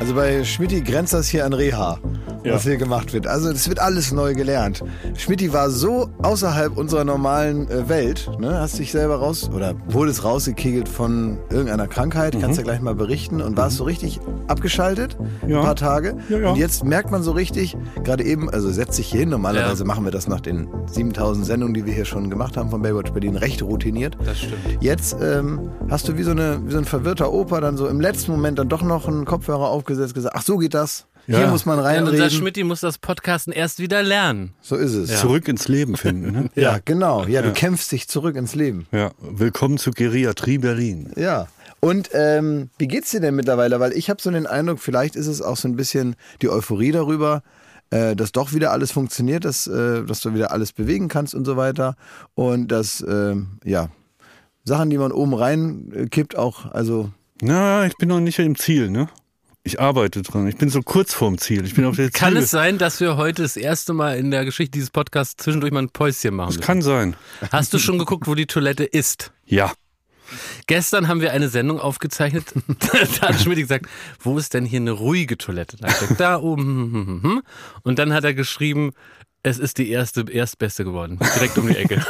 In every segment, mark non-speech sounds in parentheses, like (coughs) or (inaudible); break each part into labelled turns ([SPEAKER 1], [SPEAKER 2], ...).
[SPEAKER 1] Also bei Schmidti grenzt das hier an Reha,
[SPEAKER 2] Ja.
[SPEAKER 1] was hier gemacht wird. Also das wird alles neu gelernt. Schmidti war so außerhalb unserer normalen äh, Welt, ne? hast dich selber raus oder wurdest rausgekegelt von irgendeiner Krankheit, kannst ja gleich mal berichten und warst so richtig abgeschaltet,
[SPEAKER 2] Mhm. Ja.
[SPEAKER 1] ein paar Tage.
[SPEAKER 2] Ja, ja.
[SPEAKER 1] Und jetzt merkt man so richtig, gerade eben, also setz dich hier hin, normalerweise machen wir das nach den 7000 Sendungen, die wir hier schon gemacht haben von Baywatch Berlin, recht routiniert.
[SPEAKER 3] Das stimmt.
[SPEAKER 1] Jetzt ähm, hast du wie so, eine, wie so ein verwirrter Opa dann so im letzten Moment dann doch noch einen Kopfhörer aufgesetzt, gesagt, ach so geht das,
[SPEAKER 2] Ja.
[SPEAKER 1] hier muss man
[SPEAKER 3] Ja,
[SPEAKER 1] reinreden.
[SPEAKER 3] unser Schmidti muss das Podcasten erst wieder lernen.
[SPEAKER 1] so ist es. Ja.
[SPEAKER 2] Zurück ins Leben finden. Ne?
[SPEAKER 1] genau. Ja, du kämpfst dich zurück ins Leben.
[SPEAKER 2] Ja. Willkommen zu Geriatrie Berlin.
[SPEAKER 1] Ja. Und ähm, wie geht's dir denn mittlerweile? Weil ich habe so den Eindruck, vielleicht ist es auch so ein bisschen die Euphorie darüber, äh, dass doch wieder alles funktioniert, dass, äh, dass du wieder alles bewegen kannst und so weiter. Und dass, ähm, ja, Sachen, die man oben rein äh, kippt, auch, also
[SPEAKER 2] Na, ich bin noch nicht im Ziel, ne? Ich arbeite dran. Ich bin so kurz vorm Ziel. Ich bin auf der
[SPEAKER 3] Kann
[SPEAKER 2] Ziel.
[SPEAKER 3] es sein, dass wir heute das erste Mal in der Geschichte dieses Podcasts zwischendurch mal ein Päuschen machen?
[SPEAKER 2] Es kann sein.
[SPEAKER 3] müssen? Hast du schon geguckt, wo die Toilette ist?
[SPEAKER 2] Ja.
[SPEAKER 3] Gestern haben wir eine Sendung aufgezeichnet. (laughs) da hat Schmidt gesagt, wo ist denn hier eine ruhige Toilette? Da, hab ich gesagt, da oben. hm, hm, hm, hm. Und dann hat er geschrieben, es ist die erste, erstbeste geworden. Direkt um die Ecke.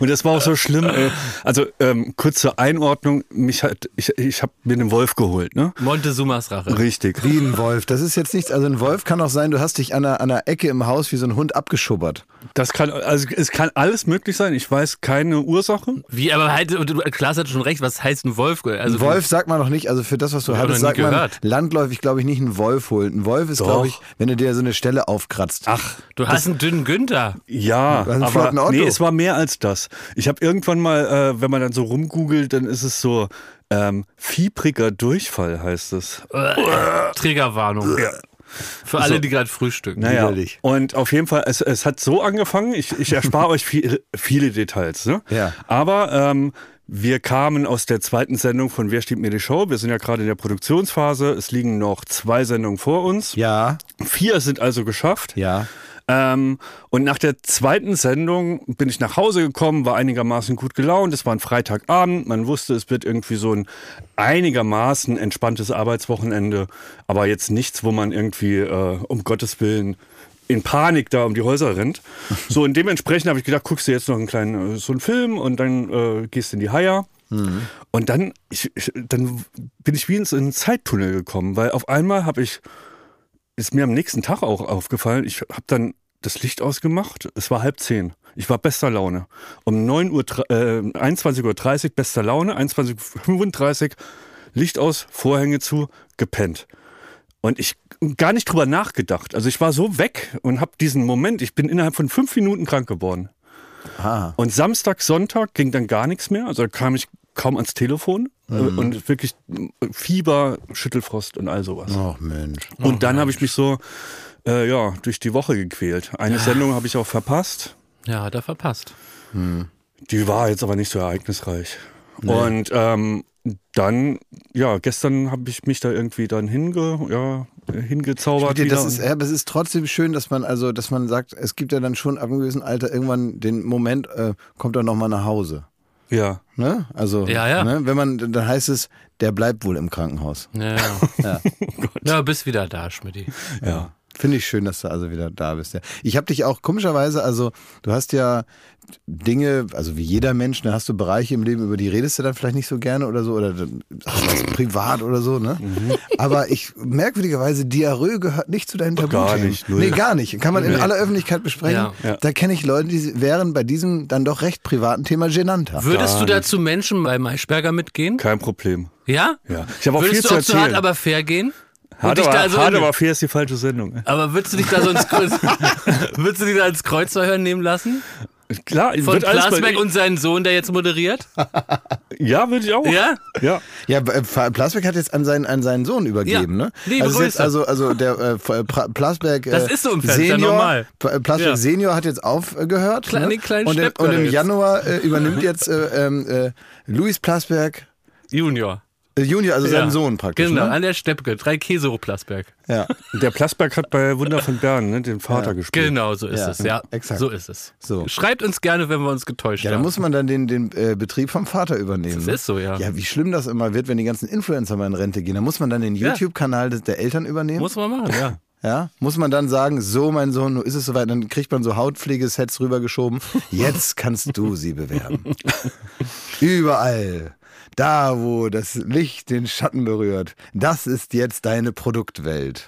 [SPEAKER 2] Und das war auch so schlimm. Äh, also ähm, kurz zur Einordnung. Mich hat, ich, ich habe mir einen Wolf geholt, ne?
[SPEAKER 3] Montezumas Rache.
[SPEAKER 2] Richtig.
[SPEAKER 1] Wie ein Wolf. Das ist jetzt nichts. Also ein Wolf kann auch sein, du hast dich an einer, an einer Ecke im Haus wie so ein Hund abgeschubbert.
[SPEAKER 2] Das kann, also es kann alles möglich sein. Ich weiß keine Ursache.
[SPEAKER 3] Wie, aber halt, und du- Klaas hat schon recht, was heißt ein Wolf? Also
[SPEAKER 1] Ein Wolf sagt man noch nicht, also für das, was du
[SPEAKER 3] Hab ich
[SPEAKER 1] hattest,
[SPEAKER 3] noch nie
[SPEAKER 1] sagt man
[SPEAKER 3] gehört.
[SPEAKER 1] landläufig, glaube ich, nicht einen Wolf holen. Ein Wolf ist, glaube ich, wenn du dir so eine Stelle aufkratzt.
[SPEAKER 2] Ach,
[SPEAKER 3] Du hast einen dünnen Günther.
[SPEAKER 2] Ja,
[SPEAKER 1] hast einen Hm, also flotten
[SPEAKER 2] aber
[SPEAKER 1] Otto.
[SPEAKER 2] nee, es war mehr als das. Ich habe irgendwann mal, äh, wenn man dann so rumgoogelt, dann ist es so ähm, fiebriger Durchfall heißt es.
[SPEAKER 1] Ah,
[SPEAKER 3] Trägerwarnung. Für alle, die gerade frühstücken.
[SPEAKER 2] Äh. Naja,
[SPEAKER 1] Widerlich.
[SPEAKER 2] und auf jeden Fall, es, es hat so angefangen, ich,
[SPEAKER 1] (laughs)
[SPEAKER 2] ich erspare euch viel, viele Details. Ne?
[SPEAKER 1] Ja.
[SPEAKER 2] Aber ähm, wir kamen aus der zweiten Sendung von Wer steht mir die Show? Wir sind ja gerade in der Produktionsphase. Es liegen noch zwei Sendungen vor uns.
[SPEAKER 1] Ja,
[SPEAKER 2] Vier sind also geschafft.
[SPEAKER 1] ja.
[SPEAKER 2] Ähm, und nach der zweiten Sendung bin ich nach Hause gekommen, war einigermaßen gut gelaunt. Es war ein Freitagabend. Man wusste, es wird irgendwie so ein einigermaßen entspanntes Arbeitswochenende, aber jetzt nichts, wo man irgendwie äh, um Gottes Willen in Panik da um die Häuser rennt. So, und dementsprechend habe ich gedacht, guckst du jetzt noch einen kleinen äh, so einen Film und dann äh, gehst in die Haier. Und dann, ich, ich, dann bin ich wie in so einen Zeittunnel gekommen, weil auf einmal habe ich ist mir am nächsten Tag auch aufgefallen, ich habe dann das Licht ausgemacht, es war halb zehn. Ich war bester Laune. Um 9 Uhr, dr- äh, 21.30 Uhr bester Laune, 21.35 Uhr Licht aus, Vorhänge zu, gepennt. Und ich gar nicht drüber nachgedacht. Also ich war so weg und habe diesen Moment, ich bin innerhalb von fünf Minuten krank geworden.
[SPEAKER 1] Ah.
[SPEAKER 2] Und Samstag, Sonntag ging dann gar nichts mehr. Also da kam ich kaum ans Telefon äh, und wirklich äh, Fieber, Schüttelfrost und all sowas.
[SPEAKER 1] Ach Mensch.
[SPEAKER 2] Und dann habe ich mich so äh, ja, durch die Woche gequält. Eine Sendung habe ich auch verpasst.
[SPEAKER 3] Ja, hat er verpasst.
[SPEAKER 2] Die war jetzt aber nicht so ereignisreich. Und ähm, dann, ja, gestern habe ich mich da irgendwie dann hinge, ja,
[SPEAKER 3] Oh,
[SPEAKER 2] hingezaubert.
[SPEAKER 1] Bitte, das
[SPEAKER 2] wieder.
[SPEAKER 1] ist, ja, aber es ist trotzdem schön, dass man also, dass man sagt, es gibt ja dann schon ab einem gewissen Alter irgendwann den Moment, äh, kommt er nochmal nach Hause.
[SPEAKER 2] ja.
[SPEAKER 1] Ne? Also,
[SPEAKER 3] Ja, ja.
[SPEAKER 1] Ne? wenn man, dann heißt es, der bleibt wohl im Krankenhaus.
[SPEAKER 3] Ja,
[SPEAKER 2] (laughs)
[SPEAKER 3] ja. ja bist wieder da, Schmidti.
[SPEAKER 2] ja.
[SPEAKER 1] Finde ich schön, dass du also wieder da bist. Ja. Ich habe dich auch komischerweise, also du hast ja Dinge, also wie jeder Mensch, da hast du Bereiche im Leben, über die redest du dann vielleicht nicht so gerne oder so, oder dann- also was privat oder so, ne? Aber ich merkwürdigerweise, Diarrhoe gehört nicht zu deinen Tabuthemen.
[SPEAKER 2] nicht, null.
[SPEAKER 1] nee, gar nicht. Kann man in aller Öffentlichkeit besprechen.
[SPEAKER 3] Ja.
[SPEAKER 2] Ja.
[SPEAKER 1] Da kenne ich Leute, die wären bei diesem dann doch recht privaten Thema genannter.
[SPEAKER 3] Würdest du dazu Menschen bei Maischberger mitgehen?
[SPEAKER 2] Kein Problem.
[SPEAKER 3] Ja?
[SPEAKER 2] Ja. Ich habe auch
[SPEAKER 3] Würdest
[SPEAKER 2] viel
[SPEAKER 3] du
[SPEAKER 2] zu
[SPEAKER 3] auch zu hart,
[SPEAKER 2] erzählen.
[SPEAKER 3] aber fair gehen? Und
[SPEAKER 2] Hart,
[SPEAKER 3] dich
[SPEAKER 2] aber,
[SPEAKER 3] da also
[SPEAKER 2] hart
[SPEAKER 3] in-
[SPEAKER 2] aber fair ist die falsche Sendung. ne?
[SPEAKER 3] aber würdest du dich da so ins Kreuz, (laughs) würdest du dich da ins Kreuzverhör nehmen lassen?
[SPEAKER 2] Klar,
[SPEAKER 3] Von
[SPEAKER 2] wird alles bei,
[SPEAKER 3] Plasberg und seinen Sohn, der jetzt moderiert?
[SPEAKER 2] Ja, würde ich auch.
[SPEAKER 3] Ja?
[SPEAKER 2] Ja.
[SPEAKER 1] Ja, äh, Pla- Plasberg hat jetzt an seinen, an seinen Sohn übergeben,
[SPEAKER 3] Ja.
[SPEAKER 1] ne?
[SPEAKER 3] Liebe
[SPEAKER 1] also es ist
[SPEAKER 3] Grüße.
[SPEAKER 1] also, also der äh, Pra- Plasberg äh,
[SPEAKER 3] Das ist so im Fernsehen
[SPEAKER 1] Senior,
[SPEAKER 3] normal.
[SPEAKER 1] Pla- Plasberg
[SPEAKER 3] Ja.
[SPEAKER 1] Senior hat jetzt aufgehört.
[SPEAKER 3] Kleinen-
[SPEAKER 1] ne?
[SPEAKER 3] kleinen
[SPEAKER 1] und, im-
[SPEAKER 3] Stepp
[SPEAKER 1] und
[SPEAKER 3] da
[SPEAKER 1] im
[SPEAKER 3] jetzt.
[SPEAKER 1] Januar äh, übernimmt jetzt äh, ähm, äh, Luis Plasberg
[SPEAKER 3] Junior.
[SPEAKER 1] Äh, Junior, also sein Sohn praktisch.
[SPEAKER 3] Genau,
[SPEAKER 1] Ne?
[SPEAKER 3] an der Steppke, drei Käse hoch Plasberg.
[SPEAKER 1] Ja.
[SPEAKER 2] Der Plasberg hat bei Wunder von Bern ne, den Vater gespielt.
[SPEAKER 3] Genau, so ist
[SPEAKER 1] Ja,
[SPEAKER 3] es. Ja,
[SPEAKER 1] exakt.
[SPEAKER 3] so ist es. (laughs)
[SPEAKER 1] So.
[SPEAKER 3] Schreibt uns gerne, wenn wir uns getäuscht
[SPEAKER 1] Ja, da
[SPEAKER 3] haben.
[SPEAKER 1] muss man dann den, den äh, Betrieb vom Vater übernehmen.
[SPEAKER 3] Das
[SPEAKER 1] ne?
[SPEAKER 3] ist so, ja.
[SPEAKER 1] Ja, wie schlimm das immer wird, wenn die ganzen Influencer mal in Rente gehen. Da muss man dann den
[SPEAKER 3] Ja.
[SPEAKER 1] YouTube-Kanal des- der Eltern übernehmen.
[SPEAKER 3] Muss man machen, ja.
[SPEAKER 1] ja? Muss man dann sagen, so mein Sohn, nun ist es soweit. Dann kriegt man so Hautpflegesets rübergeschoben. Jetzt kannst du sie bewerben. Überall. Da, wo das Licht den Schatten berührt. Das ist jetzt deine Produktwelt.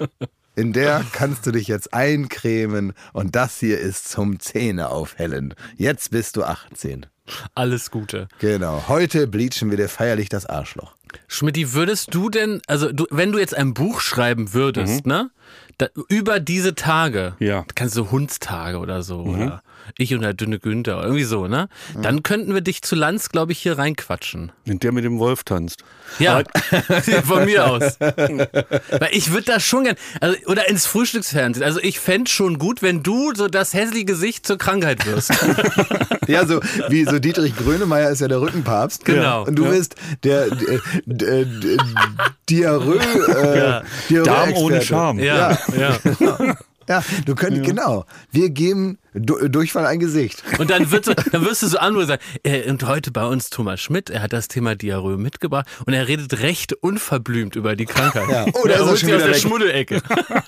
[SPEAKER 1] In der kannst du dich jetzt eincremen und das hier ist zum Zähne aufhellen. Jetzt bist du 18.
[SPEAKER 3] Alles Gute.
[SPEAKER 1] Genau. Heute bleachen wir dir feierlich das Arschloch.
[SPEAKER 3] Schmidti, würdest du denn, also du, wenn du jetzt ein Buch schreiben würdest,
[SPEAKER 1] Mhm.
[SPEAKER 3] ne? Da, über diese Tage,
[SPEAKER 2] Ja.
[SPEAKER 3] kannst du Hundstage oder so,
[SPEAKER 1] Mhm.
[SPEAKER 3] oder ich und der dünne Günther, oder irgendwie so, ne? Dann könnten wir dich zu Lanz, glaube ich, hier reinquatschen.
[SPEAKER 2] Und Der mit dem Wolf tanzt.
[SPEAKER 3] Ja, (laughs) von mir
[SPEAKER 1] (laughs)
[SPEAKER 3] aus. Weil ich würde das schon gern, also, oder ins Frühstücksfernsehen. Also ich fände schon gut, wenn du so das hässliche Gesicht zur Krankheit
[SPEAKER 1] (laughs)
[SPEAKER 3] wirst.
[SPEAKER 1] Ja, so wie so Dietrich Grönemeyer ist ja der Rückenpapst.
[SPEAKER 3] Genau.
[SPEAKER 1] Und du
[SPEAKER 2] Ja.
[SPEAKER 1] bist der d- d- d- Diarrhoe. Äh,
[SPEAKER 3] Ja.
[SPEAKER 1] Diarrhoe
[SPEAKER 2] Darm ohne Charme.
[SPEAKER 3] Ja, ja.
[SPEAKER 1] Ja, du könntest, genau. Wir geben du Durchfall ein Gesicht.
[SPEAKER 3] Und dann, wird, so- dann wirst du so anrufen und sagen, äh, und heute bei uns Thomas Schmidt, er hat das Thema Diarrhoe mitgebracht und er redet recht unverblümt über die Krankheit.
[SPEAKER 1] Ja. Oh, da ist
[SPEAKER 3] er
[SPEAKER 1] er
[SPEAKER 3] holt
[SPEAKER 1] schon
[SPEAKER 3] sie
[SPEAKER 1] wieder
[SPEAKER 3] aus der
[SPEAKER 1] weg.
[SPEAKER 3] Schmuddelecke.
[SPEAKER 1] (laughs)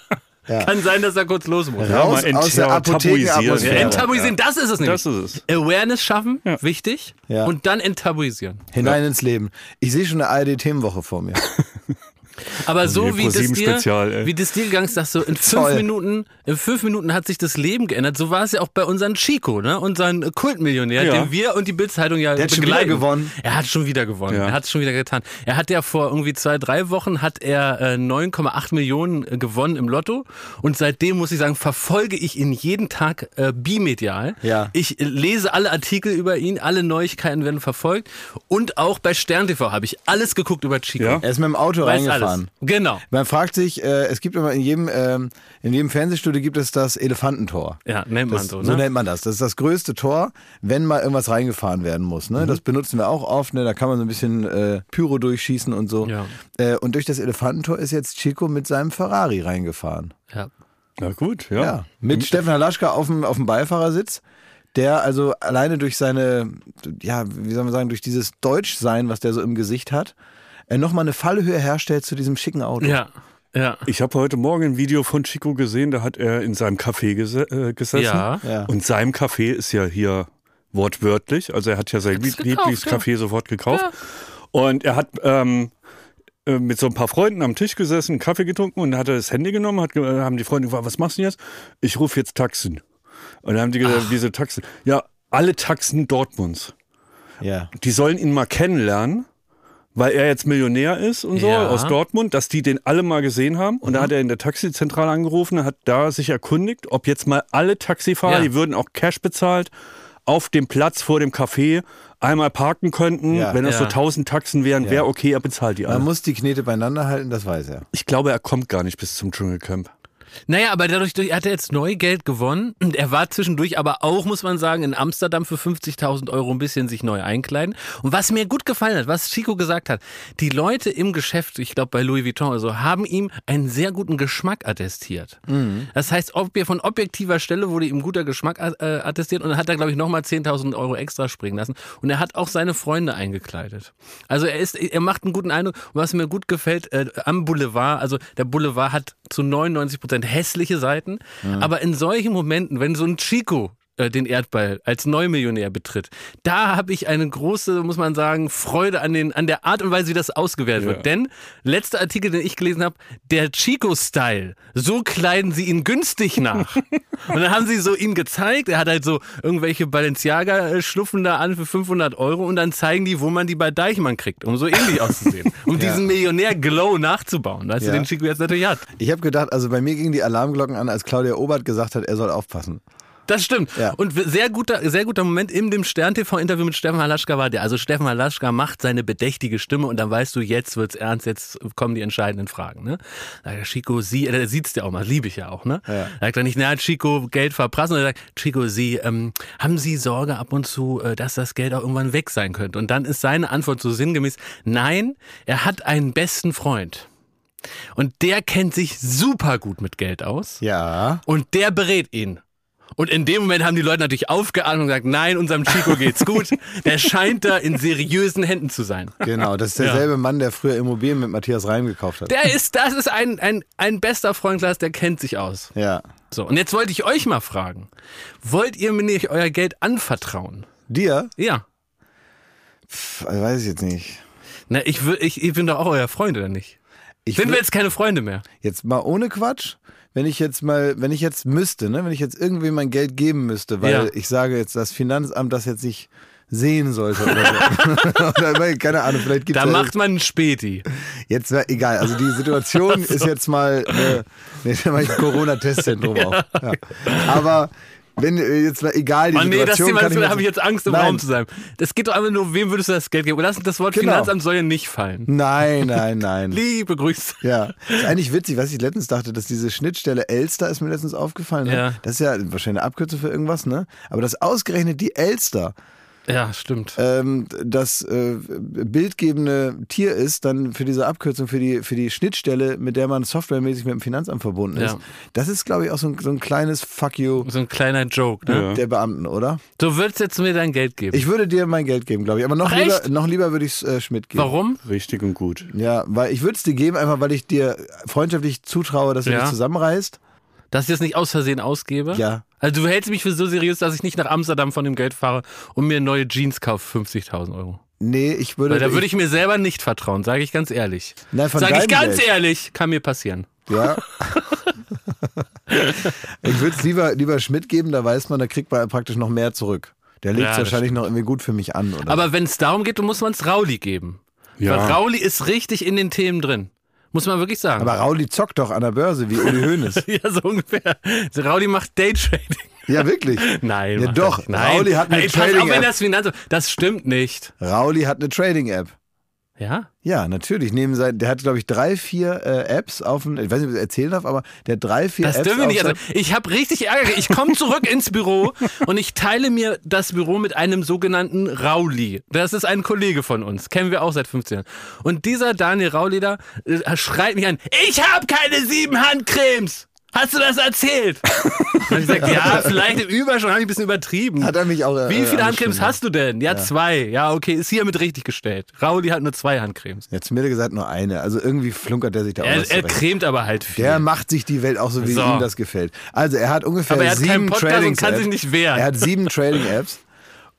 [SPEAKER 1] Ja.
[SPEAKER 3] Kann sein, dass er kurz los muss.
[SPEAKER 2] Ja,
[SPEAKER 1] Raus
[SPEAKER 2] mal
[SPEAKER 1] aus der
[SPEAKER 2] enttabuisieren.
[SPEAKER 3] Ja,
[SPEAKER 1] Apothekenatmosphäre.
[SPEAKER 2] Ja.
[SPEAKER 3] enttabuisieren, das ist es nämlich.
[SPEAKER 2] Das ist es.
[SPEAKER 3] Awareness schaffen, wichtig,
[SPEAKER 1] Ja.
[SPEAKER 3] und dann enttabuisieren.
[SPEAKER 1] Hinein ins Leben. Ich sehe schon eine ARD-Themenwoche vor
[SPEAKER 2] (laughs)
[SPEAKER 1] mir.
[SPEAKER 3] Aber so
[SPEAKER 2] Nee,
[SPEAKER 3] wie das, dir,
[SPEAKER 2] Pro7-Spezial, ey.
[SPEAKER 3] wie das dir gegangen ist, sagst du, in fünf,
[SPEAKER 1] Toll.
[SPEAKER 3] Minuten, in fünf Minuten hat sich das Leben geändert. So war es ja auch bei unserem Chico, ne? unseren Kultmillionär,
[SPEAKER 2] Ja.
[SPEAKER 3] den wir und die Bildzeitung ja
[SPEAKER 1] Der hat schon wieder
[SPEAKER 3] begleiten.
[SPEAKER 1] gewonnen.
[SPEAKER 3] Er hat schon wieder gewonnen.
[SPEAKER 2] Ja.
[SPEAKER 3] Er hat es schon wieder getan. Er hat ja vor irgendwie zwei, drei Wochen hat er äh, 9,8 Millionen äh, gewonnen im Lotto. Und seitdem muss ich sagen, verfolge ich ihn jeden Tag äh, bimedial.
[SPEAKER 1] Ja.
[SPEAKER 3] Ich äh, lese alle Artikel über ihn, alle Neuigkeiten werden verfolgt. Und auch bei Stern TV habe ich alles geguckt über Chico.
[SPEAKER 2] Ja.
[SPEAKER 1] Er ist mit dem Auto
[SPEAKER 3] Weiß alles.
[SPEAKER 1] reingefahren.
[SPEAKER 3] Genau.
[SPEAKER 1] Man fragt sich, äh, es gibt immer in jedem, ähm, in jedem Fernsehstudio gibt es das Elefantentor.
[SPEAKER 3] Ja, nennt man
[SPEAKER 1] Das,
[SPEAKER 3] so,
[SPEAKER 1] so,
[SPEAKER 3] ne?
[SPEAKER 1] nennt man das. Das ist das größte Tor, wenn mal irgendwas reingefahren werden muss.
[SPEAKER 3] Mhm.
[SPEAKER 1] Ne? Das benutzen wir auch oft. Ne? Da kann man so ein bisschen äh, Pyro durchschießen und so.
[SPEAKER 3] Ja.
[SPEAKER 1] Äh, und durch das Elefantentor ist jetzt Chico mit seinem Ferrari reingefahren.
[SPEAKER 3] ja.
[SPEAKER 2] Na gut,
[SPEAKER 1] Ja.
[SPEAKER 2] ja.
[SPEAKER 3] Mhm.
[SPEAKER 1] Mit Steffen Halaschka auf dem, auf dem Beifahrersitz, der also alleine durch seine, ja, wie soll man sagen, durch dieses Deutschsein, was der so im Gesicht hat, äh, nochmal eine Fallhöhe herstellt zu diesem schicken Auto.
[SPEAKER 3] Ja, ja.
[SPEAKER 2] (laughs) Ich habe heute Morgen ein Video von Chico gesehen, da hat er in seinem Café gese äh, gesessen.
[SPEAKER 3] Ja.
[SPEAKER 1] Ja.
[SPEAKER 2] Und seinem Café ist ja hier wortwörtlich, also er hat ja sein Lieb
[SPEAKER 3] gekauft,
[SPEAKER 2] Lieblingscafé sofort gekauft. Und er hat ähm, äh, mit so ein paar Freunden am Tisch gesessen, einen Kaffee getrunken und dann hat er das Handy genommen, hat, ge- äh, haben die Freunde gefragt, was machst du denn jetzt? Ich rufe jetzt Taxen. Und dann haben die gesagt, diese Taxen. Ja, alle Taxen Dortmunds
[SPEAKER 1] Ja.
[SPEAKER 2] die sollen ihn mal kennenlernen, weil er jetzt Millionär ist und so
[SPEAKER 3] Ja. Mhm.
[SPEAKER 2] aus Dortmund, dass die den alle mal gesehen haben. Und da hat er in der Taxizentrale angerufen und hat da sich erkundigt, ob jetzt mal alle Taxifahrer,
[SPEAKER 3] Ja.
[SPEAKER 2] die würden auch Cash bezahlt, auf dem Platz vor dem Café einmal parken könnten.
[SPEAKER 1] Ja.
[SPEAKER 2] Wenn das so
[SPEAKER 3] Ja.
[SPEAKER 2] 1000 Taxen wären, wäre okay, er bezahlt die
[SPEAKER 1] Man
[SPEAKER 2] alle.
[SPEAKER 1] muss die Knete beieinander halten, das weiß er.
[SPEAKER 2] Ich glaube, er kommt gar nicht bis zum Dschungelcamp.
[SPEAKER 3] Naja, aber dadurch durch, hat er jetzt Neugeld gewonnen. Und Er war zwischendurch aber auch, muss man sagen, in Amsterdam für 50.000 Euro ein bisschen sich neu einkleiden. Und was mir gut gefallen hat, was Chico gesagt hat, die Leute im Geschäft, ich glaube bei Louis Vuitton oder so, haben ihm einen sehr guten Geschmack attestiert. Das heißt, ob wir von objektiver Stelle wurde ihm guter Geschmack äh, attestiert und dann hat er, glaube ich, nochmal 10.000 Euro extra springen lassen. Und er hat auch seine Freunde eingekleidet. Also er ist, er macht einen guten Eindruck. Und was mir gut gefällt, äh, am Boulevard, also der Boulevard hat zu 99 Prozent hässliche Seiten. Aber in solchen Momenten, wenn so ein Chico äh, den Erdball als Neumillionär betritt. Da habe ich eine große, muss man sagen, Freude an, den, an der Art und Weise, wie das ausgewertet wird. Denn, letzter Artikel, den ich gelesen habe, der Chico-Style, so kleiden sie ihn günstig nach. und dann haben sie so ihn gezeigt, er hat halt so irgendwelche Balenciaga-Schluffen da an für 500 Euro und dann zeigen die, wo man die bei Deichmann kriegt, um so ähnlich auszusehen. Um diesen Millionär-Glow nachzubauen, weißt
[SPEAKER 1] Ja.
[SPEAKER 3] du, den Chico jetzt natürlich hat.
[SPEAKER 1] Ich habe gedacht, also bei mir gingen die Alarmglocken an, als Claudia Obert gesagt hat, er soll aufpassen.
[SPEAKER 3] Das stimmt.
[SPEAKER 1] Ja.
[SPEAKER 3] Und sehr guter, sehr guter Moment in dem Stern-TV-Interview mit Steffen Halaschka war der. Also Steffen Halaschka macht seine bedächtige Stimme und dann weißt du, jetzt wird's ernst, jetzt kommen die entscheidenden Fragen. Ne? Da sagt er, Chico, Sie, äh, der sieht's ja auch mal, liebe ich ja auch. Ne? Da sagt er nicht, na Chico, Geld verprassen. Und er sagt, Chico, Sie, ähm, haben Sie Sorge ab und zu, äh, dass das Geld auch irgendwann weg sein könnte? Und dann ist seine Antwort so sinngemäß, nein, er hat einen besten Freund. Und der kennt sich super gut mit Geld aus.
[SPEAKER 1] Ja.
[SPEAKER 3] Und der berät ihn. Und in dem Moment haben die Leute natürlich aufgeahmt und gesagt, nein, unserem Chico geht's gut. Der scheint da in seriösen Händen zu sein.
[SPEAKER 1] Genau, das (laughs) ist derselbe Mann, der früher Immobilien mit Matthias Reim gekauft hat.
[SPEAKER 3] Der ist, das ist ein, ein, ein bester Freund, Klaas, der kennt sich aus.
[SPEAKER 1] ja.
[SPEAKER 3] So, und jetzt wollte ich euch mal fragen. Wollt ihr mir nicht euer Geld anvertrauen?
[SPEAKER 1] Dir?
[SPEAKER 3] Ja.
[SPEAKER 1] Pff, also weiß ich jetzt nicht.
[SPEAKER 3] Na, ich, wür- ich, ich bin doch auch euer Freund, oder nicht?
[SPEAKER 1] Ich
[SPEAKER 3] Sind
[SPEAKER 1] wür-
[SPEAKER 3] wir jetzt keine Freunde mehr?
[SPEAKER 1] Jetzt mal ohne Quatsch, wenn ich jetzt mal, wenn ich jetzt müsste, ne, wenn ich jetzt irgendwem mein Geld geben müsste, weil
[SPEAKER 3] Ja.
[SPEAKER 1] ich sage jetzt, das Finanzamt das jetzt nicht sehen sollte oder so. (laughs) oder, weil, keine Ahnung, vielleicht gibt
[SPEAKER 3] Da
[SPEAKER 1] es
[SPEAKER 3] macht man einen Späti.
[SPEAKER 1] jetzt war egal. Also die
[SPEAKER 3] (laughs)
[SPEAKER 1] Situation ist jetzt mal, äh, nee, (laughs) da mache ich ein Corona-Testzentrum auf. Ja. Aber wenn äh, jetzt mal egal die
[SPEAKER 3] Oh nee, das
[SPEAKER 1] Situation,
[SPEAKER 3] Thema,
[SPEAKER 1] kann
[SPEAKER 3] da
[SPEAKER 1] ich
[SPEAKER 3] habe ich jetzt Angst, im
[SPEAKER 1] Nein.
[SPEAKER 3] Raum zu sein. Das geht doch einfach nur, wem würdest du das Geld geben? Und lass das Wort
[SPEAKER 1] Genau.
[SPEAKER 3] Finanzamt soll ja nicht fallen.
[SPEAKER 1] Nein, nein,
[SPEAKER 3] (laughs)
[SPEAKER 1] nein.
[SPEAKER 3] Liebe Grüße.
[SPEAKER 1] Ja, ist eigentlich witzig, was ich letztens dachte, dass diese Schnittstelle Elster ist mir letztens aufgefallen. Ne?
[SPEAKER 3] Ja.
[SPEAKER 1] Das ist ja wahrscheinlich eine Abkürzung für irgendwas, ne? Aber dass ausgerechnet die Elster
[SPEAKER 3] Ja, stimmt.
[SPEAKER 1] ähm, das äh, bildgebende Tier ist, dann für diese Abkürzung, für die, für die Schnittstelle, mit der man softwaremäßig mit dem Finanzamt verbunden ist,
[SPEAKER 3] Ja.
[SPEAKER 1] das ist, glaube ich, auch so ein, so ein kleines Fuck you
[SPEAKER 3] So ein kleiner Joke, ne?
[SPEAKER 2] Ja.
[SPEAKER 1] der Beamten, oder?
[SPEAKER 3] Du würdest jetzt mir dein Geld geben.
[SPEAKER 1] Ich würde dir mein Geld geben, glaube ich. Aber noch
[SPEAKER 3] Ach,
[SPEAKER 1] lieber,
[SPEAKER 3] echt?
[SPEAKER 1] noch lieber würde ich es äh, Schmidt geben.
[SPEAKER 3] Warum?
[SPEAKER 2] Richtig und gut.
[SPEAKER 1] Ja, weil ich würde es dir geben, einfach weil ich dir freundschaftlich zutraue, dass du
[SPEAKER 3] Ja.
[SPEAKER 1] dich zusammenreißt.
[SPEAKER 3] Dass ich das nicht aus Versehen ausgebe?
[SPEAKER 1] Ja.
[SPEAKER 3] Also du hältst mich für so seriös, dass ich nicht nach Amsterdam von dem Geld fahre und mir neue Jeans kaufe, 50.000 Euro.
[SPEAKER 1] Nee, ich würde.
[SPEAKER 3] Weil da würde ich mir selber nicht vertrauen, sage ich ganz ehrlich.
[SPEAKER 1] Nein, von
[SPEAKER 3] Sage ich
[SPEAKER 1] deinem
[SPEAKER 3] ganz
[SPEAKER 1] Geld.
[SPEAKER 3] ehrlich, kann mir passieren.
[SPEAKER 1] Ja. ich würde es lieber, lieber Schmidt geben, da weiß man, da kriegt man praktisch noch mehr zurück. Der legt
[SPEAKER 3] Ja, das
[SPEAKER 1] wahrscheinlich noch irgendwie gut für mich an, oder?
[SPEAKER 3] Aber wenn es darum geht, dann muss man es Rauli geben.
[SPEAKER 2] Ja.
[SPEAKER 3] Weil Rauli ist richtig in den Themen drin. Muss man wirklich sagen. (laughs)
[SPEAKER 1] Aber Rauli zockt doch an der Börse, wie Uli Hoeneß.
[SPEAKER 3] ja, so ungefähr. Rauli macht Daytrading. (laughs)
[SPEAKER 1] ja, wirklich.
[SPEAKER 3] Nein,
[SPEAKER 1] Ja,
[SPEAKER 3] macht
[SPEAKER 1] doch.
[SPEAKER 3] er nicht. Nein.
[SPEAKER 1] Rauli hat eine
[SPEAKER 3] Ey, pass auf, wenn
[SPEAKER 1] Trading-App.
[SPEAKER 3] das Finanzamt. Das stimmt nicht.
[SPEAKER 1] Rauli hat eine Trading-App.
[SPEAKER 3] Ja?
[SPEAKER 1] Ja, natürlich. Neben sein, der hat, glaube ich, drei, vier äh, Apps auf dem, ich weiß nicht, ob ich das erzählen darf, aber der hat drei, vier
[SPEAKER 3] Das
[SPEAKER 1] Apps
[SPEAKER 3] dürfen wir
[SPEAKER 1] auf
[SPEAKER 3] nicht.
[SPEAKER 1] sein-
[SPEAKER 3] Also ich habe richtig Ärger. gekriegt.
[SPEAKER 1] (laughs)
[SPEAKER 3] Ich komme zurück ins Büro und ich teile mir das Büro mit einem sogenannten Rauli. Das ist ein Kollege von uns. Kennen wir auch seit 15 Jahren. Und dieser Daniel Rauli da äh, schreit mich an. Ich habe keine sieben Handcremes. Hast du
[SPEAKER 1] (laughs)
[SPEAKER 3] das erzählt? Und ich gesagt, ja, vielleicht im Überschwang habe ich ein bisschen übertrieben.
[SPEAKER 1] Hat er mich auch, äh,
[SPEAKER 3] Wie viele
[SPEAKER 1] äh,
[SPEAKER 3] Handcremes
[SPEAKER 1] angestimmt,
[SPEAKER 3] hast du denn? Ja, zwei. Ja, okay, ist hiermit richtig gestellt. Rauli hat nur zwei Handcremes.
[SPEAKER 1] Jetzt mir gesagt nur eine. Also irgendwie flunkert der sich da auch was
[SPEAKER 3] Er, er
[SPEAKER 1] zurecht.
[SPEAKER 3] cremt aber halt viel.
[SPEAKER 1] Der macht sich die Welt auch so, wie
[SPEAKER 3] So.
[SPEAKER 1] ihm das gefällt. Also er hat ungefähr
[SPEAKER 3] Aber er hat
[SPEAKER 1] sieben
[SPEAKER 3] keinen Podcast und
[SPEAKER 1] Trading
[SPEAKER 3] kann sich nicht wehren.
[SPEAKER 1] Er hat sieben
[SPEAKER 3] (laughs)
[SPEAKER 1] Trading Apps.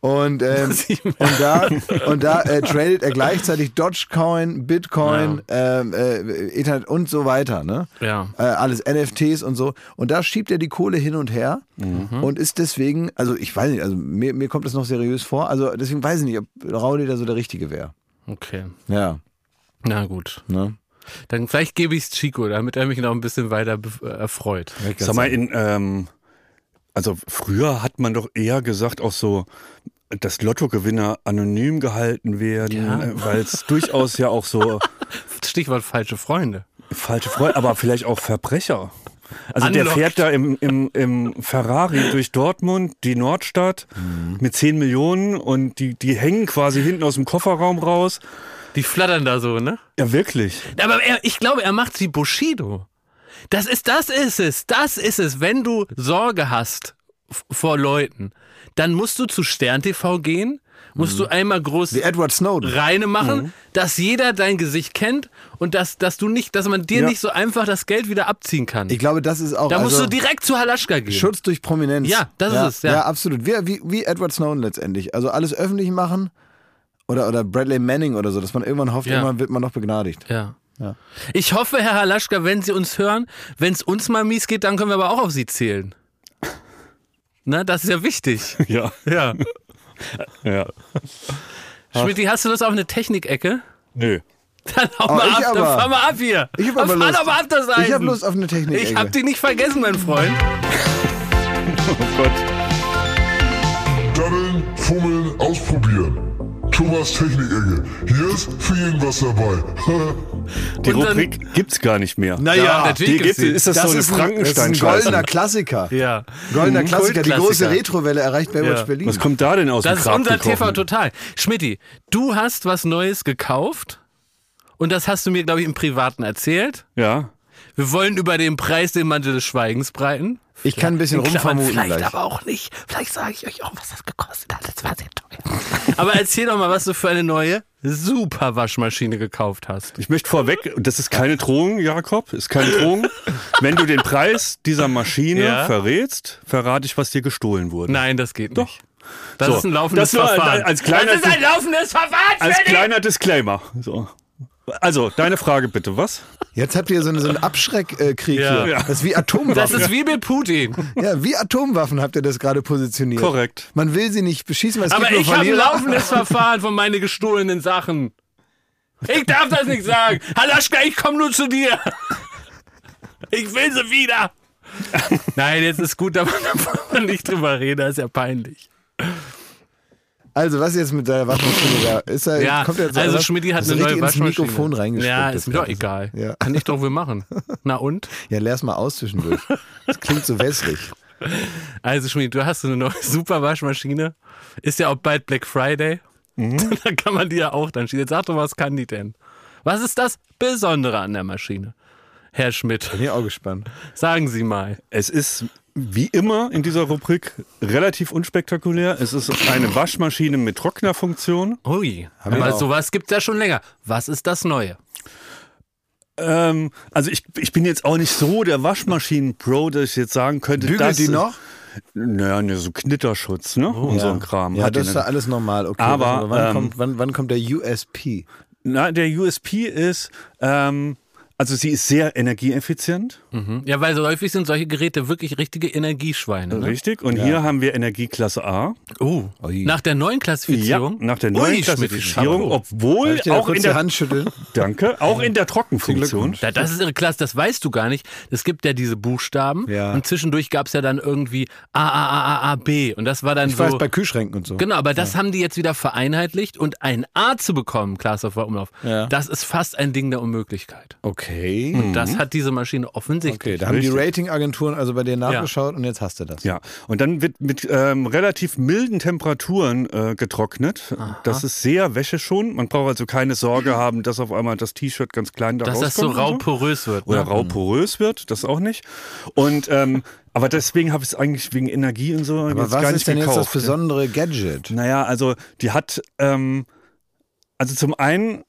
[SPEAKER 1] Und, ähm,
[SPEAKER 3] Sieben.
[SPEAKER 1] und da, und da äh, tradet er gleichzeitig Dogecoin, Bitcoin, ähm, äh, Ethernet und so weiter. Ne?
[SPEAKER 3] Ja.
[SPEAKER 1] Äh, alles NFTs und so. Und da schiebt er die Kohle hin und her
[SPEAKER 3] Mhm.
[SPEAKER 1] und ist deswegen, also ich weiß nicht, also mir, mir kommt das noch seriös vor. Also deswegen weiß ich nicht, ob Rauli da so der Richtige wäre.
[SPEAKER 3] Okay,
[SPEAKER 1] Ja.
[SPEAKER 3] na gut.
[SPEAKER 1] Ne?
[SPEAKER 3] Dann vielleicht gebe ich es Chico, damit er mich noch ein bisschen weiter bef- äh, erfreut.
[SPEAKER 2] Sag mal, in, ähm, also früher hat man doch eher gesagt, auch so, dass Lottogewinner anonym gehalten werden,
[SPEAKER 3] Ja.
[SPEAKER 2] äh, weil
[SPEAKER 3] (laughs)
[SPEAKER 2] es durchaus ja auch so
[SPEAKER 3] Stichwort falsche Freunde.
[SPEAKER 2] falsche Freunde, aber vielleicht auch Verbrecher. Also der
[SPEAKER 3] Unlocked.
[SPEAKER 2] fährt da im, im, im Ferrari durch Dortmund, die Nordstadt,
[SPEAKER 3] Mhm.
[SPEAKER 2] mit 10 Millionen und die, die hängen quasi hinten aus dem Kofferraum raus.
[SPEAKER 3] Die flattern da so, ne?
[SPEAKER 2] Ja, wirklich. (laughs)
[SPEAKER 3] Aber er, ich glaube, er macht wie Bushido. Das ist, das ist es, das ist es. Wenn du Sorge hast f- vor Leuten, dann musst du zu Stern TV gehen, musst
[SPEAKER 1] Mhm.
[SPEAKER 3] du einmal groß
[SPEAKER 1] Wie Edward Snowden.
[SPEAKER 3] reine machen,
[SPEAKER 1] Mhm.
[SPEAKER 3] dass jeder dein Gesicht kennt und dass, dass du nicht, dass man dir
[SPEAKER 2] Ja.
[SPEAKER 3] nicht so einfach das Geld wieder abziehen kann.
[SPEAKER 1] Ich glaube, das ist auch.
[SPEAKER 3] da musst
[SPEAKER 1] also,
[SPEAKER 3] du direkt zu Halaschka gehen.
[SPEAKER 1] Schutz durch Prominenz.
[SPEAKER 3] Ja, das ist es, ja.
[SPEAKER 1] Ja, absolut. Wie, wie, wie Edward Snowden letztendlich. Also alles öffentlich machen oder, oder Bradley Manning oder so, dass man irgendwann hofft,
[SPEAKER 3] Ja.
[SPEAKER 1] irgendwann wird man noch begnadigt.
[SPEAKER 3] Ja.
[SPEAKER 1] Ja.
[SPEAKER 3] Ich hoffe, Herr Halaschka, wenn Sie uns hören, wenn es uns mal mies geht, dann können wir aber auch auf Sie zählen. Na, das ist ja
[SPEAKER 1] (laughs)
[SPEAKER 3] wichtig.
[SPEAKER 2] Ja,
[SPEAKER 3] Ja.
[SPEAKER 2] ja.
[SPEAKER 3] Schmidti, hast du das auf eine Technikecke? (laughs)
[SPEAKER 2] Nö.
[SPEAKER 3] Dann hau
[SPEAKER 1] Oh,
[SPEAKER 3] mal
[SPEAKER 1] ich
[SPEAKER 3] ab, dann
[SPEAKER 1] aber.
[SPEAKER 3] fahr mal ab hier.
[SPEAKER 1] Ich hab aber
[SPEAKER 3] fahr
[SPEAKER 1] Lust.
[SPEAKER 3] doch mal ab das Eisen.
[SPEAKER 1] Ich habe Lust auf eine Technik.
[SPEAKER 3] Ich hab die nicht vergessen, mein Freund.
[SPEAKER 2] Oh Gott.
[SPEAKER 4] Daddeln, fummeln, ausprobieren. Thomas Technik-Ecke. Hier ist für jeden was dabei. (laughs)
[SPEAKER 2] Die
[SPEAKER 3] Und dann-
[SPEAKER 2] Rubrik gibt's gar nicht mehr.
[SPEAKER 1] Naja,
[SPEAKER 3] Ja, natürlich
[SPEAKER 2] die
[SPEAKER 3] gibt's
[SPEAKER 2] gibt's,
[SPEAKER 3] sie.
[SPEAKER 2] ist das, so eine
[SPEAKER 1] ist ein, das ist ein goldener
[SPEAKER 2] Frankenstein-Scheiße?
[SPEAKER 1] Klassiker.
[SPEAKER 3] Ja. Mhm.
[SPEAKER 1] Goldener Klassiker. Die
[SPEAKER 3] Kultklassiker.
[SPEAKER 1] große Retrowelle erreicht Baywatch
[SPEAKER 3] Ja.
[SPEAKER 1] Berlin.
[SPEAKER 2] Was kommt da denn aus
[SPEAKER 3] Das
[SPEAKER 2] dem
[SPEAKER 3] ist
[SPEAKER 2] Grab
[SPEAKER 3] unser
[SPEAKER 2] gekrochen?
[SPEAKER 3] TV total. Schmidti, du hast was Neues gekauft und das hast du mir, glaube ich, im Privaten erzählt.
[SPEAKER 2] Ja.
[SPEAKER 3] Wir wollen über den Preis den Mantel des Schweigens breiten.
[SPEAKER 1] ich kann ein bisschen
[SPEAKER 3] In Klammern,
[SPEAKER 1] rumvermuten
[SPEAKER 3] vielleicht
[SPEAKER 1] gleich.
[SPEAKER 3] aber auch nicht. Vielleicht sage ich euch auch, was das gekostet hat. Das war sehr teuer. (laughs) aber erzähl doch mal, was du für eine neue super Waschmaschine gekauft hast.
[SPEAKER 2] Ich möchte vorweg, das ist keine Drohung, Jakob, ist keine Drohung. Wenn du den Preis dieser Maschine
[SPEAKER 3] Ja.
[SPEAKER 2] verrätst, verrate ich, was dir gestohlen wurde.
[SPEAKER 3] Nein, das geht
[SPEAKER 2] Doch.
[SPEAKER 3] nicht. Das
[SPEAKER 2] So.
[SPEAKER 3] ist ein laufendes
[SPEAKER 2] Das nur als-
[SPEAKER 3] Verfahren.
[SPEAKER 2] als kleiner-
[SPEAKER 3] das ist ein laufendes Verfahren,
[SPEAKER 2] Als
[SPEAKER 3] Schmidti!
[SPEAKER 2] kleiner Disclaimer. So. Also, deine Frage bitte, was?
[SPEAKER 1] Jetzt habt ihr so, eine, so einen Abschreckkrieg
[SPEAKER 3] Ja.
[SPEAKER 1] hier.
[SPEAKER 2] Ja.
[SPEAKER 1] Das ist wie
[SPEAKER 3] Das
[SPEAKER 1] Atomwaffen.
[SPEAKER 3] ist wie mit (laughs) Putin.
[SPEAKER 1] ja, wie Atomwaffen habt ihr das gerade positioniert.
[SPEAKER 2] Korrekt.
[SPEAKER 1] Man will sie nicht beschießen, weil es
[SPEAKER 3] Aber
[SPEAKER 1] gibt nur
[SPEAKER 3] ich habe ein
[SPEAKER 1] Verlierer.
[SPEAKER 3] laufendes (laughs) Verfahren von meine gestohlenen Sachen. Ich darf das nicht sagen. Halaschka, ich komme nur zu dir. (laughs) Ich will sie (laughs) wieder. Nein, jetzt ist gut, da braucht man (laughs) nicht drüber reden, das ist ja peinlich.
[SPEAKER 1] Also, was jetzt mit der Waschmaschine da? Ist da
[SPEAKER 3] Ja,
[SPEAKER 1] Äh, kommt jetzt
[SPEAKER 3] also
[SPEAKER 1] was?
[SPEAKER 3] Schmidti hat
[SPEAKER 1] Hast du
[SPEAKER 3] eine neue
[SPEAKER 1] richtig
[SPEAKER 3] Waschmaschine.
[SPEAKER 1] ins Mikrofon reingespuckt.
[SPEAKER 3] Ja, ist mir doch
[SPEAKER 1] jetzt.
[SPEAKER 3] egal.
[SPEAKER 1] Ja.
[SPEAKER 3] Kann ich doch
[SPEAKER 1] (laughs)
[SPEAKER 3] wohl machen. Na und?
[SPEAKER 1] Ja, leer's mal aus zwischendurch. Das klingt so wässrig.
[SPEAKER 3] Also Schmied, du hast so eine neue (laughs) super Waschmaschine. Ist ja auch bald Black Friday.
[SPEAKER 1] Mhm.
[SPEAKER 3] (laughs) da kann man die ja auch dann schieben. Jetzt sag doch, was kann die denn? Was ist das Besondere an der Maschine? Herr Schmidt,
[SPEAKER 1] Bin ich auch gespannt.
[SPEAKER 3] sagen Sie mal.
[SPEAKER 2] Es ist wie immer in dieser Rubrik relativ unspektakulär. Es ist eine Waschmaschine mit Trocknerfunktion.
[SPEAKER 3] Ui,
[SPEAKER 1] wir
[SPEAKER 3] aber
[SPEAKER 1] auch.
[SPEAKER 3] sowas gibt es ja schon länger. Was ist das Neue?
[SPEAKER 2] Ähm, also ich, ich bin jetzt auch nicht so der Waschmaschinen-Pro, dass ich jetzt sagen könnte,
[SPEAKER 1] Bügelt
[SPEAKER 2] (laughs) das
[SPEAKER 1] die
[SPEAKER 2] ist-
[SPEAKER 1] noch? Oh,
[SPEAKER 2] Naja, ne, so Knitterschutz, ne? und so ein Kram.
[SPEAKER 1] Ja,
[SPEAKER 2] Hat die
[SPEAKER 1] das ist
[SPEAKER 2] nicht.
[SPEAKER 1] ja alles normal. Okay,
[SPEAKER 2] Aber,
[SPEAKER 1] warte mal, wann,
[SPEAKER 2] ähm,
[SPEAKER 1] kommt, wann, wann kommt der USP?
[SPEAKER 2] Na, der USP ist, ähm, also sie ist sehr energieeffizient,
[SPEAKER 1] Mhm.
[SPEAKER 3] Hm? Ja, weil so häufig sind solche Geräte wirklich richtige Energieschweine.
[SPEAKER 1] Äh,
[SPEAKER 3] Ne?
[SPEAKER 2] richtig. Und hier haben wir Energieklasse A.
[SPEAKER 3] Oh, nach der neuen
[SPEAKER 2] Ja,
[SPEAKER 3] Klassifizierung?
[SPEAKER 2] nach der neuen
[SPEAKER 3] Ui, Schmidt,
[SPEAKER 2] Klassifizierung,
[SPEAKER 3] Chapeau.
[SPEAKER 1] Soll
[SPEAKER 2] obwohl
[SPEAKER 1] ich dir da
[SPEAKER 2] auch
[SPEAKER 1] kurz
[SPEAKER 2] in
[SPEAKER 1] die
[SPEAKER 2] der
[SPEAKER 1] Hand schütteln?
[SPEAKER 2] Danke, auch in der Trockenfunktion.
[SPEAKER 1] Glückwunsch.
[SPEAKER 3] Da, das ist ihre Klasse, das weißt du gar nicht. Es gibt ja diese Buchstaben
[SPEAKER 1] Ja.
[SPEAKER 3] und zwischendurch gab es ja dann irgendwie A, A, A, A, A, B. Und das war dann
[SPEAKER 1] Ich
[SPEAKER 3] so.
[SPEAKER 1] weiß, bei Kühlschränken und so.
[SPEAKER 3] Genau, aber das haben die jetzt wieder vereinheitlicht und ein A zu bekommen, Klaas auf Umlauf,
[SPEAKER 1] Ja.
[SPEAKER 3] das ist fast ein Ding der Unmöglichkeit.
[SPEAKER 1] Okay.
[SPEAKER 3] Das hat diese Maschine offensichtlich.
[SPEAKER 1] Okay, da haben die
[SPEAKER 2] Richtig.
[SPEAKER 1] Ratingagenturen also bei dir nachgeschaut und jetzt hast du das.
[SPEAKER 2] Ja, und dann wird mit ähm, relativ milden Temperaturen äh, getrocknet. Das ist sehr wäscheschonend. Man braucht also keine
[SPEAKER 1] Mhm.
[SPEAKER 2] Sorge haben, dass auf einmal das T-Shirt ganz klein da
[SPEAKER 3] Dass das so
[SPEAKER 2] rauskommt und
[SPEAKER 3] rau porös wird.
[SPEAKER 2] Oder
[SPEAKER 3] ne?
[SPEAKER 2] rau porös wird, das auch nicht. Und ähm, aber deswegen habe ich es eigentlich wegen Energie und so
[SPEAKER 1] Aber was
[SPEAKER 2] jetzt gar
[SPEAKER 1] ist
[SPEAKER 2] nicht
[SPEAKER 1] denn
[SPEAKER 2] gekauft.
[SPEAKER 1] jetzt das besondere Gadget?
[SPEAKER 2] Naja, also die hat, ähm, also zum einen,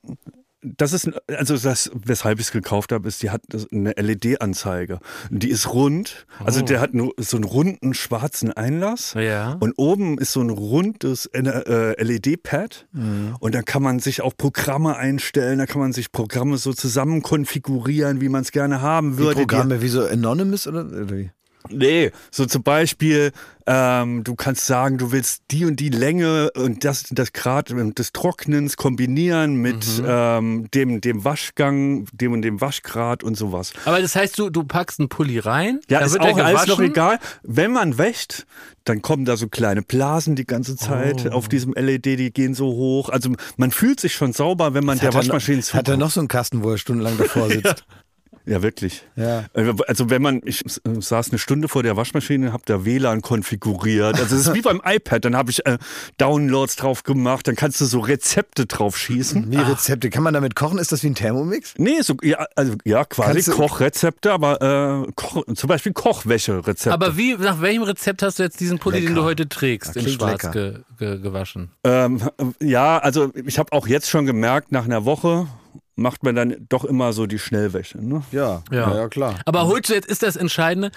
[SPEAKER 2] das ist, also das, weshalb ich es gekauft habe, ist, die hat das- eine LED-Anzeige. Die ist rund,
[SPEAKER 1] Oh.
[SPEAKER 2] also der hat nur so einen runden schwarzen Einlass.
[SPEAKER 3] Ja.
[SPEAKER 2] Und oben ist so ein rundes Ener- äh, LED-Pad.
[SPEAKER 1] Mhm.
[SPEAKER 2] Und da kann man sich auch Programme einstellen, da kann man sich Programme so zusammen konfigurieren, wie man es gerne haben
[SPEAKER 1] Die
[SPEAKER 2] würde. Die-
[SPEAKER 1] Programme wie so Anonymous oder, oder wie?
[SPEAKER 2] Nee, so zum Beispiel, ähm, du kannst sagen, du willst die und die Länge und das, das Grad des Trocknens kombinieren mit
[SPEAKER 3] Mhm.
[SPEAKER 2] ähm, dem, dem Waschgang, dem und dem Waschgrad und sowas.
[SPEAKER 3] Aber das heißt, du, du packst einen Pulli rein,
[SPEAKER 2] Ja,
[SPEAKER 3] da
[SPEAKER 2] ist
[SPEAKER 3] wird
[SPEAKER 2] auch
[SPEAKER 3] er
[SPEAKER 2] alles noch
[SPEAKER 3] gewaschen.
[SPEAKER 2] egal. Wenn man wäscht, dann kommen da so kleine Blasen die ganze Zeit
[SPEAKER 3] Oh.
[SPEAKER 2] auf diesem LED, die gehen so hoch. Also man fühlt sich schon sauber, wenn man der Waschmaschine
[SPEAKER 1] hat er
[SPEAKER 2] zuguckt.
[SPEAKER 1] noch so einen Kasten, wo er stundenlang davor
[SPEAKER 2] (laughs)
[SPEAKER 1] sitzt?
[SPEAKER 2] Ja, wirklich.
[SPEAKER 1] Ja.
[SPEAKER 2] Also wenn man, ich äh, saß eine Stunde vor der Waschmaschine, habe da WLAN konfiguriert. Also es ist wie beim (laughs) iPad, dann habe ich äh, Downloads drauf gemacht, dann kannst du so Rezepte drauf schießen.
[SPEAKER 1] Wie Rezepte? Kann man damit kochen? Ist das wie ein Thermomix?
[SPEAKER 2] Nee, so, ja, also, ja quasi
[SPEAKER 1] Kannst du-
[SPEAKER 2] Kochrezepte, aber äh, Koch, zum Beispiel Kochwäscherezepte.
[SPEAKER 3] Aber wie, nach welchem Rezept hast du jetzt diesen Pulli, den du heute trägst, in
[SPEAKER 1] klingt
[SPEAKER 3] schwarz ge, ge, gewaschen?
[SPEAKER 2] Ähm, ja, also ich habe auch jetzt schon gemerkt, nach einer Woche macht man dann doch immer so die Schnellwäsche. Ne?
[SPEAKER 1] Ja,
[SPEAKER 3] Ja.
[SPEAKER 1] na ja klar.
[SPEAKER 3] Aber holst du jetzt, ist das Entscheidende,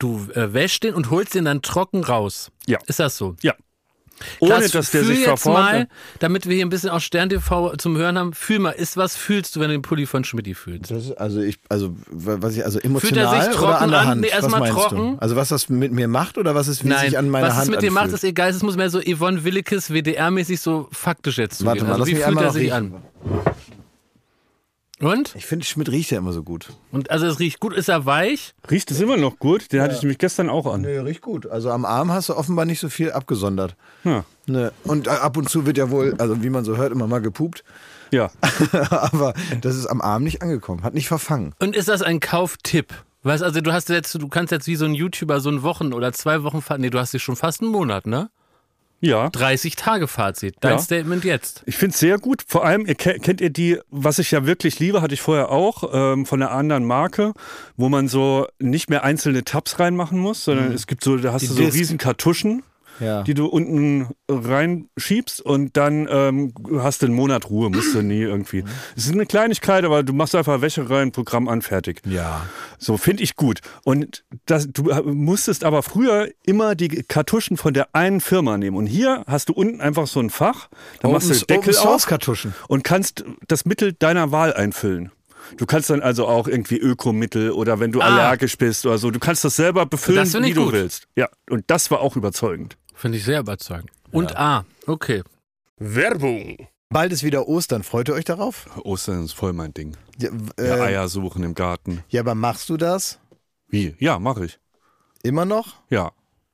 [SPEAKER 3] du äh, wäschst den und holst den dann trocken raus.
[SPEAKER 2] Ja.
[SPEAKER 3] Ist das so?
[SPEAKER 2] Ja. Ohne,
[SPEAKER 3] Klaas,
[SPEAKER 2] dass der
[SPEAKER 3] fühl
[SPEAKER 2] sich
[SPEAKER 3] jetzt
[SPEAKER 2] verformt.
[SPEAKER 1] ne?
[SPEAKER 3] mal, damit wir hier ein bisschen auch Stern TV zum Hören haben. Fühl mal, ist was fühlst du, wenn du den Pulli von Schmidti fühlst?
[SPEAKER 1] Das ist also ich, also was ich, also
[SPEAKER 3] sich
[SPEAKER 1] emotional
[SPEAKER 3] trocken
[SPEAKER 1] oder an der
[SPEAKER 3] an?
[SPEAKER 1] Hand?
[SPEAKER 3] Nee,
[SPEAKER 1] was
[SPEAKER 3] erstmal
[SPEAKER 1] meinst
[SPEAKER 3] trocken.
[SPEAKER 1] du? Also was das mit mir macht oder was es wie sich an meiner
[SPEAKER 3] was
[SPEAKER 1] Hand
[SPEAKER 3] es mit dir macht,
[SPEAKER 1] anfühlt?
[SPEAKER 3] ist egal. Es muss mehr so Yvonne Willekes WDR-mäßig so faktisch jetzt zugehen.
[SPEAKER 1] Warte mal,
[SPEAKER 3] also,
[SPEAKER 1] lass
[SPEAKER 3] wie
[SPEAKER 1] mich
[SPEAKER 3] fühlt
[SPEAKER 1] einmal
[SPEAKER 3] er
[SPEAKER 1] noch
[SPEAKER 3] sich
[SPEAKER 1] riechen.
[SPEAKER 3] an? Und?
[SPEAKER 1] Ich finde, Schmidt riecht ja immer so gut.
[SPEAKER 3] Und also es riecht gut, ist er weich?
[SPEAKER 2] Riecht es immer noch gut? Den hatte ich nämlich gestern auch an.
[SPEAKER 1] Nee, riecht gut. Also am Arm hast du offenbar nicht so viel abgesondert.
[SPEAKER 2] Ja.
[SPEAKER 1] Ne. Und ab und zu wird ja wohl, also wie man so hört, immer mal gepupt. (laughs)
[SPEAKER 2] ja.
[SPEAKER 1] Aber das ist am Arm nicht angekommen, hat nicht verfangen.
[SPEAKER 3] Und ist das ein Kauftipp? Weißt also du hast jetzt, du kannst jetzt wie so ein YouTuber so ein Wochen oder zwei Wochen Fazit, nee, du hast dich schon fast einen Monat, ne?
[SPEAKER 2] Ja.
[SPEAKER 3] 30 Tage Fazit. Dein
[SPEAKER 2] Ja.
[SPEAKER 3] Statement jetzt.
[SPEAKER 2] Ich finde es sehr gut. Vor allem, ihr ke- kennt ihr die, was ich ja wirklich liebe, hatte ich vorher auch, ähm, von einer anderen Marke, wo man so nicht mehr einzelne Tabs reinmachen muss, sondern es gibt so, da hast du so
[SPEAKER 1] Disc.
[SPEAKER 2] riesen Kartuschen,
[SPEAKER 1] Mhm. Ja.
[SPEAKER 2] die du unten reinschiebst und dann ähm, hast du einen Monat Ruhe, musst du nie irgendwie.
[SPEAKER 1] Mhm.
[SPEAKER 2] Es ist eine Kleinigkeit, aber du machst einfach Wäsche rein, Programm an, fertig.
[SPEAKER 1] Ja.
[SPEAKER 2] So, finde ich gut. Und das, du äh, musstest aber früher immer die Kartuschen von der einen Firma nehmen. Und hier hast du unten einfach so ein Fach, da
[SPEAKER 1] Open-
[SPEAKER 2] machst du den Deckel
[SPEAKER 1] Open Source
[SPEAKER 2] auf
[SPEAKER 1] Kartuschen.
[SPEAKER 2] und kannst das Mittel deiner Wahl einfüllen. Du kannst dann also auch irgendwie Ökomittel oder wenn du allergisch bist oder so, du kannst das selber befüllen,
[SPEAKER 3] Ah. Das find
[SPEAKER 2] wie
[SPEAKER 3] ich
[SPEAKER 2] du
[SPEAKER 3] gut.
[SPEAKER 2] willst. Ja, und das war auch überzeugend.
[SPEAKER 3] Finde ich sehr überzeugend. Und A. Okay.
[SPEAKER 2] Werbung.
[SPEAKER 1] Bald ist wieder Ostern, freut ihr euch darauf?
[SPEAKER 2] Ostern ist voll mein Ding.
[SPEAKER 1] Ja,
[SPEAKER 2] Ja,
[SPEAKER 1] äh,
[SPEAKER 2] Eier suchen im Garten.
[SPEAKER 1] ja, aber machst du das
[SPEAKER 2] Wie? Ja, mache ich.
[SPEAKER 1] immer noch?
[SPEAKER 2] Ja.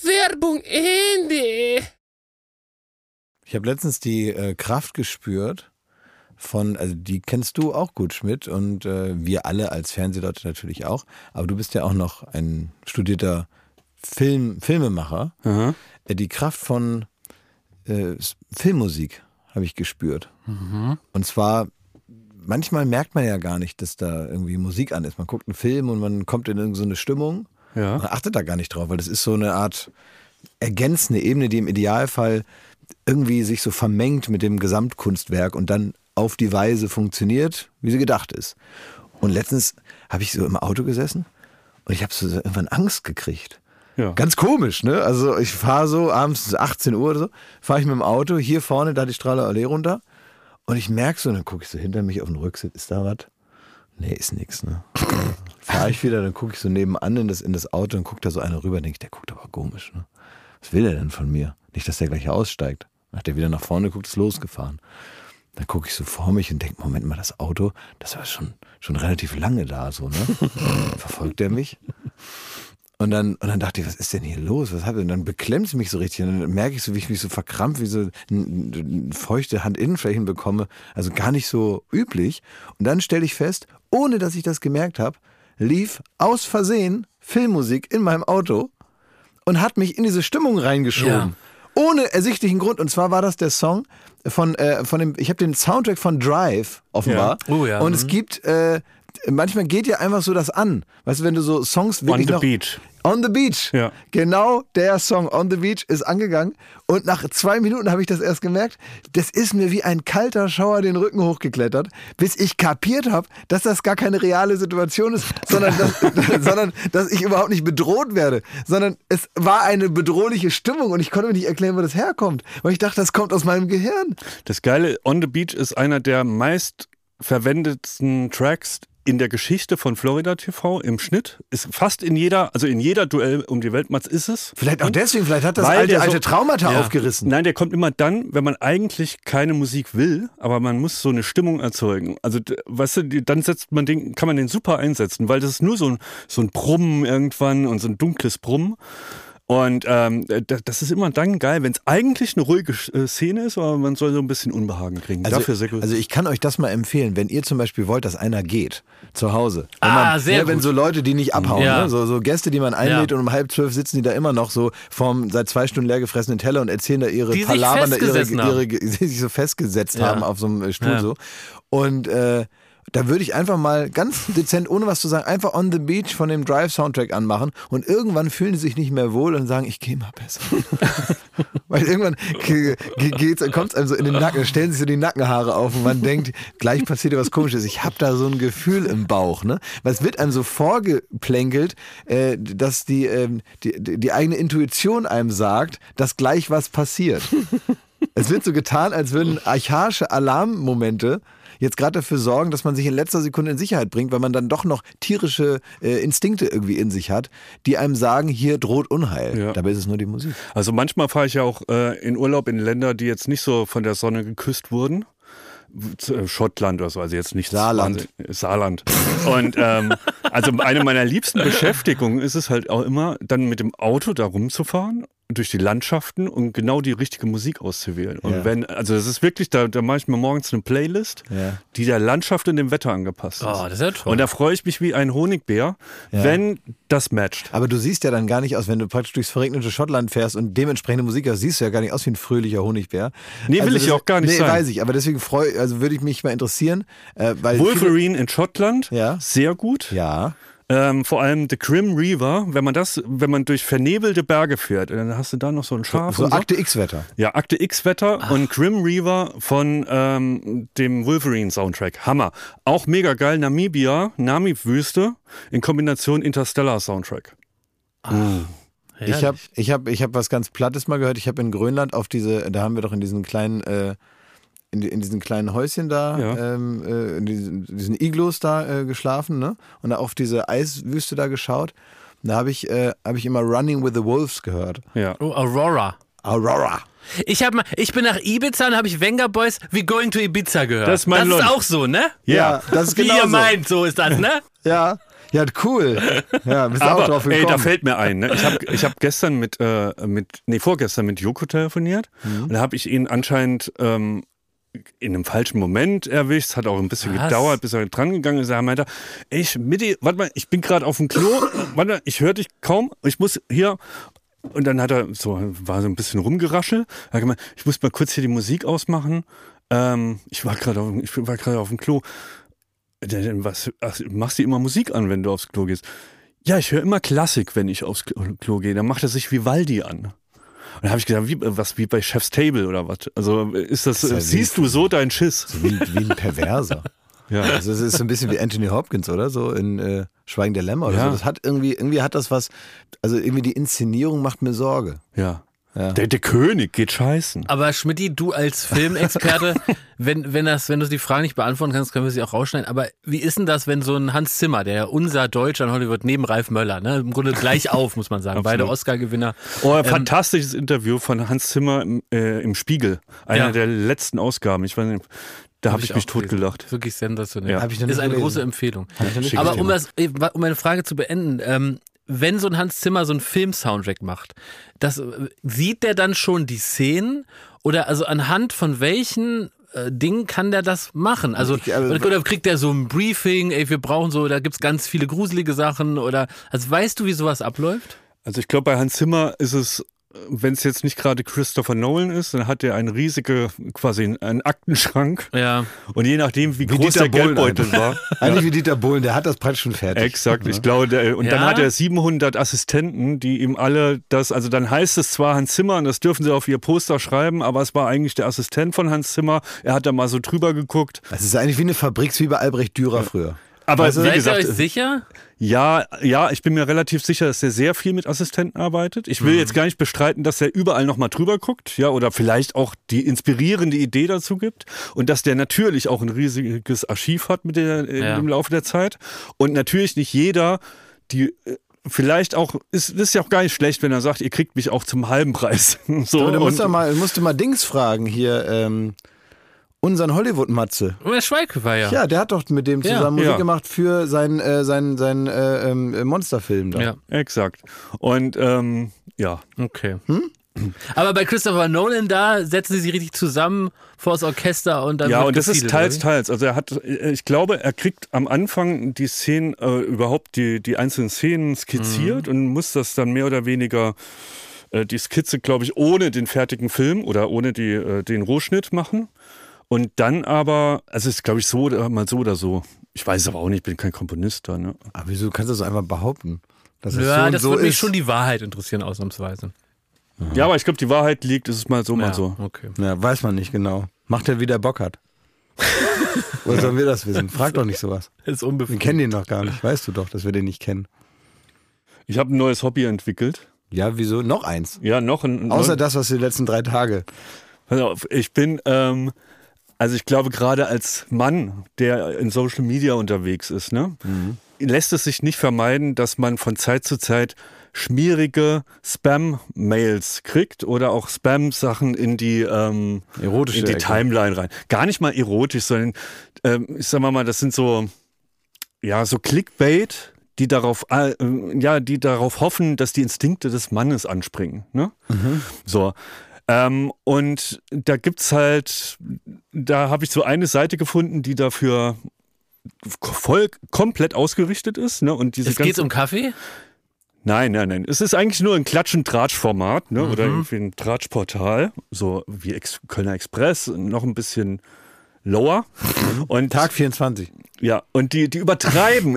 [SPEAKER 5] Werbung Ende.
[SPEAKER 1] Ich habe letztens die äh, Kraft gespürt von, also die kennst du auch gut, Schmidt, und äh, wir alle als Fernsehleute natürlich auch. Aber du bist ja auch noch ein studierter Filmemacher.
[SPEAKER 2] Aha.
[SPEAKER 1] äh, die Kraft von äh, S- Filmmusik habe ich gespürt.
[SPEAKER 2] Mhm.
[SPEAKER 1] Und zwar, manchmal merkt man ja gar nicht, dass da irgendwie Musik an ist. Man guckt einen Film und man kommt in irgendeine Stimmung.
[SPEAKER 2] Ja.
[SPEAKER 1] Man achtet da gar nicht drauf, weil das ist so eine Art ergänzende Ebene, die im Idealfall irgendwie sich so vermengt mit dem Gesamtkunstwerk und dann auf die Weise funktioniert, wie sie gedacht ist. Und letztens habe ich so im Auto gesessen und ich habe so irgendwann Angst gekriegt.
[SPEAKER 2] Ja.
[SPEAKER 1] Ganz komisch, ne? Also ich fahre so abends 18 Uhr oder so, fahre ich mit dem Auto hier vorne da die Strahler Allee runter und ich merke so, und dann gucke ich so hinter mich auf den Rücksitz, ist da was? Nee, ist nix, ne? fahre ich wieder, dann gucke ich so nebenan in das, in das Auto und guckt da so einer rüber, denke ich, der guckt aber komisch, ne? was will er denn von mir? Nicht, dass der gleich aussteigt. Dann hat er wieder nach vorne geguckt, ist losgefahren. Dann gucke ich so vor mich und denke, Moment mal, das Auto, das war schon, schon relativ lange da, so, ne? Verfolgt er mich? Und dann, und dann dachte ich, was ist denn hier los? Was hat denn? Dann beklemmt es mich so richtig. Und dann merke ich so, wie ich mich so verkrampft, wie so n- n- feuchte Handinnenflächen bekomme. Also gar nicht so üblich. Und dann stelle ich fest, ohne dass ich das gemerkt habe, lief aus Versehen Filmmusik in meinem Auto und hat mich in diese Stimmung reingeschoben. Ohne ersichtlichen Grund. Und zwar war das der Song von, äh, von dem, ich habe den Soundtrack von Drive offenbar.
[SPEAKER 3] Ja. Oh ja,
[SPEAKER 1] Und
[SPEAKER 3] mhm.
[SPEAKER 1] es gibt, äh, manchmal geht ja einfach so das an. Weißt du, wenn du so Songs
[SPEAKER 2] On
[SPEAKER 1] wirklich
[SPEAKER 2] the
[SPEAKER 1] noch,
[SPEAKER 2] Beach.
[SPEAKER 1] On the Beach.
[SPEAKER 2] Ja.
[SPEAKER 1] Genau der Song On the Beach ist angegangen. Und nach zwei Minuten habe ich das erst gemerkt. Das ist mir wie ein kalter Schauer den Rücken hochgeklettert, bis ich kapiert habe, dass das gar keine reale Situation ist, sondern
[SPEAKER 2] (laughs)
[SPEAKER 1] dass, (laughs) sondern dass ich überhaupt nicht bedroht werde. Sondern es war eine bedrohliche Stimmung und ich konnte mir nicht erklären, wo das herkommt. Weil ich dachte, das kommt aus meinem Gehirn.
[SPEAKER 2] Das Geile, On the Beach ist einer der meist verwendetsten Tracks in der Geschichte von Florida TV im Schnitt. Ist fast in jeder, also in jeder Duell um die Weltmatz ist es.
[SPEAKER 1] Vielleicht auch deswegen, vielleicht hat das
[SPEAKER 2] Hm? Weil
[SPEAKER 1] alte,
[SPEAKER 2] der so-
[SPEAKER 1] alte Traumata
[SPEAKER 3] Ja.
[SPEAKER 1] aufgerissen.
[SPEAKER 2] Nein, der kommt immer dann, wenn man eigentlich keine Musik will, aber man muss so eine Stimmung erzeugen. Also, d- weißt du, die- dann setzt man den, kann man den super einsetzen, weil das ist nur so ein, so ein Brummen irgendwann und so ein dunkles Brummen. Und ähm, d- das ist immer dann geil, wenn es eigentlich eine ruhige äh, Szene ist, aber man soll so ein bisschen Unbehagen kriegen. Dafür sehr gut.
[SPEAKER 1] also ich kann euch das mal empfehlen, wenn ihr zum Beispiel wollt, dass einer geht zu Hause. Wenn
[SPEAKER 3] Ah,
[SPEAKER 1] man,
[SPEAKER 3] sehr
[SPEAKER 1] ne, Wenn
[SPEAKER 3] gut.
[SPEAKER 1] so Leute, die nicht abhauen,
[SPEAKER 3] Ja.
[SPEAKER 1] ne? so, so Gäste, die man einlädt
[SPEAKER 3] Ja.
[SPEAKER 1] und um halb zwölf sitzen die da immer noch so vom seit zwei Stunden leer gefressenen Teller und erzählen da ihre
[SPEAKER 3] Die sich
[SPEAKER 1] Palabern, da ihre,
[SPEAKER 3] festgesessen haben.
[SPEAKER 1] ihre, (laughs) die sich so festgesetzt
[SPEAKER 3] Ja.
[SPEAKER 1] haben auf so einem äh, Stuhl
[SPEAKER 3] Ja.
[SPEAKER 1] so. Und äh, da würde ich einfach mal ganz (laughs) dezent, ohne was zu sagen, einfach On the Beach von dem Drive-Soundtrack anmachen und irgendwann fühlen die sich nicht mehr wohl und sagen, ich gehe mal besser. (laughs) Weil irgendwann ge- ge- geht's- kommt's einem so in den Nacken, stellen sich so die Nackenhaare auf und man denkt, gleich passiert dir was komisches. Ich habe da so ein Gefühl im Bauch, ne? Weil es wird einem so vorgeplänkelt, äh, dass die, ähm, die, die die eigene Intuition einem sagt, dass gleich was passiert. Es wird so getan, als würden archaische Alarmmomente jetzt gerade dafür sorgen, dass man sich in letzter Sekunde in Sicherheit bringt, weil man dann doch noch tierische äh, Instinkte irgendwie in sich hat, die einem sagen, hier droht Unheil.
[SPEAKER 2] Ja.
[SPEAKER 1] Dabei ist es nur die Musik.
[SPEAKER 2] Also manchmal fahre ich ja auch äh, in Urlaub in Länder, die jetzt nicht so von der Sonne geküsst wurden. Z- äh, Schottland oder so, also jetzt nicht
[SPEAKER 1] Saarland.
[SPEAKER 2] Wahnsinn- Saarland. Und ähm, also eine meiner liebsten Beschäftigungen ist es halt auch immer, dann mit dem Auto da rumzufahren, durch die Landschaften und genau die richtige Musik auszuwählen. Und
[SPEAKER 1] Ja.
[SPEAKER 2] wenn, also das ist wirklich, da, da mache ich mir morgens eine Playlist,
[SPEAKER 1] Ja.
[SPEAKER 2] die der Landschaft und dem Wetter angepasst ist.
[SPEAKER 3] Oh, das ist ja toll.
[SPEAKER 2] und da freue ich mich wie ein Honigbär, wenn das matcht.
[SPEAKER 1] Aber du siehst ja dann gar nicht aus, wenn du praktisch durchs verregnete Schottland fährst und dementsprechende Musik hast, siehst du ja gar nicht aus wie ein fröhlicher Honigbär.
[SPEAKER 2] Nee, will ich
[SPEAKER 1] das-
[SPEAKER 2] ja auch gar nicht
[SPEAKER 1] nee,
[SPEAKER 2] sein.
[SPEAKER 1] weiß ich, aber deswegen freue also würde ich mich mal interessieren, äh, weil viele-
[SPEAKER 2] Wolverine in Schottland,
[SPEAKER 1] Ja.
[SPEAKER 2] sehr gut.
[SPEAKER 1] ja,
[SPEAKER 2] Ähm, vor allem The Grim Reaver, wenn man das, wenn man durch vernebelte Berge fährt, dann hast du da noch so ein Schaf.
[SPEAKER 1] so
[SPEAKER 2] und
[SPEAKER 1] Akte X-Wetter.
[SPEAKER 2] Ja, Akte X-Wetter und Grim Reaver von ähm, dem Wolverine-Soundtrack. Hammer. Auch mega geil. Namibia, Namib-Wüste in Kombination Interstellar-Soundtrack.
[SPEAKER 1] Ich habe ich hab, ich hab was ganz Plattes mal gehört. Ich habe in Grönland auf diese, da haben wir doch in diesen kleinen, äh, in, die- in diesen kleinen Häuschen da,
[SPEAKER 2] Ja.
[SPEAKER 1] ähm, äh, in diesen, diesen Iglos da äh, geschlafen, ne? Und da auf diese Eiswüste da geschaut. Und da habe ich, äh, hab ich immer Running with the Wolves gehört.
[SPEAKER 2] Ja.
[SPEAKER 3] Oh, Aurora.
[SPEAKER 1] Aurora.
[SPEAKER 3] Ich, hab mal, ich bin nach Ibiza und habe ich Venga Boys We Going to Ibiza gehört.
[SPEAKER 2] Das ist mein
[SPEAKER 3] das
[SPEAKER 2] Lund.
[SPEAKER 3] ist auch so, ne?
[SPEAKER 1] Ja, das ist
[SPEAKER 3] Wie
[SPEAKER 1] genau
[SPEAKER 3] ihr
[SPEAKER 1] so.
[SPEAKER 3] meint, so ist
[SPEAKER 1] (laughs)
[SPEAKER 3] das, ne?
[SPEAKER 1] Ja, ja, cool. Ja, bist auch drauf
[SPEAKER 2] Aber,
[SPEAKER 1] gekommen.
[SPEAKER 2] ey, da fällt mir ein. Ne? Ich habe ich hab gestern mit, äh, mit, nee, vorgestern mit Joko telefoniert und da habe ich ihn anscheinend ähm, in einem falschen Moment erwischt. Es hat auch ein bisschen
[SPEAKER 3] Was?
[SPEAKER 2] gedauert, bis er dran gegangen ist. Er meinte, ich, Mitti, warte mal, ich bin gerade auf dem Klo, (coughs) warte mal, ich höre dich kaum, ich muss hier. Und dann hat er so, war so ein bisschen rumgeraschel. Er hat gemeint, ich muss mal kurz hier die Musik ausmachen. Ähm, ich war gerade auf, dem- ich war gerade auf dem Klo. Der- der- Äh, Was, ach, machst du immer Musik an, wenn du aufs Klo gehst? Ja, ich höre immer Klassik, wenn ich aufs Klo Klo gehe. Dann macht er sich Vivaldi an. Und dann habe ich gedacht, wie, äh, was wie bei Chef's Table oder was? Also ist das,
[SPEAKER 1] ja
[SPEAKER 2] siehst du so deinen Schiss?
[SPEAKER 1] wie, wie ein Perverser. Ja. Also es ist so ein bisschen wie Anthony Hopkins, oder? So in äh, Schweigen der Lämmer oder
[SPEAKER 2] Ja.
[SPEAKER 1] so. Das hat irgendwie, irgendwie hat das was, also irgendwie die Inszenierung macht mir Sorge.
[SPEAKER 2] Ja. Der, der König geht scheißen.
[SPEAKER 3] Aber Schmidti, du
[SPEAKER 1] (laughs)
[SPEAKER 3] als Filmexperte, wenn, wenn, das, wenn du die Frage nicht beantworten kannst, können wir sie auch rausschneiden. Aber wie ist denn das, wenn so ein Hans Zimmer, der ja unser Deutscher in Hollywood neben Ralf Möller, ne, im Grunde
[SPEAKER 1] (laughs)
[SPEAKER 3] gleich auf, muss man sagen, beide Oscar-Gewinner.
[SPEAKER 2] Oh, ein fantastisches Interview von Hans Zimmer im, äh, im Spiegel. Einer
[SPEAKER 3] Ja.
[SPEAKER 2] der letzten Ausgaben. Ich weiß nicht, da habe ich, mich
[SPEAKER 3] auch gelesen.
[SPEAKER 2] totgelacht.
[SPEAKER 3] Wirklich sensationell.
[SPEAKER 2] Ja. Hab
[SPEAKER 1] ich noch
[SPEAKER 3] ist
[SPEAKER 1] nicht
[SPEAKER 3] eine
[SPEAKER 1] gelesen.
[SPEAKER 3] große Empfehlung.
[SPEAKER 2] Schick
[SPEAKER 3] Aber
[SPEAKER 2] ich dir
[SPEAKER 3] um,
[SPEAKER 2] mal.
[SPEAKER 3] das, eh, um meine Frage zu beenden, ähm, wenn so ein Hans Zimmer so einen Film-Soundtrack macht, das, äh, sieht der dann schon die Szenen? Oder also anhand von welchen äh, Dingen kann der das machen? Also
[SPEAKER 1] Ich, aber-
[SPEAKER 3] oder, oder kriegt der so ein Briefing, ey, wir brauchen so, da gibt's ganz viele gruselige Sachen oder also weißt du, wie sowas abläuft?
[SPEAKER 2] Also ich glaube, bei Hans Zimmer ist es, wenn es jetzt nicht gerade Christopher Nolan ist, dann hat er einen riesige, quasi einen Aktenschrank.
[SPEAKER 3] Ja.
[SPEAKER 2] Und je nachdem, wie, groß
[SPEAKER 1] Dieter
[SPEAKER 2] der
[SPEAKER 1] Bohlen
[SPEAKER 2] Geldbeutel war.
[SPEAKER 1] Eigentlich wie Dieter Bohlen, der hat das praktisch schon fertig.
[SPEAKER 2] (laughs) Exakt, ich glaube, der, und dann
[SPEAKER 3] Ja?
[SPEAKER 2] hat er 700 Assistenten, die ihm alle das, also dann heißt es zwar Hans Zimmer und das dürfen sie auf ihr Poster schreiben, aber es war eigentlich der Assistent von Hans Zimmer, er hat da mal so drüber geguckt,
[SPEAKER 1] Das ist eigentlich wie eine Fabrik, wie bei Albrecht Dürer früher.
[SPEAKER 2] aber Also wie
[SPEAKER 3] Seid
[SPEAKER 2] gesagt,
[SPEAKER 3] ihr euch sicher?
[SPEAKER 2] ja, ja, ich bin mir relativ sicher, dass er sehr viel mit Assistenten arbeitet. Ich
[SPEAKER 3] Mhm.
[SPEAKER 2] will jetzt gar nicht bestreiten, dass er überall nochmal drüber guckt, ja, oder vielleicht auch die inspirierende Idee dazu gibt und dass der natürlich auch ein riesiges Archiv hat mit der, äh,
[SPEAKER 3] Ja.
[SPEAKER 2] im Laufe der Zeit und natürlich nicht jeder, die äh, Vielleicht auch, ist, ist ja auch gar nicht schlecht, wenn er sagt, ihr kriegt mich auch zum halben Preis. (laughs) So,
[SPEAKER 1] Aber du musst,
[SPEAKER 2] und-
[SPEAKER 1] doch mal, musst du mal Dings fragen hier, ähm, unseren Hollywood-Matze.
[SPEAKER 3] Der Schweike war ja.
[SPEAKER 1] Ja, der hat doch mit dem
[SPEAKER 3] Ja,
[SPEAKER 1] zusammen Musik
[SPEAKER 2] ja.
[SPEAKER 1] gemacht für seinen äh, sein, sein, äh, ähm, äh, Monsterfilm da.
[SPEAKER 3] Ja.
[SPEAKER 2] Exakt. Und ähm, ja,
[SPEAKER 3] Okay.
[SPEAKER 2] Hm?
[SPEAKER 3] Aber bei Christopher Nolan, da setzen sie sich richtig zusammen vor das Orchester und dann
[SPEAKER 2] Ja,
[SPEAKER 3] wird
[SPEAKER 2] und das ist
[SPEAKER 3] gefiedelt,
[SPEAKER 2] teils,
[SPEAKER 3] oder
[SPEAKER 2] teils. Also er hat, äh, ich glaube, er kriegt am Anfang die Szenen, äh, überhaupt die, die einzelnen Szenen skizziert
[SPEAKER 3] Mhm.
[SPEAKER 2] und muss das dann mehr oder weniger äh, die Skizze, glaube ich, ohne den fertigen Film oder ohne die, äh, den Rohschnitt machen. Und dann aber, also es ist, glaube ich, so oder mal so oder so. Ich weiß es aber auch nicht, ich bin kein Komponist da. Ne?
[SPEAKER 3] Mhm.
[SPEAKER 1] Aber Ah, wieso kannst du das einfach behaupten? Dass es
[SPEAKER 3] wie?
[SPEAKER 1] so
[SPEAKER 3] Ja,
[SPEAKER 1] und
[SPEAKER 3] das
[SPEAKER 1] so
[SPEAKER 3] würde mich
[SPEAKER 1] ist?
[SPEAKER 3] schon die Wahrheit interessieren, ausnahmsweise.
[SPEAKER 2] Ja, aber ich glaube, die Wahrheit liegt, es ist mal so, mal
[SPEAKER 3] ja,
[SPEAKER 2] so.
[SPEAKER 3] Okay.
[SPEAKER 1] ja, weiß man nicht genau. Macht er, wie der Bock (laughs) hat. Woher sollen wir das wissen? Frag doch nicht sowas.
[SPEAKER 3] Ist
[SPEAKER 1] Wir
[SPEAKER 3] unbefriedigend.
[SPEAKER 1] kennen den noch gar nicht. Weißt du doch, dass wir den nicht kennen.
[SPEAKER 2] Ich habe ein neues Hobby entwickelt.
[SPEAKER 1] Ja, wieso? Noch eins.
[SPEAKER 2] Ja, noch ein. ein
[SPEAKER 1] Außer das, was wir die letzten drei Tage.
[SPEAKER 2] Pass auf, ich bin, ähm, also ich glaube, gerade als Mann, der in Social Media unterwegs ist, ne,
[SPEAKER 1] Mhm.
[SPEAKER 2] lässt es sich nicht vermeiden, dass man von Zeit zu Zeit schmierige Spam-Mails kriegt oder auch Spam-Sachen in die, ähm,
[SPEAKER 1] Erotische
[SPEAKER 2] in die
[SPEAKER 1] Ecke.
[SPEAKER 2] Timeline rein. Gar nicht mal erotisch, sondern ähm, ich sag mal, mal, das sind so, ja, so Clickbait, die darauf, äh, ja, die darauf hoffen, dass die Instinkte des Mannes anspringen. Ne?
[SPEAKER 3] Mhm.
[SPEAKER 2] So. Ähm, und da gibt's halt, da habe ich so eine Seite gefunden, die dafür voll komplett ausgerichtet ist. Ne? Und diese
[SPEAKER 3] Es geht
[SPEAKER 2] ganze-
[SPEAKER 3] um Kaffee?
[SPEAKER 2] Nein, nein, nein. Es ist eigentlich nur ein Klatsch- und Tratsch-Format, ne?
[SPEAKER 3] Mhm.
[SPEAKER 2] Oder irgendwie ein Tratschportal. So wie Ex Kölner Express, noch ein bisschen
[SPEAKER 3] (laughs)
[SPEAKER 2] lower. Und
[SPEAKER 1] Tag 24.
[SPEAKER 2] ja, und die, die übertreiben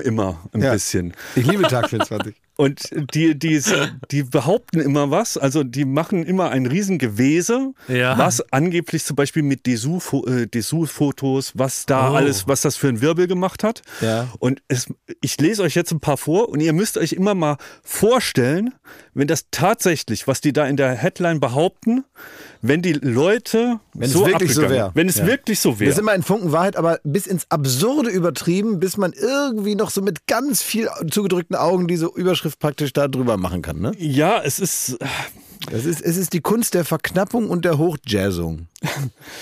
[SPEAKER 1] (laughs)
[SPEAKER 2] immer ein
[SPEAKER 1] Ja.
[SPEAKER 2] bisschen.
[SPEAKER 1] Ich liebe Tag 24.
[SPEAKER 2] Und die, die, die behaupten immer was, also die machen immer ein Riesengewese,
[SPEAKER 3] Ja.
[SPEAKER 2] was angeblich zum Beispiel mit Dessous-Fo- äh, Dessous-Fotos, was da
[SPEAKER 3] Oh.
[SPEAKER 2] alles, was das für ein Wirbel gemacht hat.
[SPEAKER 1] Ja.
[SPEAKER 2] Und es, ich lese euch jetzt ein paar vor und ihr müsst euch immer mal vorstellen, wenn das tatsächlich, was die da in der Headline behaupten, wenn die Leute
[SPEAKER 1] Wenn es
[SPEAKER 2] so
[SPEAKER 1] wirklich so
[SPEAKER 2] abgegangen-
[SPEAKER 1] wär.
[SPEAKER 2] Wenn es
[SPEAKER 1] (laughs) Ja.
[SPEAKER 2] wirklich so wäre.
[SPEAKER 1] Das ist immer in Funken Wahrheit, aber bis ins Absurde übertrieben, bis man irgendwie noch so mit ganz viel zugedrückten Augen diese Überschrift praktisch da drüber machen kann. Ne?
[SPEAKER 2] Ja, es ist, äh,
[SPEAKER 1] Es, ist, es ist die Kunst der Verknappung und der (laughs) Hochjazzung.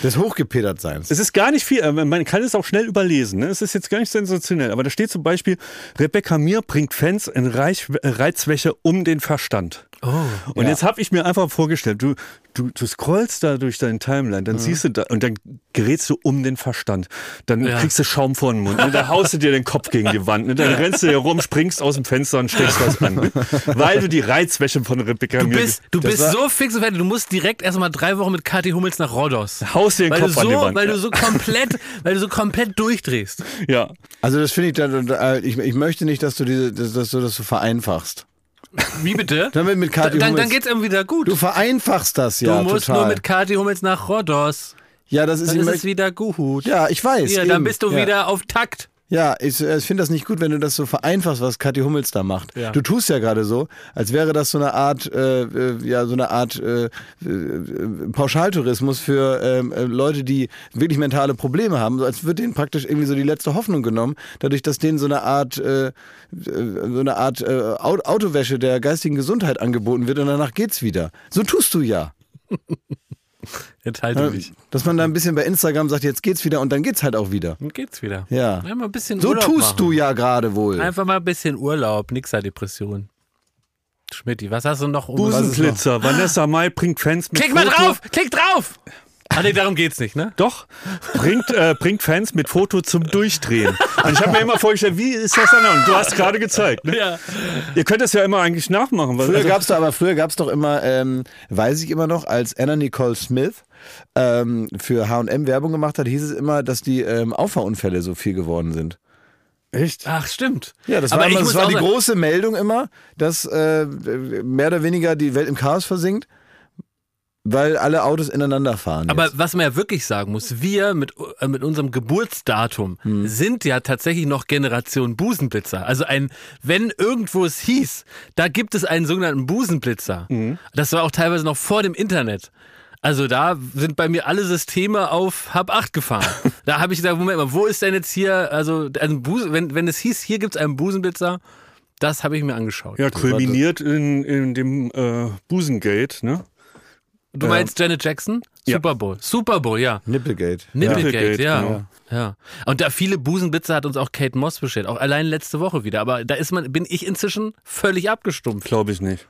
[SPEAKER 1] Des Hochgepedertseins.
[SPEAKER 2] Es ist gar nicht viel, aber man kann es auch schnell überlesen. Ne? Es ist jetzt gar nicht sensationell, aber da steht zum Beispiel, Rebecca Mir bringt Fans in Reich, äh, Reizwäsche um den Verstand.
[SPEAKER 3] Oh,
[SPEAKER 2] und jetzt habe ich mir einfach vorgestellt, du, du, du scrollst da durch deinen Timeline,
[SPEAKER 3] Mhm.
[SPEAKER 2] dann siehst du da und dann gerätst du um den Verstand. Dann
[SPEAKER 3] Ja.
[SPEAKER 2] kriegst du Schaum vor den Mund, ne? dann haust du dir den Kopf gegen die Wand, ne? dann rennst du hier rum, springst aus dem Fenster und steckst was an. Ne? Weil du die Reizwäsche von Rebecca
[SPEAKER 3] Du
[SPEAKER 2] Mir...
[SPEAKER 3] bist, du
[SPEAKER 1] Das
[SPEAKER 3] bist
[SPEAKER 1] war-
[SPEAKER 3] so fix und fertig, du musst direkt erstmal drei Wochen mit Kathi Hummels nach Rhodos.
[SPEAKER 2] Haust dir den
[SPEAKER 3] Weil du
[SPEAKER 2] Kopf
[SPEAKER 3] so,
[SPEAKER 2] an die Wand.
[SPEAKER 3] weil du so komplett, (laughs) weil du so komplett durchdrehst.
[SPEAKER 2] ja.
[SPEAKER 1] Also das finde ich, da, da, ich, ich möchte nicht, dass du, diese, dass, dass du das so vereinfachst.
[SPEAKER 3] Wie bitte?
[SPEAKER 1] Damit mit Kathi
[SPEAKER 3] dann, dann
[SPEAKER 1] Hummels-
[SPEAKER 3] geht's ihm wieder gut.
[SPEAKER 1] Du vereinfachst das ja
[SPEAKER 3] Du musst
[SPEAKER 1] total.
[SPEAKER 3] nur mit Kathi Hummels nach Rhodos.
[SPEAKER 1] ja, das ist,
[SPEAKER 3] Dann
[SPEAKER 1] ich
[SPEAKER 3] ist
[SPEAKER 1] möcht-
[SPEAKER 3] es wieder gut.
[SPEAKER 1] ja, ich weiß.
[SPEAKER 3] Hier, dann
[SPEAKER 1] eben.
[SPEAKER 3] bist du
[SPEAKER 1] ja.
[SPEAKER 3] wieder auf Takt.
[SPEAKER 1] Ja, ich, äh, ich finde das nicht gut, wenn du das so vereinfachst, was Kathi Hummels da macht.
[SPEAKER 3] Ja.
[SPEAKER 1] Du tust ja gerade so, als wäre das so eine Art, äh, äh, ja, so eine Art äh, äh, Pauschaltourismus für ähm, äh, Leute, die wirklich mentale Probleme haben. So, als wird denen praktisch irgendwie so die letzte Hoffnung genommen, dadurch, dass denen so eine Art, äh, äh, so eine Art äh, Au- Autowäsche der geistigen Gesundheit angeboten wird und danach geht's wieder. So tust du ja. Ne?
[SPEAKER 3] Enthalte dich.
[SPEAKER 1] Dass man da ein bisschen bei Instagram sagt, jetzt geht's wieder und dann geht's halt auch wieder.
[SPEAKER 3] Dann geht's wieder.
[SPEAKER 1] Ja.
[SPEAKER 3] Einmal ein bisschen
[SPEAKER 1] So
[SPEAKER 3] Urlaub
[SPEAKER 1] tust
[SPEAKER 3] machen.
[SPEAKER 1] du ja gerade wohl.
[SPEAKER 3] Einfach mal ein bisschen Urlaub, nixer Depression. Schmidti, was hast du noch um?
[SPEAKER 2] Busenblitzer. Vanessa Mai bringt Fans mit
[SPEAKER 3] Klick mal
[SPEAKER 2] Foto-
[SPEAKER 3] drauf! Klick drauf! Ah nee, darum geht's nicht, ne?
[SPEAKER 2] Doch, bringt, äh, bringt Fans mit Foto zum Durchdrehen. Und ich habe mir immer vorgestellt, wie ist das denn? Und du hast gerade gezeigt. Ne?
[SPEAKER 3] Ja.
[SPEAKER 2] Ihr könnt das ja immer eigentlich nachmachen. Weil,
[SPEAKER 1] Früher
[SPEAKER 2] also,
[SPEAKER 1] gab's da aber früher gab's doch immer, ähm, weiß ich immer noch, als Anna Nicole Smith ähm, für H&M Werbung gemacht hat, hieß es immer, dass die ähm, Auffahrunfälle so viel geworden sind.
[SPEAKER 2] echt?
[SPEAKER 3] Ach, stimmt.
[SPEAKER 1] Ja, das
[SPEAKER 3] Aber
[SPEAKER 1] war,
[SPEAKER 3] ich
[SPEAKER 1] immer, das
[SPEAKER 3] muss
[SPEAKER 1] war
[SPEAKER 3] auch
[SPEAKER 1] die
[SPEAKER 3] sagen-
[SPEAKER 1] große Meldung immer, dass äh, mehr oder weniger die Welt im Chaos versinkt, weil alle Autos ineinander fahren.
[SPEAKER 3] Aber
[SPEAKER 1] jetzt.
[SPEAKER 3] was man ja wirklich sagen muss, wir mit, äh, mit unserem Geburtsdatum
[SPEAKER 2] Hm.
[SPEAKER 3] sind ja tatsächlich noch Generation Busenblitzer. Also ein, wenn irgendwo es hieß, da gibt es einen sogenannten Busenblitzer.
[SPEAKER 2] Hm.
[SPEAKER 3] Das war auch teilweise noch vor dem Internet. Also da sind bei mir alle Systeme auf Hab
[SPEAKER 2] (laughs)
[SPEAKER 3] 8 gefahren. da habe ich gesagt, Moment mal, wo ist denn jetzt hier, also, also Busen, wenn, wenn es hieß, hier gibt es einen Busenblitzer, das habe ich mir angeschaut.
[SPEAKER 2] Ja, kulminiert in, in dem äh, Busengate. Ne?
[SPEAKER 3] du meinst Janet Jackson?
[SPEAKER 2] ja.
[SPEAKER 3] Super Bowl. Super Bowl, ja.
[SPEAKER 1] Nippelgate.
[SPEAKER 3] Nippelgate,
[SPEAKER 2] Nippelgate,
[SPEAKER 3] ja.
[SPEAKER 2] genau.
[SPEAKER 3] ja. Und da viele Busenblitze hat uns auch Kate Moss bestellt, auch allein letzte Woche wieder. Aber da ist man, bin ich inzwischen völlig abgestumpft.
[SPEAKER 2] Glaube ich nicht.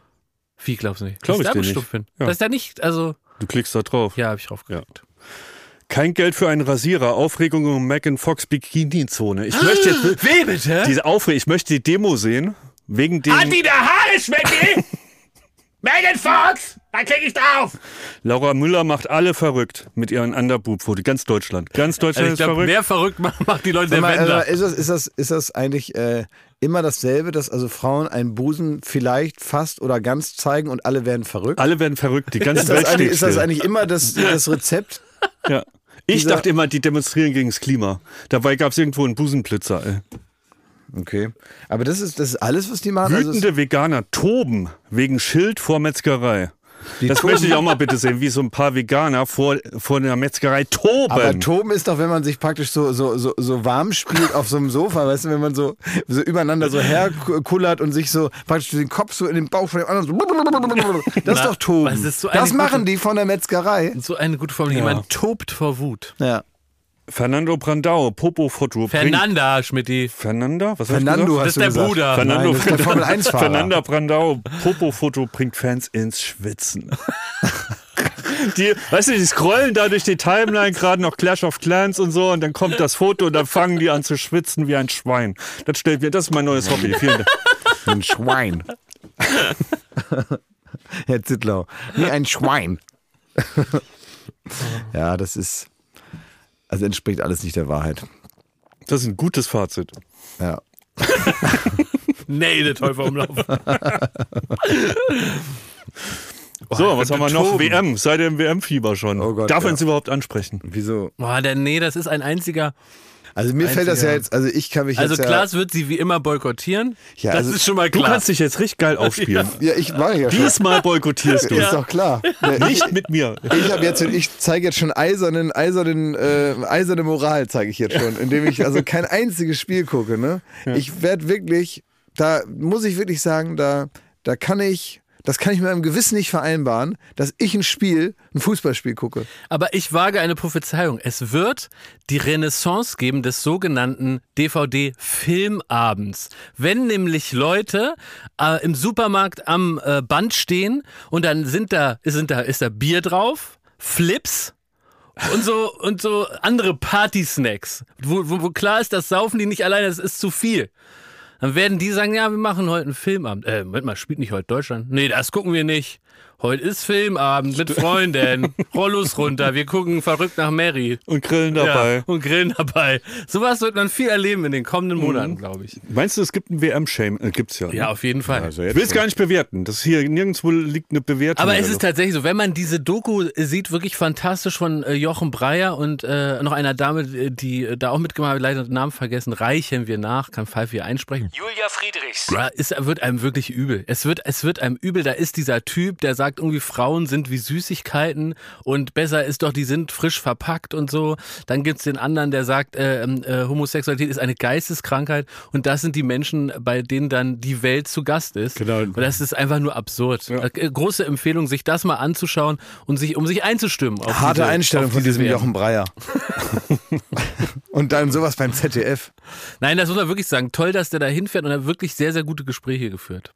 [SPEAKER 3] Wie glaubst du nicht?
[SPEAKER 2] Glaub
[SPEAKER 3] Dass
[SPEAKER 2] ich
[SPEAKER 3] da
[SPEAKER 2] dir
[SPEAKER 3] abgestumpft
[SPEAKER 2] nicht.
[SPEAKER 3] bin.
[SPEAKER 2] Ja.
[SPEAKER 3] Das ist ja nicht, also,
[SPEAKER 2] Du klickst da drauf.
[SPEAKER 3] ja, habe ich draufgeklickt.
[SPEAKER 2] Kein Geld für einen Rasierer. Aufregung um Megan Fox Bikini-Zone. Ich möchte
[SPEAKER 3] (gasps)
[SPEAKER 2] jetzt
[SPEAKER 3] Weh bitte?
[SPEAKER 2] diese Aufregung, ich möchte die Demo sehen. Wegen dem.
[SPEAKER 3] Halt
[SPEAKER 5] Hat die da Haare,
[SPEAKER 2] (laughs)
[SPEAKER 5] Schmecki? Megan Fox? Da klick ich drauf.
[SPEAKER 2] Laura Müller macht alle verrückt mit ihren Underboob-Foto. Ganz Deutschland. Ganz Deutschland
[SPEAKER 3] also ich
[SPEAKER 2] ist
[SPEAKER 3] glaube,
[SPEAKER 2] verrückt.
[SPEAKER 3] mehr verrückt macht, macht die Leute
[SPEAKER 1] Sag
[SPEAKER 3] der
[SPEAKER 1] mal,
[SPEAKER 3] Wender.
[SPEAKER 1] äh, ist, das, ist, das, ist das eigentlich äh, immer dasselbe, dass also Frauen einen Busen vielleicht fast oder ganz zeigen und alle werden verrückt?
[SPEAKER 2] Alle
[SPEAKER 1] (laughs)
[SPEAKER 2] werden verrückt. Die ganze
[SPEAKER 1] Ist das,
[SPEAKER 2] Welt
[SPEAKER 1] eigentlich,
[SPEAKER 2] steht
[SPEAKER 1] ist das
[SPEAKER 2] still.
[SPEAKER 1] eigentlich immer das, das Rezept?
[SPEAKER 2] Ja. Ich
[SPEAKER 1] Dieser-
[SPEAKER 2] dachte immer, die demonstrieren gegen das Klima. Dabei gab es irgendwo einen Busenblitzer. Ey.
[SPEAKER 1] Okay. Aber das ist, das ist alles, was die machen. Also es,
[SPEAKER 2] Wütende Veganer toben wegen Schild vor Metzgerei. das möchte ich auch mal bitte sehen, wie so ein paar Veganer vor, vor einer Metzgerei toben.
[SPEAKER 1] aber Toben ist doch, wenn man sich praktisch so, so, so, so warm spielt auf so einem Sofa, weißt du, wenn man so, so übereinander so herkullert und sich so praktisch den Kopf so in den Bauch von dem anderen
[SPEAKER 3] (laughs)
[SPEAKER 1] so. Das ist
[SPEAKER 3] Na,
[SPEAKER 1] doch Toben.
[SPEAKER 3] was ist so eine
[SPEAKER 1] das machen
[SPEAKER 3] gute-
[SPEAKER 1] die von der Metzgerei.
[SPEAKER 3] so eine gute Formel. Jemand tobt vor Wut.
[SPEAKER 1] Ja.
[SPEAKER 2] Fernando Brandao, Popo-Foto. bringt-
[SPEAKER 3] Fernanda, Schmidti.
[SPEAKER 2] Fernanda? Was hab ich
[SPEAKER 1] Fernando
[SPEAKER 2] gesagt?
[SPEAKER 1] hast
[SPEAKER 3] ist
[SPEAKER 1] du
[SPEAKER 3] der
[SPEAKER 1] gesagt.
[SPEAKER 3] Bruder.
[SPEAKER 1] Nein, das ist der Formel 1 -Fahrer.
[SPEAKER 2] Fernanda Brandau, Popo-Foto bringt Fans
[SPEAKER 1] (laughs)
[SPEAKER 2] ins Schwitzen. Die, weißt du, die scrollen da durch die Timeline gerade noch Clash of Clans und so und dann kommt das Foto und dann fangen die an zu schwitzen wie ein Schwein. Das stellt mir, das ist mein neues Hobby. Vielen Dank.
[SPEAKER 1] Ein Schwein. (laughs) Herr Zittlau. Nee, ein Schwein. (laughs) ja, das ist. Also entspricht alles nicht der Wahrheit.
[SPEAKER 2] Das ist ein gutes Fazit.
[SPEAKER 1] Ja.
[SPEAKER 3] Nee, der Teufel umlaufen.
[SPEAKER 2] (laughs) So, was haben wir noch?
[SPEAKER 3] toben.
[SPEAKER 2] WM. Seid ihr im WM-Fieber schon?
[SPEAKER 1] Oh Gott,
[SPEAKER 2] Darf
[SPEAKER 1] ja.
[SPEAKER 2] man es überhaupt ansprechen?
[SPEAKER 1] Wieso?
[SPEAKER 3] Boah, der, nee, das ist ein einziger.
[SPEAKER 1] Also mir fällt das ja
[SPEAKER 3] Einziger.
[SPEAKER 1] jetzt, also ich kann mich
[SPEAKER 3] Also
[SPEAKER 1] jetzt
[SPEAKER 3] Klaas wird sie wie immer boykottieren.
[SPEAKER 1] Ja,
[SPEAKER 3] das
[SPEAKER 1] also-
[SPEAKER 3] ist schon mal
[SPEAKER 2] Du
[SPEAKER 3] klar.
[SPEAKER 2] kannst dich jetzt richtig geil aufspielen.
[SPEAKER 1] ja, ja, ich war ja schon.
[SPEAKER 2] Diesmal boykottierst du.
[SPEAKER 1] Ist doch
[SPEAKER 3] (laughs)
[SPEAKER 1] klar.
[SPEAKER 2] Nicht mit mir.
[SPEAKER 1] Ich habe jetzt, ich zeige jetzt schon eisernen, eisernen, äh, eiserne Moral zeige ich jetzt schon, indem ich also kein einziges Spiel gucke. Ne? Ich werde wirklich, da muss ich wirklich sagen, da, da kann ich, das kann ich mit meinem Gewissen nicht vereinbaren, dass ich ein Spiel, ein Fußballspiel gucke.
[SPEAKER 3] Aber ich wage eine Prophezeiung. Es wird die Renaissance geben des sogenannten DVD-Filmabends. Wenn nämlich Leute äh, im Supermarkt am äh, Band stehen und dann sind da, sind da, ist da Bier drauf, Flips und so, und so andere Party-Snacks. Wo, wo, wo klar ist, das saufen die nicht alleine, das ist zu viel. Dann werden die sagen, ja, wir machen heute einen Filmabend. Äh, Moment mal, spielt nicht heute Deutschland? Nee, das gucken wir nicht. Heute ist Filmabend mit (laughs) Freunden. Rollos runter. Wir gucken verrückt nach Mary.
[SPEAKER 2] Und grillen
[SPEAKER 3] Ja, und grillen dabei. Sowas wird man viel erleben in den kommenden Monaten, glaube ich.
[SPEAKER 2] Meinst du, es gibt einen WM-Shame? Äh, gibt's ja.
[SPEAKER 3] Mhm. Ja, auf jeden Fall.
[SPEAKER 2] Ich will es gar nicht bewerten. Das hier nirgendwo liegt eine Bewertung.
[SPEAKER 3] Aber
[SPEAKER 2] oder
[SPEAKER 3] es
[SPEAKER 2] so.
[SPEAKER 3] ist tatsächlich so, wenn man diese Doku sieht, wirklich fantastisch von äh, Jochen Breyer und äh, noch einer Dame, die äh, da auch mitgemacht hat, leider den Namen vergessen, reichen wir nach, kann Pfeife hier einsprechen.
[SPEAKER 5] Julia Friedrichs.
[SPEAKER 3] Ja, es wird einem wirklich übel. Es wird, es wird einem übel. Da ist dieser Typ, der sagt irgendwie, Frauen sind wie Süßigkeiten und besser ist doch, die sind frisch verpackt und so. Dann gibt's den anderen, der sagt, äh, äh, Homosexualität ist eine Geisteskrankheit und das sind die Menschen, bei denen dann die Welt zu Gast ist.
[SPEAKER 2] Genau.
[SPEAKER 3] Und das ist einfach nur absurd. Äh, Große Empfehlung, sich das mal anzuschauen und sich, um sich einzustimmen. Auf
[SPEAKER 1] Harte
[SPEAKER 3] diese,
[SPEAKER 1] Einstellung
[SPEAKER 3] auf
[SPEAKER 1] von
[SPEAKER 3] diese
[SPEAKER 1] diesem
[SPEAKER 3] WM.
[SPEAKER 1] Jochen Breyer. (laughs) Und dann sowas beim ZDF.
[SPEAKER 3] Nein, das muss man wirklich sagen. Toll, dass der da hinfährt und er hat wirklich sehr, sehr gute Gespräche geführt.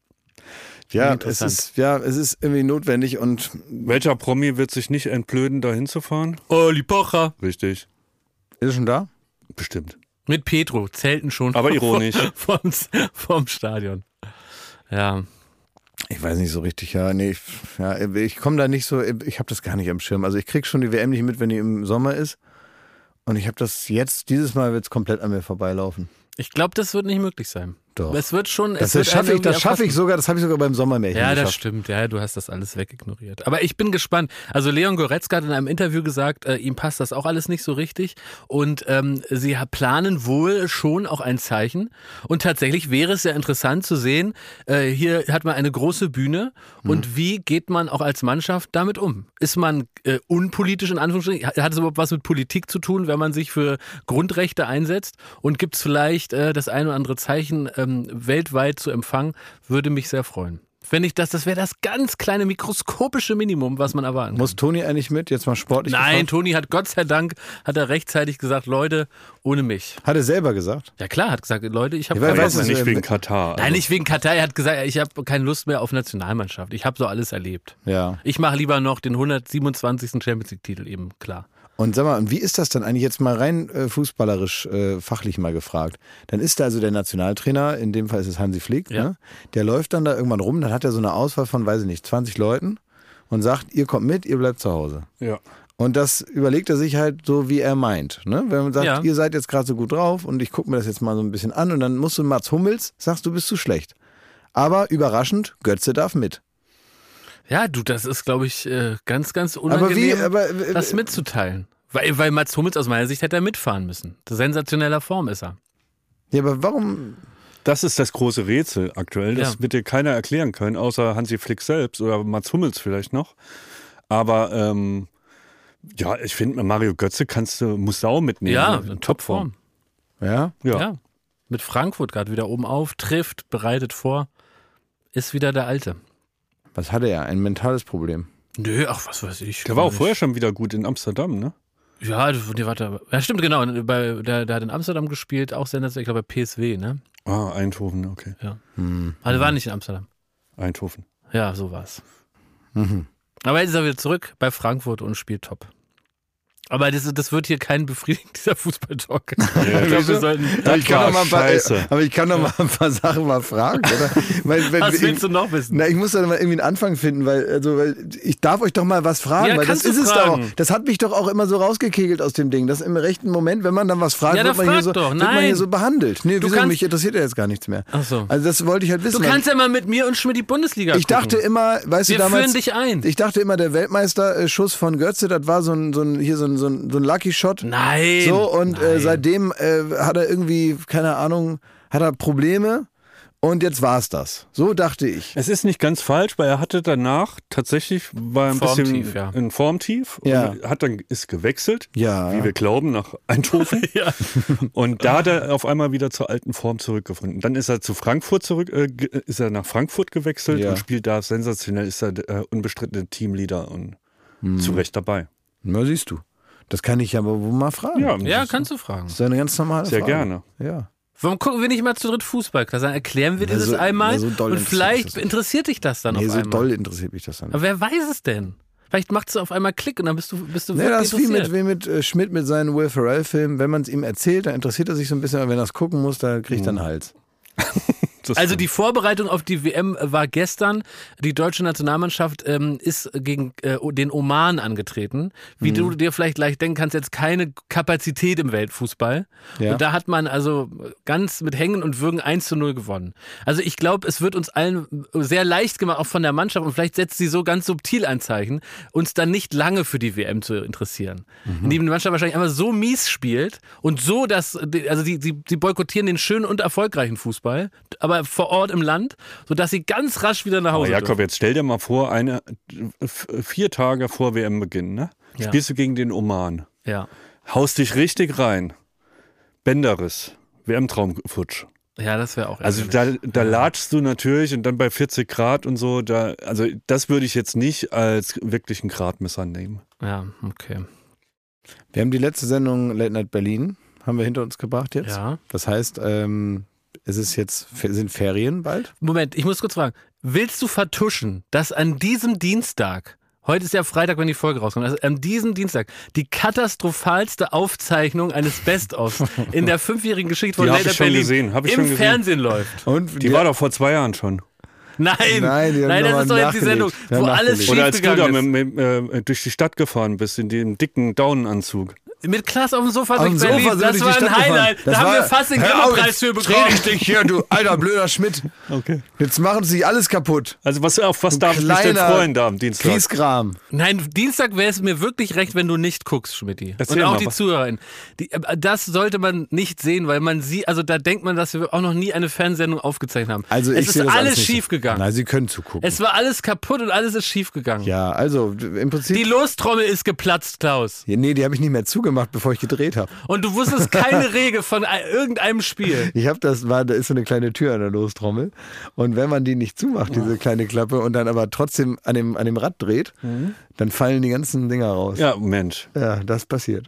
[SPEAKER 1] Ja, es
[SPEAKER 3] Interessant.
[SPEAKER 1] ist, ja, es ist irgendwie notwendig und
[SPEAKER 2] Welcher Promi wird sich nicht entblöden, da hinzufahren?
[SPEAKER 3] Oli Pocher.
[SPEAKER 2] Richtig.
[SPEAKER 1] ist er schon da?
[SPEAKER 2] Bestimmt.
[SPEAKER 3] Mit Petro, Zelten schon.
[SPEAKER 2] Aber
[SPEAKER 3] (laughs)
[SPEAKER 2] ironisch.
[SPEAKER 3] Vom, vom Stadion. Ja.
[SPEAKER 1] Ich weiß nicht so richtig, ja. Nee, ich, ja, ich komme da nicht so, ich habe das gar nicht am Schirm. Also ich krieg schon die WM nicht mit, wenn die im Sommer ist. Und ich habe das jetzt, dieses Mal wird's komplett an mir vorbeilaufen.
[SPEAKER 3] Ich glaube, das wird nicht möglich sein.
[SPEAKER 1] Doch.
[SPEAKER 3] Es wird schon.
[SPEAKER 1] Das,
[SPEAKER 3] es wird
[SPEAKER 1] schaffe
[SPEAKER 3] einen
[SPEAKER 1] ich, das
[SPEAKER 3] irgendwie
[SPEAKER 1] schaffe ich
[SPEAKER 3] erfassen.
[SPEAKER 1] sogar, das habe ich sogar beim Sommermärchen
[SPEAKER 3] Ja, das
[SPEAKER 1] geschafft.
[SPEAKER 3] stimmt. Ja, du hast das alles wegignoriert. Aber ich bin gespannt. Also Leon Goretzka hat in einem Interview gesagt, äh, ihm passt das auch alles nicht so richtig. Und ähm, sie ha- planen wohl schon auch ein Zeichen. Und tatsächlich wäre es ja interessant zu sehen, äh, hier hat man eine große Bühne. Und wie geht man auch als Mannschaft damit um? Ist man äh, unpolitisch in Anführungsstrichen? Hat hat es überhaupt was mit Politik zu tun, wenn man sich für Grundrechte einsetzt? Und gibt es vielleicht äh, das ein oder andere Zeichen ähm, weltweit zu empfangen? Würde mich sehr freuen. Wenn ich das, das wäre das ganz kleine mikroskopische Minimum, was man erwarten muss.
[SPEAKER 1] Muss Toni eigentlich mit? Jetzt mal sportlich.
[SPEAKER 3] Nein,
[SPEAKER 1] gefragt.
[SPEAKER 3] Toni hat Gott sei Dank, hat er rechtzeitig gesagt, Leute, ohne mich.
[SPEAKER 1] Hat er selber gesagt.
[SPEAKER 3] Ja klar, hat gesagt, Leute, ich habe
[SPEAKER 1] Ja, weil-
[SPEAKER 2] Aber
[SPEAKER 1] weiß
[SPEAKER 2] jetzt
[SPEAKER 1] es,
[SPEAKER 2] nicht
[SPEAKER 1] ähm,
[SPEAKER 2] wegen Katar. also,
[SPEAKER 3] Nein, nicht wegen Katar. Er hat gesagt, ich habe keine Lust mehr auf Nationalmannschaft. Ich habe so alles erlebt.
[SPEAKER 1] Ja.
[SPEAKER 3] Ich mache lieber noch den 127. Champions League-Titel eben, klar.
[SPEAKER 1] Und sag mal, und wie ist das dann eigentlich jetzt mal rein äh, fußballerisch, äh, fachlich mal gefragt? Dann ist da also der Nationaltrainer, in dem Fall ist es Hansi Flick,
[SPEAKER 3] Ja.
[SPEAKER 1] ne? der läuft dann da irgendwann rum, dann hat er so eine Auswahl von, weiß ich nicht, 20 Leuten und sagt, ihr kommt mit, ihr bleibt zu Hause.
[SPEAKER 2] Ja.
[SPEAKER 1] Und das überlegt er sich halt so, wie er meint. Ne? Wenn man sagt,
[SPEAKER 3] Ja.
[SPEAKER 1] ihr seid jetzt gerade so gut drauf und ich gucke mir das jetzt mal so ein bisschen an und dann musst du Mats Hummels, sagst du bist zu schlecht. Aber überraschend, Götze darf mit.
[SPEAKER 3] Ja, du, das ist, glaube ich, äh, ganz, ganz unangenehm,
[SPEAKER 1] aber äh, wie- aber-
[SPEAKER 3] das mitzuteilen. Weil, weil Mats Hummels aus meiner Sicht hätte er mitfahren müssen. Sensationeller Form ist er.
[SPEAKER 1] Ja, aber warum?
[SPEAKER 2] Das ist das große Rätsel aktuell. Das
[SPEAKER 3] Ja.
[SPEAKER 2] wird dir keiner erklären können, außer Hansi Flick selbst oder Mats Hummels vielleicht noch. Aber ähm, ja, ich finde, Mario Götze kannst du, musst du auch mitnehmen.
[SPEAKER 3] Ja, in Topform.
[SPEAKER 1] Ja,
[SPEAKER 2] Ja.
[SPEAKER 3] Ja. Mit Frankfurt gerade wieder oben auf, trifft, bereitet vor, ist wieder der Alte.
[SPEAKER 1] was hatte er? Ein mentales Problem.
[SPEAKER 3] Nö, ach, was weiß ich.
[SPEAKER 2] Der war auch vorher schon wieder gut in Amsterdam, ne?
[SPEAKER 3] Ja, also, nee, warte. Ja, stimmt, genau. Bei, der, der hat in Amsterdam gespielt, auch sensationell, ich glaube bei PSW, ne?
[SPEAKER 2] Ah, Eindhoven, okay.
[SPEAKER 3] Also war nicht in Amsterdam.
[SPEAKER 2] Eindhoven.
[SPEAKER 3] Ja, so war's. Mhm. Aber jetzt ist er wieder zurück bei Frankfurt und spielt top. Aber das, das wird hier kein befriedigend, (laughs) dieser Fußballtalk. ich glaube, wir sollten.
[SPEAKER 1] Aber ich,
[SPEAKER 2] war
[SPEAKER 1] kann doch mal ein paar,
[SPEAKER 2] scheiße.
[SPEAKER 1] aber ich kann doch mal ein paar Sachen mal fragen,
[SPEAKER 3] (laughs)
[SPEAKER 1] oder? Weil, wenn
[SPEAKER 3] Was
[SPEAKER 1] wir-
[SPEAKER 3] willst du noch wissen?
[SPEAKER 1] Na, ich muss da mal irgendwie einen Anfang finden, weil, also, weil ich darf euch doch mal was fragen,
[SPEAKER 3] Ja,
[SPEAKER 1] weil das
[SPEAKER 3] kannst du
[SPEAKER 1] ist es doch.
[SPEAKER 3] fragen.
[SPEAKER 1] Das hat mich doch auch immer so rausgekegelt aus dem Ding, dass im rechten Moment, wenn man dann was fragt,
[SPEAKER 3] Ja,
[SPEAKER 1] wird,
[SPEAKER 3] dann
[SPEAKER 1] man hier so,
[SPEAKER 3] frag doch.
[SPEAKER 1] wird man hier
[SPEAKER 3] Nein.
[SPEAKER 1] so behandelt. Nee,
[SPEAKER 3] Du
[SPEAKER 1] wieso?
[SPEAKER 3] kannst-
[SPEAKER 1] mich interessiert ja jetzt gar nichts mehr.
[SPEAKER 3] Ach so.
[SPEAKER 1] Also das wollte ich halt wissen.
[SPEAKER 3] Du kannst ja mal mit mir und Schmidt die Bundesliga
[SPEAKER 1] ich dachte
[SPEAKER 3] gucken.
[SPEAKER 1] immer, weißt
[SPEAKER 3] Wir
[SPEAKER 1] du damals,
[SPEAKER 3] führen dich ein.
[SPEAKER 1] ich dachte immer, der Weltmeisterschuss von Götze, das war so ein, so ein hier so ein, so ein, so ein Lucky Shot.
[SPEAKER 3] Nein.
[SPEAKER 1] So, und äh,
[SPEAKER 3] Nein.
[SPEAKER 1] seitdem äh, hat er irgendwie, keine Ahnung, hat er Probleme und jetzt war es das. So dachte ich.
[SPEAKER 2] Es ist nicht ganz falsch, weil er hatte danach tatsächlich war ein
[SPEAKER 3] Formtief,
[SPEAKER 2] bisschen
[SPEAKER 3] ja.
[SPEAKER 2] in Formtief
[SPEAKER 1] Ja.
[SPEAKER 2] und hat dann ist gewechselt,
[SPEAKER 1] Ja.
[SPEAKER 2] wie wir glauben, nach Eindhoven. Und da hat er auf einmal wieder zur alten Form zurückgefunden. Dann ist er zu Frankfurt zurück, äh, ge- ist er nach Frankfurt gewechselt
[SPEAKER 1] Ja.
[SPEAKER 2] und spielt da sensationell, ist er der unbestrittene Teamleader und
[SPEAKER 1] Hm.
[SPEAKER 2] zu Recht dabei.
[SPEAKER 1] Na, siehst du. Das kann ich aber wohl mal fragen.
[SPEAKER 2] Ja,
[SPEAKER 3] Ja, kannst du fragen.
[SPEAKER 1] Das ist eine ganz normale
[SPEAKER 2] sehr
[SPEAKER 1] Frage.
[SPEAKER 2] gerne.
[SPEAKER 1] Ja.
[SPEAKER 3] Warum gucken wir nicht mal zu dritt Fußball? Dann erklären wir
[SPEAKER 1] Na,
[SPEAKER 3] dir das
[SPEAKER 1] so- na,
[SPEAKER 3] einmal
[SPEAKER 1] so doll interessiert
[SPEAKER 3] und
[SPEAKER 1] mich das
[SPEAKER 3] vielleicht
[SPEAKER 1] nicht.
[SPEAKER 3] interessiert dich das dann
[SPEAKER 1] Nee,
[SPEAKER 3] auf
[SPEAKER 1] so
[SPEAKER 3] einmal.
[SPEAKER 1] doll interessiert mich das dann.
[SPEAKER 3] Aber wer weiß es denn? Vielleicht machst du auf einmal Klick und dann bist du bist du
[SPEAKER 1] Nee,
[SPEAKER 3] wirklich
[SPEAKER 1] das ist wie mit,
[SPEAKER 3] interessiert.
[SPEAKER 1] wie mit äh, Schmidt mit seinen Will Ferrell-Filmen. Wenn man es ihm erzählt, dann interessiert er sich so ein bisschen, aber wenn er es gucken muss, da kriegt er einen Hals.
[SPEAKER 2] Das
[SPEAKER 3] Also
[SPEAKER 2] stimmt.
[SPEAKER 3] die Vorbereitung auf die WM war gestern. Die deutsche Nationalmannschaft ähm, ist gegen äh, den Oman angetreten. Wie
[SPEAKER 1] Mhm.
[SPEAKER 3] du dir vielleicht gleich denken kannst, jetzt keine Kapazität im Weltfußball.
[SPEAKER 1] Ja.
[SPEAKER 3] Und da hat man also ganz mit Hängen und Würgen 1 zu 0 gewonnen. Also ich glaube, es wird uns allen sehr leicht gemacht, auch von der Mannschaft. Und vielleicht setzt sie so ganz subtil ein Zeichen, uns dann nicht lange für die WM zu interessieren.
[SPEAKER 2] Mhm.
[SPEAKER 3] Indem die Mannschaft wahrscheinlich einmal so mies spielt und so, dass, die- also die, die, die boykottieren den schönen und erfolgreichen Fußball, aber vor Ort im Land, sodass sie ganz rasch wieder nach
[SPEAKER 2] Aber
[SPEAKER 3] Hause
[SPEAKER 2] Oh, Jakob,
[SPEAKER 3] dürfen.
[SPEAKER 2] jetzt stell dir mal vor, eine, f- vier Tage vor WM-Beginn, ne?
[SPEAKER 3] Ja.
[SPEAKER 2] Spielst du gegen den Oman.
[SPEAKER 3] Ja.
[SPEAKER 2] Haust dich richtig rein. Bänderis. WM-Traumfutsch.
[SPEAKER 3] ja, das wäre auch
[SPEAKER 2] Also da, da latschst du natürlich und dann bei 40 Grad und so, da, also das würde ich jetzt nicht als wirklichen Gradmesser nehmen.
[SPEAKER 3] Ja, okay.
[SPEAKER 1] Wir haben die letzte Sendung Late Night Berlin, haben wir hinter uns gebracht jetzt.
[SPEAKER 3] Ja.
[SPEAKER 1] Das heißt, ähm, es ist jetzt, sind Ferien bald?
[SPEAKER 3] Moment, ich muss kurz fragen. Willst du vertuschen, dass an diesem Dienstag, heute ist ja Freitag, wenn die Folge rauskommt, also an diesem Dienstag, die katastrophalste Aufzeichnung eines Best-ofs in der fünfjährigen Geschichte von
[SPEAKER 2] Die hab
[SPEAKER 3] Later
[SPEAKER 2] ich schon
[SPEAKER 3] Berlin
[SPEAKER 2] gesehen, hab ich
[SPEAKER 3] im
[SPEAKER 2] schon gesehen.
[SPEAKER 3] Fernsehen läuft?
[SPEAKER 1] Und
[SPEAKER 2] Die war doch vor zwei Jahren schon.
[SPEAKER 3] Nein,
[SPEAKER 1] Nein, die haben nochmal
[SPEAKER 3] das ist doch jetzt die
[SPEAKER 1] nachgelegt.
[SPEAKER 3] Sendung,
[SPEAKER 1] Die haben
[SPEAKER 3] wo alles
[SPEAKER 1] nachgelegt.
[SPEAKER 2] Oder als du da mit,
[SPEAKER 3] schiefgegangen ist.
[SPEAKER 2] mit, äh, durch die Stadt gefahren bist, in dem dicken Daunenanzug.
[SPEAKER 3] Mit Klaas auf dem Sofa
[SPEAKER 1] Auf dem
[SPEAKER 3] durch
[SPEAKER 1] Sofa
[SPEAKER 3] Berlin,
[SPEAKER 1] sind wir durch
[SPEAKER 3] das
[SPEAKER 1] die
[SPEAKER 3] war
[SPEAKER 1] Stadt
[SPEAKER 3] ein
[SPEAKER 1] gefahren.
[SPEAKER 3] Highlight.
[SPEAKER 1] Das
[SPEAKER 3] da haben
[SPEAKER 1] war-
[SPEAKER 3] wir fast den
[SPEAKER 1] Hör auf,
[SPEAKER 3] Grimme-Preis für
[SPEAKER 1] jetzt
[SPEAKER 3] bekommen.
[SPEAKER 1] rede ich dich hier, du alter blöder Schmidt.
[SPEAKER 2] Okay.
[SPEAKER 1] Jetzt machen sie alles kaputt.
[SPEAKER 2] Also was, auf was darf ich mich denn
[SPEAKER 1] Kleiner
[SPEAKER 2] freuen da am Dienstag?
[SPEAKER 1] Griesgram.
[SPEAKER 3] Nein, Dienstag wäre es mir wirklich recht, wenn du nicht guckst, Schmidti.
[SPEAKER 2] Erzähl
[SPEAKER 3] und auch
[SPEAKER 2] mal
[SPEAKER 3] die
[SPEAKER 2] was.
[SPEAKER 3] Zuhörerinnen. Die, äh, das sollte man nicht sehen, weil man sie, also da denkt man, dass wir auch noch nie eine Fernsehsendung aufgezeichnet haben.
[SPEAKER 1] Also
[SPEAKER 3] es
[SPEAKER 1] ich
[SPEAKER 3] ist
[SPEAKER 1] sehe das
[SPEAKER 3] alles
[SPEAKER 1] nicht so.
[SPEAKER 3] schief gegangen.
[SPEAKER 1] Na, sie können zugucken.
[SPEAKER 3] es war alles kaputt und alles ist schief gegangen.
[SPEAKER 1] ja, also im Prinzip.
[SPEAKER 3] Die Lostrommel ist geplatzt, Klaus.
[SPEAKER 1] Ja, nee, die habe ich nicht mehr zugemacht, bevor ich gedreht habe.
[SPEAKER 3] Und du
[SPEAKER 1] (laughs)
[SPEAKER 3] wusstest keine Regel von ei- irgendeinem Spiel.
[SPEAKER 1] Ich habe das, war, da ist so eine kleine Tür an der Lostrommel. Und wenn man die nicht zumacht, diese kleine Klappe, und dann aber trotzdem an dem, an dem Rad dreht, dann fallen die ganzen Dinger raus.
[SPEAKER 2] Ja, Mensch.
[SPEAKER 1] Mhm. ja das passiert.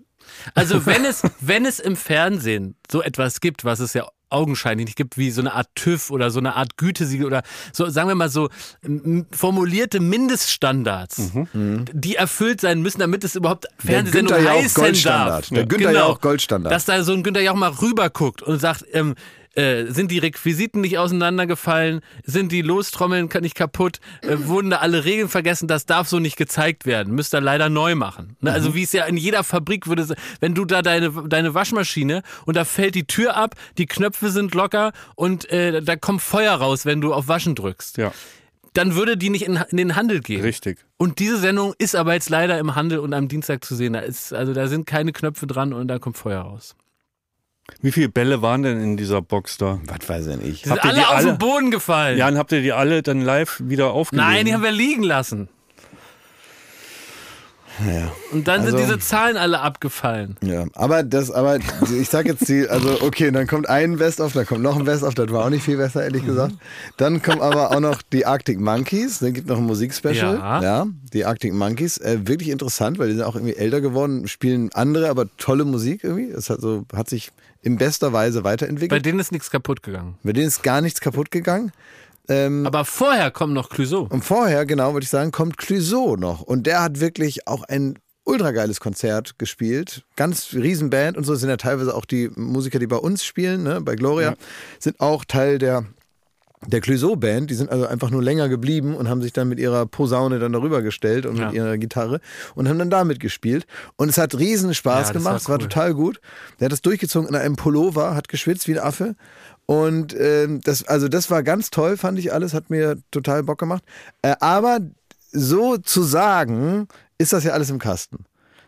[SPEAKER 3] Also
[SPEAKER 1] (laughs)
[SPEAKER 3] wenn es, wenn es im Fernsehen so etwas gibt, was es ja augenscheinlich nicht gibt, wie so eine Art TÜV oder so eine Art Gütesiegel oder so, sagen wir mal so m- formulierte Mindeststandards, die erfüllt sein müssen, damit es überhaupt Fernsehsendung
[SPEAKER 1] Mhm. Günther Jauch
[SPEAKER 3] heißen darf. genau.
[SPEAKER 1] Goldstandard. Der Günther Jauch Goldstandard.
[SPEAKER 3] Dass da so ein Günther Jauch mal rüberguckt und sagt, ähm, äh, sind die Requisiten nicht auseinandergefallen? Sind die Lostrommeln ka- nicht kaputt? Äh,
[SPEAKER 2] Mhm.
[SPEAKER 3] wurden da alle Regeln vergessen? Das darf so nicht gezeigt werden. Müsst ihr leider neu machen. Ne?
[SPEAKER 2] Mhm.
[SPEAKER 3] Also wie es ja in jeder Fabrik würde, se- wenn du da deine, deine Waschmaschine und da fällt die Tür ab, die Knöpfe sind locker und äh, da kommt Feuer raus, wenn du auf Waschen drückst.
[SPEAKER 2] Ja,
[SPEAKER 3] Dann würde die nicht in, in den Handel gehen.
[SPEAKER 2] richtig.
[SPEAKER 3] Und diese Sendung ist aber jetzt leider im Handel und am Dienstag zu sehen. Da ist, also da sind keine Knöpfe dran und da kommt Feuer raus.
[SPEAKER 2] Wie viele Bälle waren denn in dieser Box da?
[SPEAKER 1] Was weiß denn ich?
[SPEAKER 3] Die sind
[SPEAKER 2] Habt ihr
[SPEAKER 3] alle
[SPEAKER 2] die
[SPEAKER 3] auf
[SPEAKER 2] alle?
[SPEAKER 3] den Boden gefallen.
[SPEAKER 2] Jan, habt ihr die alle dann live wieder aufgenommen?
[SPEAKER 3] Nein, die haben wir liegen lassen. Und dann sind
[SPEAKER 1] Also-
[SPEAKER 3] diese Zahlen alle abgefallen.
[SPEAKER 1] Ja, aber das, aber ich sag jetzt die, also okay, dann kommt ein Best-of, dann kommt noch ein Best-of, das war auch nicht viel besser, ehrlich gesagt. Dann kommen aber auch noch die Arctic Monkeys, dann gibt noch ein Musikspecial.
[SPEAKER 3] Ja.
[SPEAKER 1] ja, die Arctic Monkeys, äh, wirklich interessant, weil die sind auch irgendwie älter geworden, spielen andere, aber tolle Musik irgendwie. Es hat so, hat sich in bester Weise
[SPEAKER 3] Bei
[SPEAKER 1] weiterentwickelt.
[SPEAKER 3] denen ist nichts kaputt gegangen.
[SPEAKER 1] Bei denen ist gar nichts kaputt gegangen.
[SPEAKER 3] Aber vorher kommen noch Clouseau.
[SPEAKER 1] Und vorher, genau, würde ich sagen, kommt Clueso noch. Und der hat wirklich auch ein ultra geiles Konzert gespielt. Ganz Riesenband und so sind ja teilweise auch die Musiker, die bei uns spielen, ne, bei Gloria, sind auch Teil der der Clueso-Band, die sind also einfach nur länger geblieben und haben sich dann mit ihrer Posaune dann darüber gestellt und
[SPEAKER 3] Ja.
[SPEAKER 1] mit ihrer Gitarre und haben dann damit gespielt. Und es hat riesen Spaß
[SPEAKER 3] Ja, das
[SPEAKER 1] gemacht,
[SPEAKER 3] war
[SPEAKER 1] es war
[SPEAKER 3] cool.
[SPEAKER 1] total gut. Der hat das durchgezogen in einem Pullover, hat geschwitzt wie ein Affe. Und ähm, das, also das war ganz toll, fand ich alles, hat mir total Bock gemacht. Äh, aber so zu sagen, ist das ja alles im Kasten.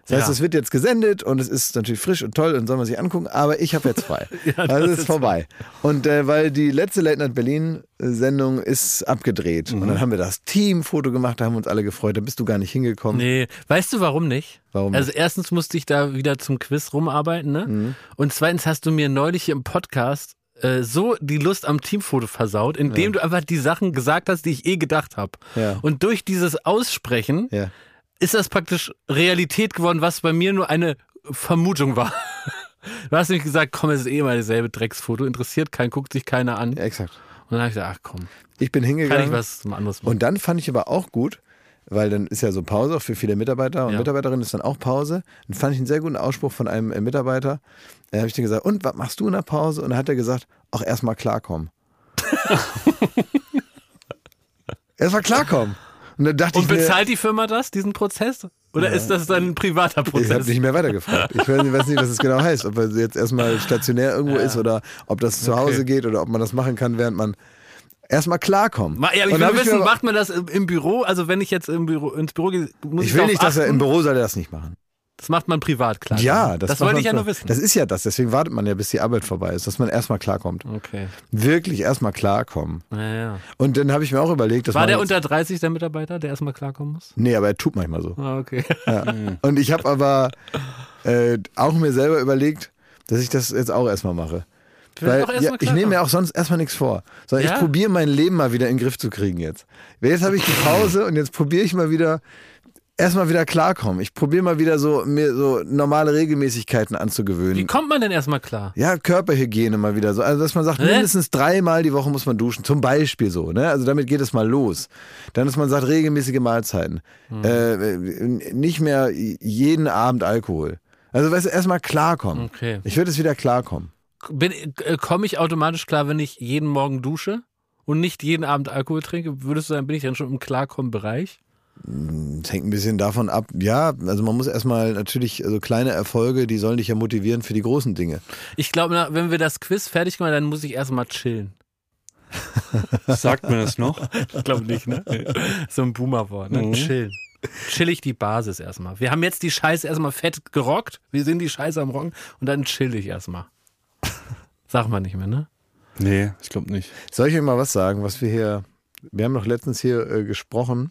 [SPEAKER 1] Das heißt,
[SPEAKER 3] Ja.
[SPEAKER 1] es wird jetzt gesendet und es ist natürlich frisch und toll und soll man sich angucken, aber ich habe jetzt
[SPEAKER 3] (laughs)
[SPEAKER 1] frei. also es ist vorbei. Und äh, weil die letzte Late Night Berlin äh, Sendung ist abgedreht und
[SPEAKER 3] Mhm.
[SPEAKER 1] dann haben wir das Teamfoto gemacht, da haben wir uns alle gefreut, da bist du gar nicht hingekommen.
[SPEAKER 3] Nee, weißt du warum nicht?
[SPEAKER 1] Warum
[SPEAKER 3] Also erstens musste ich da wieder zum Quiz rumarbeiten, ne? Und zweitens hast du mir neulich hier im Podcast äh, so die Lust am Teamfoto versaut, indem du einfach die Sachen gesagt hast, die ich eh gedacht habe.
[SPEAKER 1] Ja.
[SPEAKER 3] Und durch dieses Aussprechen
[SPEAKER 1] Ja.
[SPEAKER 3] ist das praktisch Realität geworden, was bei mir nur eine Vermutung war. (laughs) Du hast nämlich gesagt, komm, es ist eh mal dasselbe Drecksfoto, interessiert keinen, guckt sich keiner an.
[SPEAKER 1] ja, exakt.
[SPEAKER 3] Und dann habe ich gesagt, ach komm,
[SPEAKER 1] Ich bin
[SPEAKER 3] kann
[SPEAKER 1] hingegangen.
[SPEAKER 3] ich was anderes machen.
[SPEAKER 1] Und dann fand ich aber auch gut, weil dann ist ja so Pause auch für viele Mitarbeiter und
[SPEAKER 3] Ja.
[SPEAKER 1] Mitarbeiterinnen ist dann auch Pause. Dann fand ich einen sehr guten Ausspruch von einem äh,
[SPEAKER 3] (laughs)
[SPEAKER 1] Mitarbeiter. Da habe ich dann gesagt, und was machst du in der Pause? Und dann hat er gesagt, auch erstmal klarkommen. Erstmal klarkommen. Und dann dachte
[SPEAKER 3] Und
[SPEAKER 1] ich mir,
[SPEAKER 3] bezahlt die Firma das, diesen Prozess? Oder ist das dann ein privater
[SPEAKER 1] ich habe
[SPEAKER 3] Prozess?
[SPEAKER 1] nicht mehr weitergefragt. Ich weiß nicht, weiß nicht, was es genau heißt. Ob er jetzt erstmal stationär irgendwo ist oder ob das zu Hause geht oder ob man das machen kann, während man erstmal klarkommt.
[SPEAKER 3] Ma- Ja, aber ich
[SPEAKER 1] Und dann
[SPEAKER 3] will
[SPEAKER 1] hab
[SPEAKER 3] wissen,
[SPEAKER 1] mir-
[SPEAKER 3] macht man das im im Büro? Also wenn ich jetzt im Büro, ins Büro gehe, muss ich,
[SPEAKER 1] ich will
[SPEAKER 3] darauf
[SPEAKER 1] nicht, dass er
[SPEAKER 3] achten?
[SPEAKER 1] im Büro soll er das nicht machen.
[SPEAKER 3] Das macht man privat, klar.
[SPEAKER 1] Ja, das,
[SPEAKER 3] Also, das
[SPEAKER 1] macht
[SPEAKER 3] wollte
[SPEAKER 1] man
[SPEAKER 3] ich ja
[SPEAKER 1] so.
[SPEAKER 3] nur wissen.
[SPEAKER 1] Das ist ja das, deswegen wartet man ja, bis die Arbeit vorbei ist, dass man erstmal klarkommt.
[SPEAKER 3] okay.
[SPEAKER 1] Wirklich erstmal klarkommen.
[SPEAKER 3] Ja, ja.
[SPEAKER 1] Und dann habe ich mir auch überlegt, dass
[SPEAKER 3] War
[SPEAKER 1] man
[SPEAKER 3] der
[SPEAKER 1] jetzt-
[SPEAKER 3] unter 30 der Mitarbeiter, der erstmal klarkommen muss?
[SPEAKER 1] Nee, aber er tut manchmal so.
[SPEAKER 3] Ah, okay.
[SPEAKER 1] Und ich habe aber äh, auch mir selber überlegt, dass ich das jetzt auch erstmal mache.
[SPEAKER 3] Will
[SPEAKER 1] Weil,
[SPEAKER 3] doch erst
[SPEAKER 1] ja,
[SPEAKER 3] mal
[SPEAKER 1] ich
[SPEAKER 3] klarkommen.
[SPEAKER 1] nehme mir auch sonst erstmal nichts vor. Sondern
[SPEAKER 3] Ja?
[SPEAKER 1] ich probiere mein Leben mal wieder in den Griff zu kriegen jetzt. Jetzt habe ich die Pause und jetzt probiere ich mal wieder erstmal wieder klarkommen. Ich probiere mal wieder so mir so normale Regelmäßigkeiten
[SPEAKER 3] Wie
[SPEAKER 1] anzugewöhnen.
[SPEAKER 3] kommt man denn erstmal klar?
[SPEAKER 1] Ja, Körperhygiene mal wieder so. Also, dass man sagt,
[SPEAKER 3] Hä?
[SPEAKER 1] mindestens dreimal die Woche muss man duschen, zum Beispiel so. Ne? Also damit geht es mal los. Dann, dass man sagt, regelmäßige Mahlzeiten.
[SPEAKER 3] Mhm.
[SPEAKER 1] Äh, äh, nicht mehr jeden Abend Alkohol. Also weißt du, erstmal klarkommen.
[SPEAKER 3] Okay.
[SPEAKER 1] Ich würde es wieder klarkommen.
[SPEAKER 3] Bin- äh, Komme ich automatisch klar, wenn ich jeden Morgen dusche und nicht jeden Abend Alkohol trinke? Würdest du sagen, bin ich dann schon im Klarkommen-Bereich?
[SPEAKER 1] Das hängt ein bisschen davon ab. Ja, also man muss erstmal natürlich, also kleine Erfolge, die sollen dich ja motivieren für die großen Dinge.
[SPEAKER 3] Ich glaube, na, wenn wir das Quiz fertig machen, dann muss ich erstmal chillen.
[SPEAKER 2] Sagt man das noch?
[SPEAKER 3] (laughs) Ich glaube nicht, ne? so ein Boomer-Wort, ne?
[SPEAKER 2] Mhm.
[SPEAKER 3] Chillen. Chill ich die Basis erstmal. Wir haben jetzt die Scheiße erstmal fett gerockt. Wir sind die Scheiße am Rocken und dann chill ich erstmal. Sag mal nicht mehr, ne?
[SPEAKER 2] Nee, ich glaube nicht.
[SPEAKER 1] Soll ich euch mal was sagen, was wir hier, wir haben noch letztens hier äh, gesprochen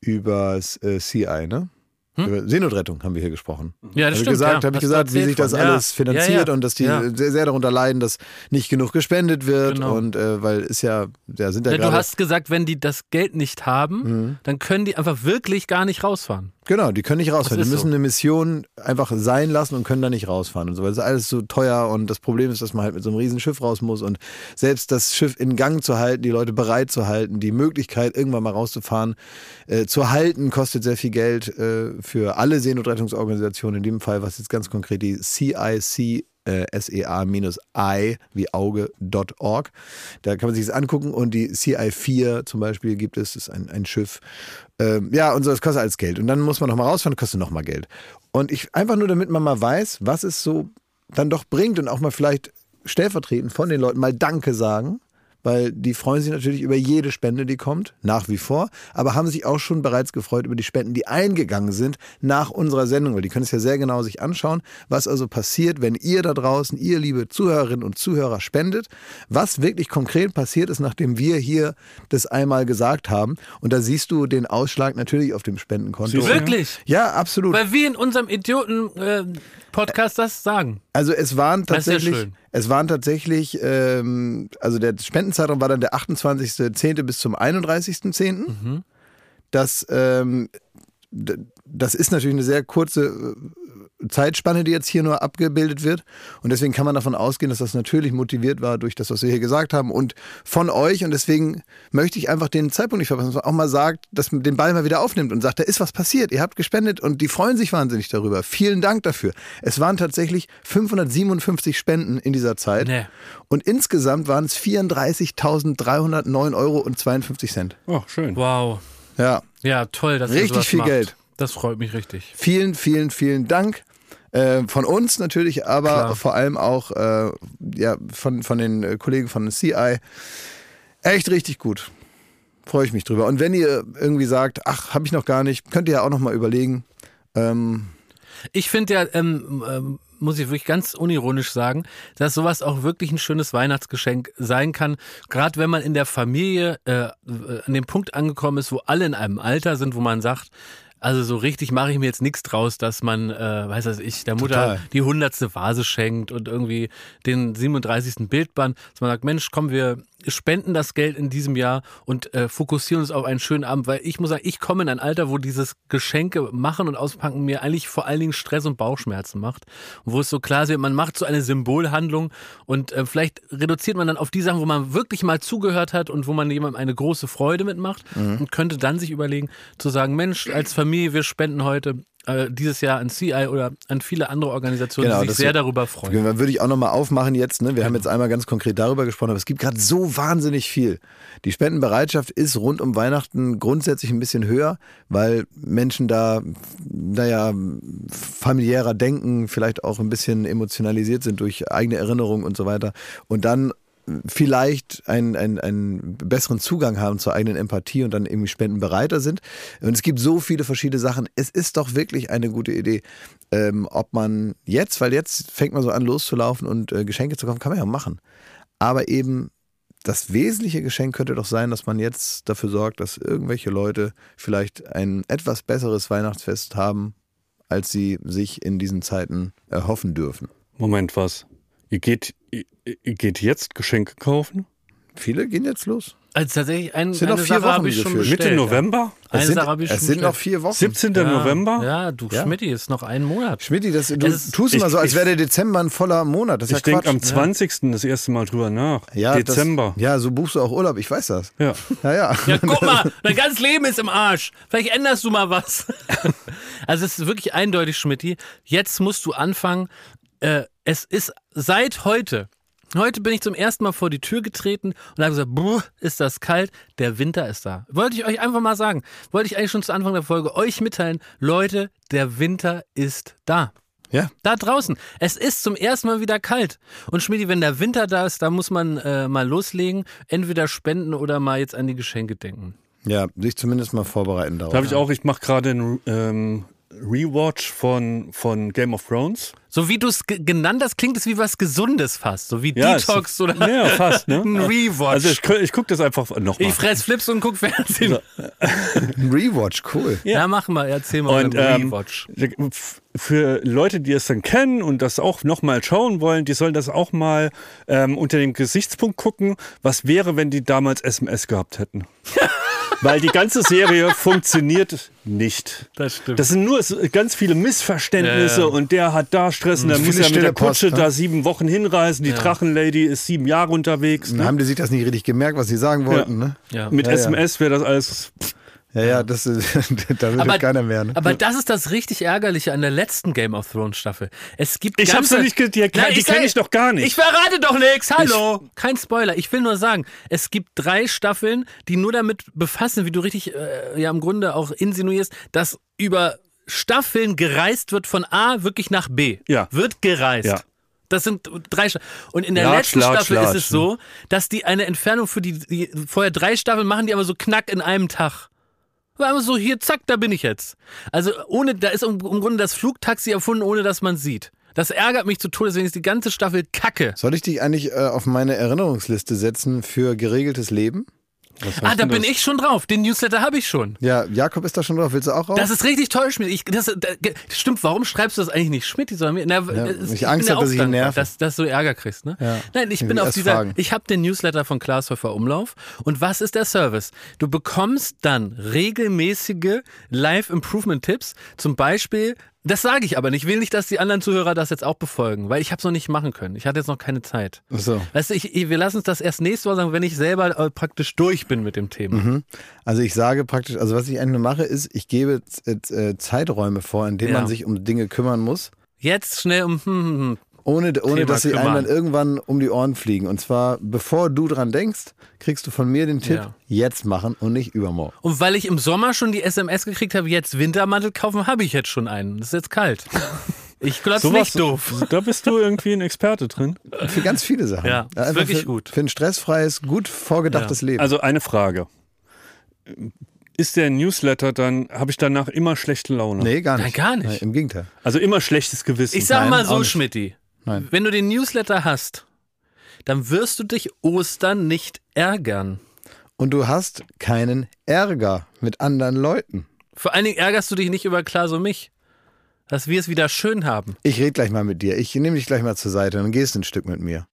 [SPEAKER 1] über äh, CI, ne?
[SPEAKER 3] Hm?
[SPEAKER 1] Über Seenotrettung haben wir hier gesprochen.
[SPEAKER 3] Ja, das
[SPEAKER 1] Habe ich
[SPEAKER 3] stimmt.
[SPEAKER 1] gesagt,
[SPEAKER 3] ja.
[SPEAKER 1] habe ich
[SPEAKER 3] Hast du
[SPEAKER 1] gesagt, wie
[SPEAKER 3] erzählt
[SPEAKER 1] sich das
[SPEAKER 3] von.
[SPEAKER 1] alles
[SPEAKER 3] ja.
[SPEAKER 1] finanziert
[SPEAKER 3] ja, ja.
[SPEAKER 1] und dass die
[SPEAKER 3] Ja.
[SPEAKER 1] sehr, sehr darunter leiden, dass nicht genug gespendet wird
[SPEAKER 3] Genau.
[SPEAKER 1] und äh, weil ist ja, da sind ja,
[SPEAKER 3] Ja, Ne, du
[SPEAKER 1] gerade, Mhm.
[SPEAKER 3] hast gesagt, wenn die das Geld nicht haben, dann können die einfach wirklich gar nicht rausfahren.
[SPEAKER 1] genau, die können nicht rausfahren,
[SPEAKER 3] Das
[SPEAKER 1] die
[SPEAKER 3] ist
[SPEAKER 1] müssen
[SPEAKER 3] so.
[SPEAKER 1] eine Mission einfach sein lassen und können da nicht rausfahren und so, weil es ist alles so teuer und das Problem ist, dass man halt mit so einem riesen Schiff raus muss und selbst das Schiff in Gang zu halten, die Leute bereit zu halten, die Möglichkeit irgendwann mal rauszufahren, äh, zu halten, kostet sehr viel Geld äh, für alle Seenotrettungsorganisationen, in dem Fall, was jetzt ganz konkret die CIC äh, sea-i wie auge.org. Da kann man sich das angucken und die CI4 zum Beispiel gibt es, ist ein, ein Schiff. Ähm, ja, und so, das kostet alles Geld. Und dann muss man nochmal rausfahren, kostet nochmal Geld. Und ich einfach nur, damit man mal weiß, was es so dann doch bringt und auch mal vielleicht stellvertretend von den Leuten mal Danke sagen. Weil die freuen sich natürlich über jede Spende, die kommt, nach wie vor, aber haben sich auch schon bereits gefreut über die Spenden, die eingegangen sind nach unserer Sendung. Weil die können es ja sehr genau sich anschauen, was also passiert, wenn ihr da draußen, ihr liebe Zuhörerinnen und Zuhörer, spendet, was wirklich konkret passiert ist, nachdem wir hier das einmal gesagt haben. Und da siehst du den Ausschlag natürlich auf dem Spendenkonto.
[SPEAKER 2] Siehst du?
[SPEAKER 3] Wirklich?
[SPEAKER 1] Ja, absolut.
[SPEAKER 3] Weil wir in unserem Idioten-Podcast das sagen.
[SPEAKER 1] Also es waren
[SPEAKER 3] Das ist ja
[SPEAKER 1] tatsächlich,
[SPEAKER 3] schön.
[SPEAKER 1] es waren tatsächlich, ähm, also der Spendenzeitraum war dann der 28.10. bis zum 31.10.
[SPEAKER 3] Mhm.
[SPEAKER 1] Das, ähm, d- das ist natürlich eine sehr kurze äh, Zeitspanne, die jetzt hier nur abgebildet wird. Und deswegen kann man davon ausgehen, dass das natürlich motiviert war durch das, was wir hier gesagt haben und von euch. Und deswegen möchte ich einfach den Zeitpunkt nicht verpassen, dass man auch mal sagt, dass man den Ball mal wieder aufnimmt und sagt, da ist was passiert, ihr habt gespendet und die freuen sich wahnsinnig darüber. Vielen Dank dafür. Es waren tatsächlich 557 Spenden in dieser Zeit.
[SPEAKER 3] Nee.
[SPEAKER 1] Und insgesamt waren es 34.309 Euro und 52 Cent.
[SPEAKER 2] Oh, schön.
[SPEAKER 3] Wow.
[SPEAKER 1] Ja,
[SPEAKER 3] Ja, toll, dass ihr
[SPEAKER 1] Richtig
[SPEAKER 3] sowas
[SPEAKER 1] viel
[SPEAKER 3] macht.
[SPEAKER 1] Geld.
[SPEAKER 3] Das freut mich richtig.
[SPEAKER 1] vielen, vielen, vielen Dank. Äh, von uns natürlich, aber
[SPEAKER 3] Klar.
[SPEAKER 1] vor allem auch äh, ja, von, von den äh, Kollegen von CI. Echt richtig gut. Freue ich mich drüber. Und wenn ihr irgendwie sagt, ach, habe ich noch gar nicht, könnt ihr ja auch noch mal überlegen. Ähm,
[SPEAKER 3] Ich finde ja, ähm, ähm, muss ich wirklich ganz unironisch sagen, dass sowas auch wirklich ein schönes Weihnachtsgeschenk sein kann. Gerade wenn man in der Familie äh, äh, an dem Punkt angekommen ist, wo alle in einem Alter sind, wo man sagt, also so richtig mache ich mir jetzt nichts draus, dass man, äh, weiß das ich, der Mutter
[SPEAKER 1] Total.
[SPEAKER 3] die hundertste Vase schenkt und irgendwie den 37. Bildband, dass man sagt, Mensch, komm, wir spenden das Geld in diesem Jahr und äh, fokussieren uns auf einen schönen Abend, weil ich muss sagen, ich komme in ein Alter, wo dieses Geschenke machen und auspacken mir eigentlich vor allen Dingen Stress und Bauchschmerzen macht, Und wo es so klar ist, man macht so eine Symbolhandlung und äh, vielleicht reduziert man dann auf die Sachen, wo man wirklich mal zugehört hat und wo man jemandem eine
[SPEAKER 1] Mhm.
[SPEAKER 3] große Freude mitmacht und könnte dann sich überlegen, zu sagen, Mensch, als Familie, wir spenden heute äh, dieses Jahr an CI oder an viele andere Organisationen,
[SPEAKER 1] Genau,
[SPEAKER 3] die sich
[SPEAKER 1] das
[SPEAKER 3] sehr
[SPEAKER 1] wird-
[SPEAKER 3] darüber freuen.
[SPEAKER 1] Dann würde ich auch nochmal aufmachen jetzt. Ne? Wir haben jetzt einmal ganz konkret darüber gesprochen, aber es gibt gerade so wahnsinnig viel. Die Spendenbereitschaft ist rund um Weihnachten grundsätzlich ein bisschen höher, weil Menschen da, naja, familiärer denken, vielleicht auch ein bisschen emotionalisiert sind durch eigene Erinnerungen und so weiter. Und dann vielleicht einen, einen, einen besseren Zugang haben zur eigenen Empathie und dann irgendwie spendenbereiter sind. Und es gibt so viele verschiedene Sachen. Es ist doch wirklich eine gute Idee, ähm, ob man jetzt, weil jetzt fängt man so an loszulaufen und äh, Geschenke zu kaufen, kann man ja machen. Aber eben das wesentliche Geschenk könnte doch sein, dass man jetzt dafür sorgt, dass irgendwelche Leute vielleicht ein etwas besseres Weihnachtsfest haben, als sie sich in diesen Zeiten erhoffen dürfen.
[SPEAKER 2] Moment, was? Ihr geht, ihr, ihr geht jetzt Geschenke kaufen?
[SPEAKER 1] Viele gehen jetzt los.
[SPEAKER 3] Also tatsächlich, ein,
[SPEAKER 1] Es sind
[SPEAKER 3] eine
[SPEAKER 1] noch vier
[SPEAKER 3] Sache
[SPEAKER 1] Wochen
[SPEAKER 3] habe ich schon
[SPEAKER 1] gefühlt.
[SPEAKER 3] bestellt.
[SPEAKER 2] Mitte November?
[SPEAKER 3] Ja. Eine
[SPEAKER 1] es sind,
[SPEAKER 3] Sache habe ich
[SPEAKER 1] es
[SPEAKER 3] schon
[SPEAKER 1] sind noch
[SPEAKER 3] bestellt.
[SPEAKER 1] vier Wochen.
[SPEAKER 2] 17.
[SPEAKER 3] Ja,
[SPEAKER 2] November?
[SPEAKER 3] Ja, du
[SPEAKER 1] Ja.
[SPEAKER 3] Schmidti, ist noch ein Monat.
[SPEAKER 1] Schmidti, das, du
[SPEAKER 3] Es ist-
[SPEAKER 1] tust immer
[SPEAKER 2] ich-
[SPEAKER 1] so, als
[SPEAKER 2] ich-
[SPEAKER 1] wäre der Dezember ein voller Monat. Das ist ja
[SPEAKER 2] Ich denke
[SPEAKER 1] Quatsch.
[SPEAKER 2] am
[SPEAKER 3] ne?
[SPEAKER 2] 20. das erste Mal drüber nach.
[SPEAKER 1] ja,
[SPEAKER 2] Dezember.
[SPEAKER 1] Das, ja, so buchst du auch Urlaub, ich weiß das.
[SPEAKER 3] (laughs)
[SPEAKER 2] Ja.
[SPEAKER 1] Ja, ja. (laughs)
[SPEAKER 3] Ja, guck mal, dein ganzes Leben ist im Arsch. Vielleicht änderst du mal was. (laughs) Also es ist wirklich eindeutig, Schmidti. Jetzt musst du anfangen. Äh, es ist seit heute. Heute bin ich zum ersten Mal vor die Tür getreten und habe gesagt, Bruh, ist das kalt, der Winter ist da. Wollte ich euch einfach mal sagen. Wollte ich eigentlich schon zu Anfang der Folge euch mitteilen, Leute, der Winter ist da.
[SPEAKER 1] ja.
[SPEAKER 3] Da draußen. Es ist zum ersten Mal wieder kalt. Und Schmidi, wenn der Winter da ist, da muss man äh, mal loslegen. Entweder spenden oder mal jetzt an die Geschenke denken.
[SPEAKER 1] Ja, sich zumindest mal vorbereiten darauf.
[SPEAKER 2] Darf ich auch? Ich mache gerade einen ähm, Rewatch von, von Game of Thrones.
[SPEAKER 3] So wie du es ge- genannt hast, klingt es wie was Gesundes fast. So wie
[SPEAKER 2] es-
[SPEAKER 3] Detox oder
[SPEAKER 2] Ja, fast, ne?
[SPEAKER 3] (laughs) ein Rewatch.
[SPEAKER 2] Also ich, kö- ich gucke das einfach nochmal.
[SPEAKER 3] ich fress Flips und guck Fernsehen.
[SPEAKER 1] Ein Rewatch, cool.
[SPEAKER 3] Ja, mach mal, erzähl mal
[SPEAKER 2] Und
[SPEAKER 3] von einem
[SPEAKER 2] ähm,
[SPEAKER 3] Rewatch.
[SPEAKER 2] f- für Leute, die es dann kennen und das auch nochmal schauen wollen, die sollen das auch mal ähm, unter dem Gesichtspunkt gucken, was wäre, wenn die damals SMS gehabt hätten. Weil die ganze Serie funktioniert nicht.
[SPEAKER 3] Das stimmt.
[SPEAKER 2] Das sind nur s- ganz viele Missverständnisse
[SPEAKER 3] Ja, ja.
[SPEAKER 2] und der hat da Stress und dann
[SPEAKER 1] Viele
[SPEAKER 2] muss er mit
[SPEAKER 1] stille
[SPEAKER 2] der Kutsche
[SPEAKER 1] Post, ne?
[SPEAKER 2] da sieben Wochen hinreisen. Die Drachenlady ist sieben Jahre unterwegs.
[SPEAKER 1] Dann
[SPEAKER 2] Ne?
[SPEAKER 1] haben die sich das nicht richtig gemerkt, was sie sagen wollten, ne?
[SPEAKER 3] Ja.
[SPEAKER 2] Mit
[SPEAKER 1] Ja, ja.
[SPEAKER 2] SMS wäre das alles
[SPEAKER 1] Ja, ja, das ist, (laughs) da will doch keiner mehr. Ne?
[SPEAKER 3] aber das ist das richtig Ärgerliche an der letzten Game of Thrones Staffel. Es gibt
[SPEAKER 2] Ich hab's
[SPEAKER 3] ganze-
[SPEAKER 2] noch nicht ge- die- die
[SPEAKER 3] sag-
[SPEAKER 2] kenn ich noch gar nicht.
[SPEAKER 3] Ich verrate doch nichts. Hallo. Kein Spoiler. Ich will nur sagen, es gibt drei Staffeln, die nur damit befassen, wie du richtig äh, ja im Grunde auch insinuierst, dass über Staffeln gereist wird von A wirklich nach B.
[SPEAKER 2] Ja.
[SPEAKER 3] Wird gereist.
[SPEAKER 2] Ja.
[SPEAKER 3] Das sind drei Staffeln. Und in der
[SPEAKER 2] Latsch,
[SPEAKER 3] letzten
[SPEAKER 2] latsch,
[SPEAKER 3] Staffel
[SPEAKER 2] latsch,
[SPEAKER 3] ist es
[SPEAKER 2] ne?
[SPEAKER 3] so, dass die eine Entfernung für die, die vorher drei Staffeln machen, die aber so knack in einem Tag. War immer so, hier, zack, da bin ich jetzt. Also ohne, da ist im, im Grunde das Flugtaxi erfunden, ohne dass man sieht. Das ärgert mich zu Tode, deswegen ist die ganze Staffel Kacke.
[SPEAKER 1] Soll ich dich eigentlich äh, auf meine Erinnerungsliste setzen für geregeltes Leben?
[SPEAKER 3] Ah, da bin ich schon drauf. Den Newsletter habe ich schon.
[SPEAKER 1] Ja, Jakob ist da schon drauf. Willst du auch rauf?
[SPEAKER 3] Das ist richtig toll, Schmidt. Ich, das, das, stimmt, warum schreibst du das eigentlich nicht Schmidt, sondern mir? Na, es-
[SPEAKER 1] ich Angst
[SPEAKER 3] bin
[SPEAKER 1] hab, dass ich ihn
[SPEAKER 3] auch dankbar,
[SPEAKER 1] nerve.
[SPEAKER 3] Dass, dass du Ärger kriegst, ne?
[SPEAKER 1] Ja.
[SPEAKER 3] Nein, ich
[SPEAKER 1] Ich
[SPEAKER 3] bin
[SPEAKER 1] will
[SPEAKER 3] auf
[SPEAKER 1] erst
[SPEAKER 3] dieser,
[SPEAKER 1] fragen.
[SPEAKER 3] ich habe den Newsletter von Glashäufer Umlauf und was ist der Service? Du bekommst dann regelmäßige Live-Improvement-Tipps, zum Beispiel, das sage ich aber nicht, ich will nicht, dass die anderen Zuhörer das jetzt auch befolgen, weil ich habe es noch nicht machen können. Ich hatte jetzt noch keine Zeit.
[SPEAKER 1] Ach so.
[SPEAKER 3] Weißt du, ich, ich, wir lassen uns das erst nächste Woche sagen, wenn ich selber äh, praktisch durch bin mit dem Thema.
[SPEAKER 1] Also ich sage praktisch, also was ich eigentlich nur mache, ist, ich gebe z- äh, Zeiträume vor, in denen
[SPEAKER 3] Ja.
[SPEAKER 1] man sich um Dinge kümmern muss,
[SPEAKER 3] Jetzt schnell um hm, hm, hm,
[SPEAKER 1] ohne, ohne
[SPEAKER 3] Thema
[SPEAKER 1] dass sie einem
[SPEAKER 3] kümmern.
[SPEAKER 1] dann irgendwann um die Ohren fliegen. Und zwar, bevor du dran denkst, kriegst du von mir den Tipp,
[SPEAKER 3] Ja.
[SPEAKER 1] jetzt machen und nicht übermorgen.
[SPEAKER 3] Und weil ich im Sommer schon die SMS gekriegt habe, jetzt Wintermantel kaufen, habe ich jetzt schon einen. Das ist
[SPEAKER 1] (laughs)
[SPEAKER 3] jetzt kalt. Ich glaube,
[SPEAKER 2] Sowas-
[SPEAKER 3] nicht doof.
[SPEAKER 2] Da bist du irgendwie ein Experte drin.
[SPEAKER 1] Für ganz viele Sachen.
[SPEAKER 3] Ja, ist
[SPEAKER 1] Einfach
[SPEAKER 3] wirklich
[SPEAKER 1] für,
[SPEAKER 3] gut.
[SPEAKER 1] Für ein stressfreies, gut vorgedachtes Leben.
[SPEAKER 2] Also eine Frage. Ist der Newsletter dann, habe ich danach immer schlechte Laune?
[SPEAKER 1] nee, gar nicht.
[SPEAKER 3] Nein, gar nicht.
[SPEAKER 1] Nein, Im Gegenteil.
[SPEAKER 2] Also immer schlechtes Gewissen.
[SPEAKER 3] Ich sag
[SPEAKER 1] Nein,
[SPEAKER 3] mal
[SPEAKER 1] auch
[SPEAKER 3] so,
[SPEAKER 1] nicht.
[SPEAKER 3] Schmidti.
[SPEAKER 1] Nein.
[SPEAKER 3] Wenn du den Newsletter hast, dann wirst du dich Ostern nicht ärgern.
[SPEAKER 1] Und du hast keinen Ärger mit anderen Leuten.
[SPEAKER 3] Vor allen Dingen ärgerst du dich nicht über Klaas und mich. Dass wir es wieder schön haben.
[SPEAKER 1] Ich rede gleich mal mit dir. Ich nehme dich gleich mal zur Seite und gehst ein Stück mit mir.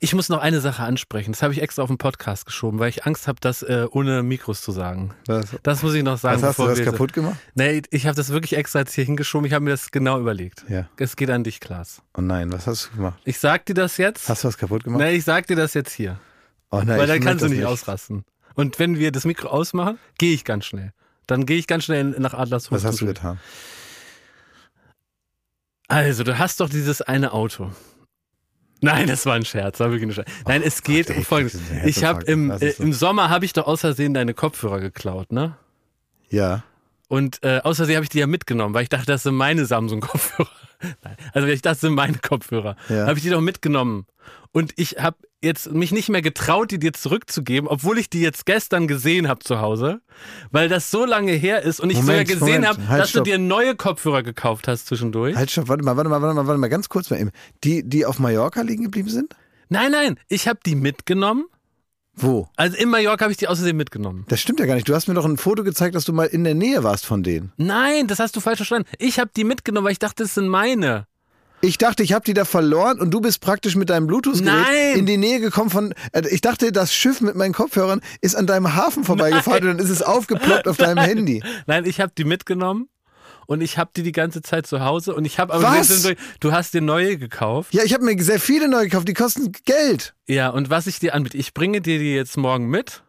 [SPEAKER 3] Ich muss noch eine Sache ansprechen. Das habe ich extra auf den Podcast geschoben, weil ich Angst habe, das äh, ohne Mikros zu sagen.
[SPEAKER 1] Was,
[SPEAKER 3] Das muss ich noch sagen.
[SPEAKER 1] was hast du
[SPEAKER 3] bevor
[SPEAKER 1] das
[SPEAKER 3] wir-
[SPEAKER 1] kaputt gemacht?
[SPEAKER 3] Nee, ich habe das wirklich extra jetzt hier hingeschoben. Ich habe mir das genau überlegt.
[SPEAKER 1] Ja.
[SPEAKER 3] Es geht an dich, Klaas.
[SPEAKER 1] Oh nein, was hast du gemacht?
[SPEAKER 3] Ich sag dir das jetzt.
[SPEAKER 1] Hast du was kaputt gemacht?
[SPEAKER 3] Nein, ich sag dir das jetzt hier.
[SPEAKER 1] Oh nein,
[SPEAKER 3] weil
[SPEAKER 1] ich
[SPEAKER 3] dann
[SPEAKER 1] mag
[SPEAKER 3] kannst du
[SPEAKER 1] das
[SPEAKER 3] nicht, ausrasten. Und wenn wir das Mikro ausmachen, gehe ich ganz schnell. Dann gehe ich ganz schnell nach Adlershof.
[SPEAKER 1] Was hast
[SPEAKER 3] zum
[SPEAKER 1] du
[SPEAKER 3] Spiel.
[SPEAKER 1] getan?
[SPEAKER 3] Also, du hast doch dieses eine Auto. Nein, das war ein Scherz. War wirklich ein Scherz. Nein, es geht
[SPEAKER 1] ey,
[SPEAKER 3] um
[SPEAKER 1] ich
[SPEAKER 3] Folgendes.
[SPEAKER 1] krieg diesen
[SPEAKER 3] Ich habe
[SPEAKER 1] Herzinfarkt.
[SPEAKER 3] im,
[SPEAKER 1] Das
[SPEAKER 3] äh,
[SPEAKER 1] ist so-
[SPEAKER 3] im Sommer habe ich doch aus Versehen deine Kopfhörer geklaut, ne?
[SPEAKER 1] Ja.
[SPEAKER 3] Und äh, aus Versehen habe ich die ja mitgenommen, weil ich dachte, das sind meine Samsung-Kopfhörer. (laughs) Nein, also ich dachte, das sind meine Kopfhörer.
[SPEAKER 1] Ja.
[SPEAKER 3] Habe ich die doch mitgenommen. Und ich habe jetzt mich nicht mehr getraut, die dir zurückzugeben, obwohl ich die jetzt gestern gesehen habe zu Hause, weil das so lange her ist und ich
[SPEAKER 1] Moment,
[SPEAKER 3] sogar gesehen
[SPEAKER 1] Moment.
[SPEAKER 3] habe,
[SPEAKER 1] Halt,
[SPEAKER 3] dass
[SPEAKER 1] stopp.
[SPEAKER 3] du dir neue Kopfhörer gekauft hast zwischendurch.
[SPEAKER 1] Halt, stopp, warte mal, warte mal, warte mal, warte mal, ganz kurz mal eben. Die, die auf Mallorca liegen geblieben sind?
[SPEAKER 3] Nein, nein, ich habe die mitgenommen.
[SPEAKER 1] Wo?
[SPEAKER 3] Also in Mallorca habe ich die aus Versehen mitgenommen.
[SPEAKER 1] Das stimmt ja gar nicht. Du hast mir doch ein Foto gezeigt, dass du mal in der Nähe warst von denen.
[SPEAKER 3] Nein, das hast du falsch verstanden. Ich habe die mitgenommen, weil ich dachte, das sind meine.
[SPEAKER 1] Ich dachte, ich habe die da verloren und du bist praktisch mit deinem Bluetooth-Gerät
[SPEAKER 3] Nein!
[SPEAKER 1] in die Nähe gekommen von. äh, Ich dachte, das Schiff mit meinen Kopfhörern ist an deinem Hafen vorbeigefahren und dann ist es aufgeploppt auf deinem Handy.
[SPEAKER 3] Nein, ich habe die mitgenommen und ich habe die die ganze Zeit zu Hause und ich habe aber
[SPEAKER 1] Was?
[SPEAKER 3] gesehen, du hast dir neue gekauft.
[SPEAKER 1] Ja, ich habe mir sehr viele neu gekauft, die kosten Geld.
[SPEAKER 3] Ja, und was ich dir anbiete, ich bringe dir die jetzt morgen mit,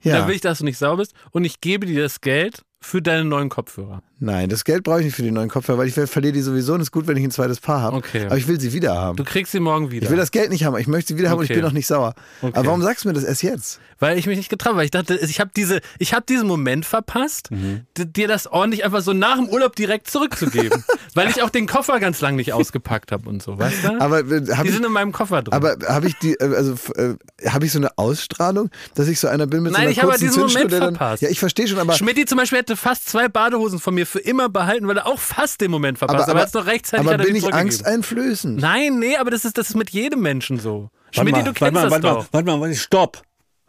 [SPEAKER 1] Ja.
[SPEAKER 3] dann will ich, dass du nicht sauber bist und ich gebe dir das Geld für deine neuen Kopfhörer.
[SPEAKER 1] Nein, das Geld brauche ich nicht für die neuen Kopfhörer, weil ich ver- verliere die sowieso und es ist gut, wenn ich ein zweites Paar habe.
[SPEAKER 3] Okay.
[SPEAKER 1] Aber ich will sie wieder haben.
[SPEAKER 3] Du kriegst sie morgen wieder.
[SPEAKER 1] Ich will das Geld nicht haben, ich möchte sie wieder haben und ich
[SPEAKER 3] Okay.
[SPEAKER 1] bin noch nicht sauer.
[SPEAKER 3] Okay.
[SPEAKER 1] Aber warum sagst du mir das erst jetzt?
[SPEAKER 3] Weil ich mich nicht getraut habe. weil Ich dachte, ich habe diese, ich hab diesen Moment verpasst,
[SPEAKER 1] Mhm.
[SPEAKER 3] d- dir das ordentlich einfach so nach dem Urlaub direkt
[SPEAKER 1] (laughs)
[SPEAKER 3] zurückzugeben. weil ich auch den Koffer ganz lang nicht ausgepackt habe und so, weißt du?
[SPEAKER 1] Aber äh, habe
[SPEAKER 3] die
[SPEAKER 1] ich,
[SPEAKER 3] sind in meinem Koffer drin.
[SPEAKER 1] aber habe ich die, äh, also f- äh, habe ich so eine Ausstrahlung, dass ich so einer bin mit
[SPEAKER 3] Nein,
[SPEAKER 1] so
[SPEAKER 3] ich
[SPEAKER 1] einer
[SPEAKER 3] habe halt
[SPEAKER 1] kurzen
[SPEAKER 3] diesen Moment
[SPEAKER 1] Zündschnur, der dann,
[SPEAKER 3] verpasst.
[SPEAKER 1] Ja, ich verstehe schon, aber
[SPEAKER 3] Schmidti zum Beispiel hätte fast zwei Badehosen von mir für immer behalten, weil er auch fast den Moment verpasst
[SPEAKER 1] aber,
[SPEAKER 3] hat. Aber, er hat's noch rechtzeitig
[SPEAKER 1] aber
[SPEAKER 3] hat er
[SPEAKER 1] bin
[SPEAKER 3] die
[SPEAKER 1] ich
[SPEAKER 3] zurückgegeben.
[SPEAKER 1] angsteinflößend?
[SPEAKER 3] Nein, nee, aber das ist, das ist mit jedem Menschen so.
[SPEAKER 2] Warte
[SPEAKER 3] Schmidti,
[SPEAKER 2] mal,
[SPEAKER 3] du
[SPEAKER 2] warte
[SPEAKER 3] kennst
[SPEAKER 2] mal,
[SPEAKER 3] das
[SPEAKER 2] warte
[SPEAKER 3] doch.
[SPEAKER 2] Mal, warte mal, warte, stopp.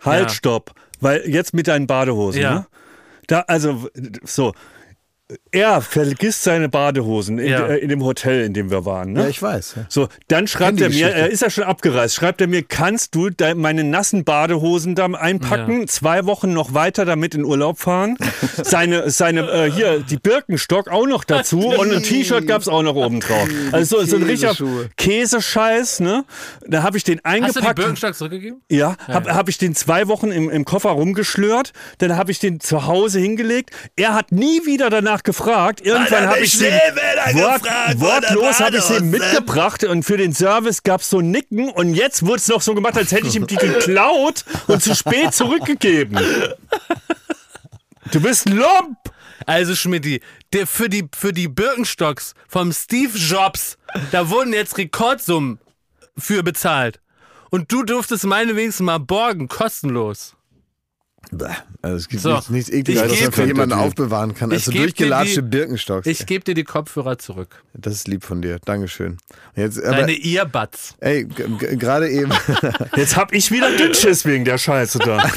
[SPEAKER 2] Halt,
[SPEAKER 3] Ja.
[SPEAKER 2] stopp. Weil jetzt mit deinen Badehosen,
[SPEAKER 3] Ja.
[SPEAKER 2] ne? Da, also, so. Er vergisst seine Badehosen in,
[SPEAKER 3] Ja.
[SPEAKER 2] äh, in dem Hotel, in dem wir waren. Ne?
[SPEAKER 1] Ja, ich weiß. Ja.
[SPEAKER 2] So, dann schreibt er mir,
[SPEAKER 1] Handygeschichte.
[SPEAKER 2] er ist ja schon abgereist, schreibt er mir, kannst du de- meine nassen Badehosen da einpacken, zwei Wochen noch weiter damit in Urlaub fahren, seine, seine äh, hier, die Birkenstock auch noch dazu und ein T-Shirt gab's auch noch oben drauf. Also so, so ein richtiger
[SPEAKER 1] Käseschuhe.
[SPEAKER 2] Käsescheiß, ne? Da habe ich den
[SPEAKER 3] Hast du die
[SPEAKER 2] eingepackt.
[SPEAKER 3] Birkenstock zurückgegeben?
[SPEAKER 2] Ja, hab, hab ich den zwei Wochen im, im Koffer rumgeschlürt, dann hab ich den zu Hause hingelegt. Er hat nie wieder danach gefragt. Irgendwann hab ich den wort, wortlos hab ich den mitgebracht und für den Service gab's so Nicken und jetzt wurde es noch so gemacht, als hätte ich ihm die geklaut und zu spät zurückgegeben. Du bist ein Lump!
[SPEAKER 3] Also Schmidti, der für die, für die Birkenstocks vom Steve Jobs, da wurden jetzt Rekordsummen für bezahlt. Und du durftest meine wenigstens mal borgen, kostenlos.
[SPEAKER 1] Bäh. Also es gibt
[SPEAKER 3] So.
[SPEAKER 1] nichts, nichts ekliges, was
[SPEAKER 3] Ich
[SPEAKER 1] man
[SPEAKER 3] geb-
[SPEAKER 1] für jemanden
[SPEAKER 2] natürlich.
[SPEAKER 1] aufbewahren kann.
[SPEAKER 3] Ich
[SPEAKER 1] Also
[SPEAKER 3] geb dir
[SPEAKER 1] durchgelatschte
[SPEAKER 3] die-
[SPEAKER 1] Birkenstocks.
[SPEAKER 3] Ich gebe dir die Kopfhörer zurück.
[SPEAKER 1] das ist lieb von dir. Dankeschön. Jetzt, aber,
[SPEAKER 3] Deine Earbuds.
[SPEAKER 1] ey, g- g- gerade eben. (laughs)
[SPEAKER 2] Jetzt hab ich wieder Dünnschiss wegen der Scheiße da.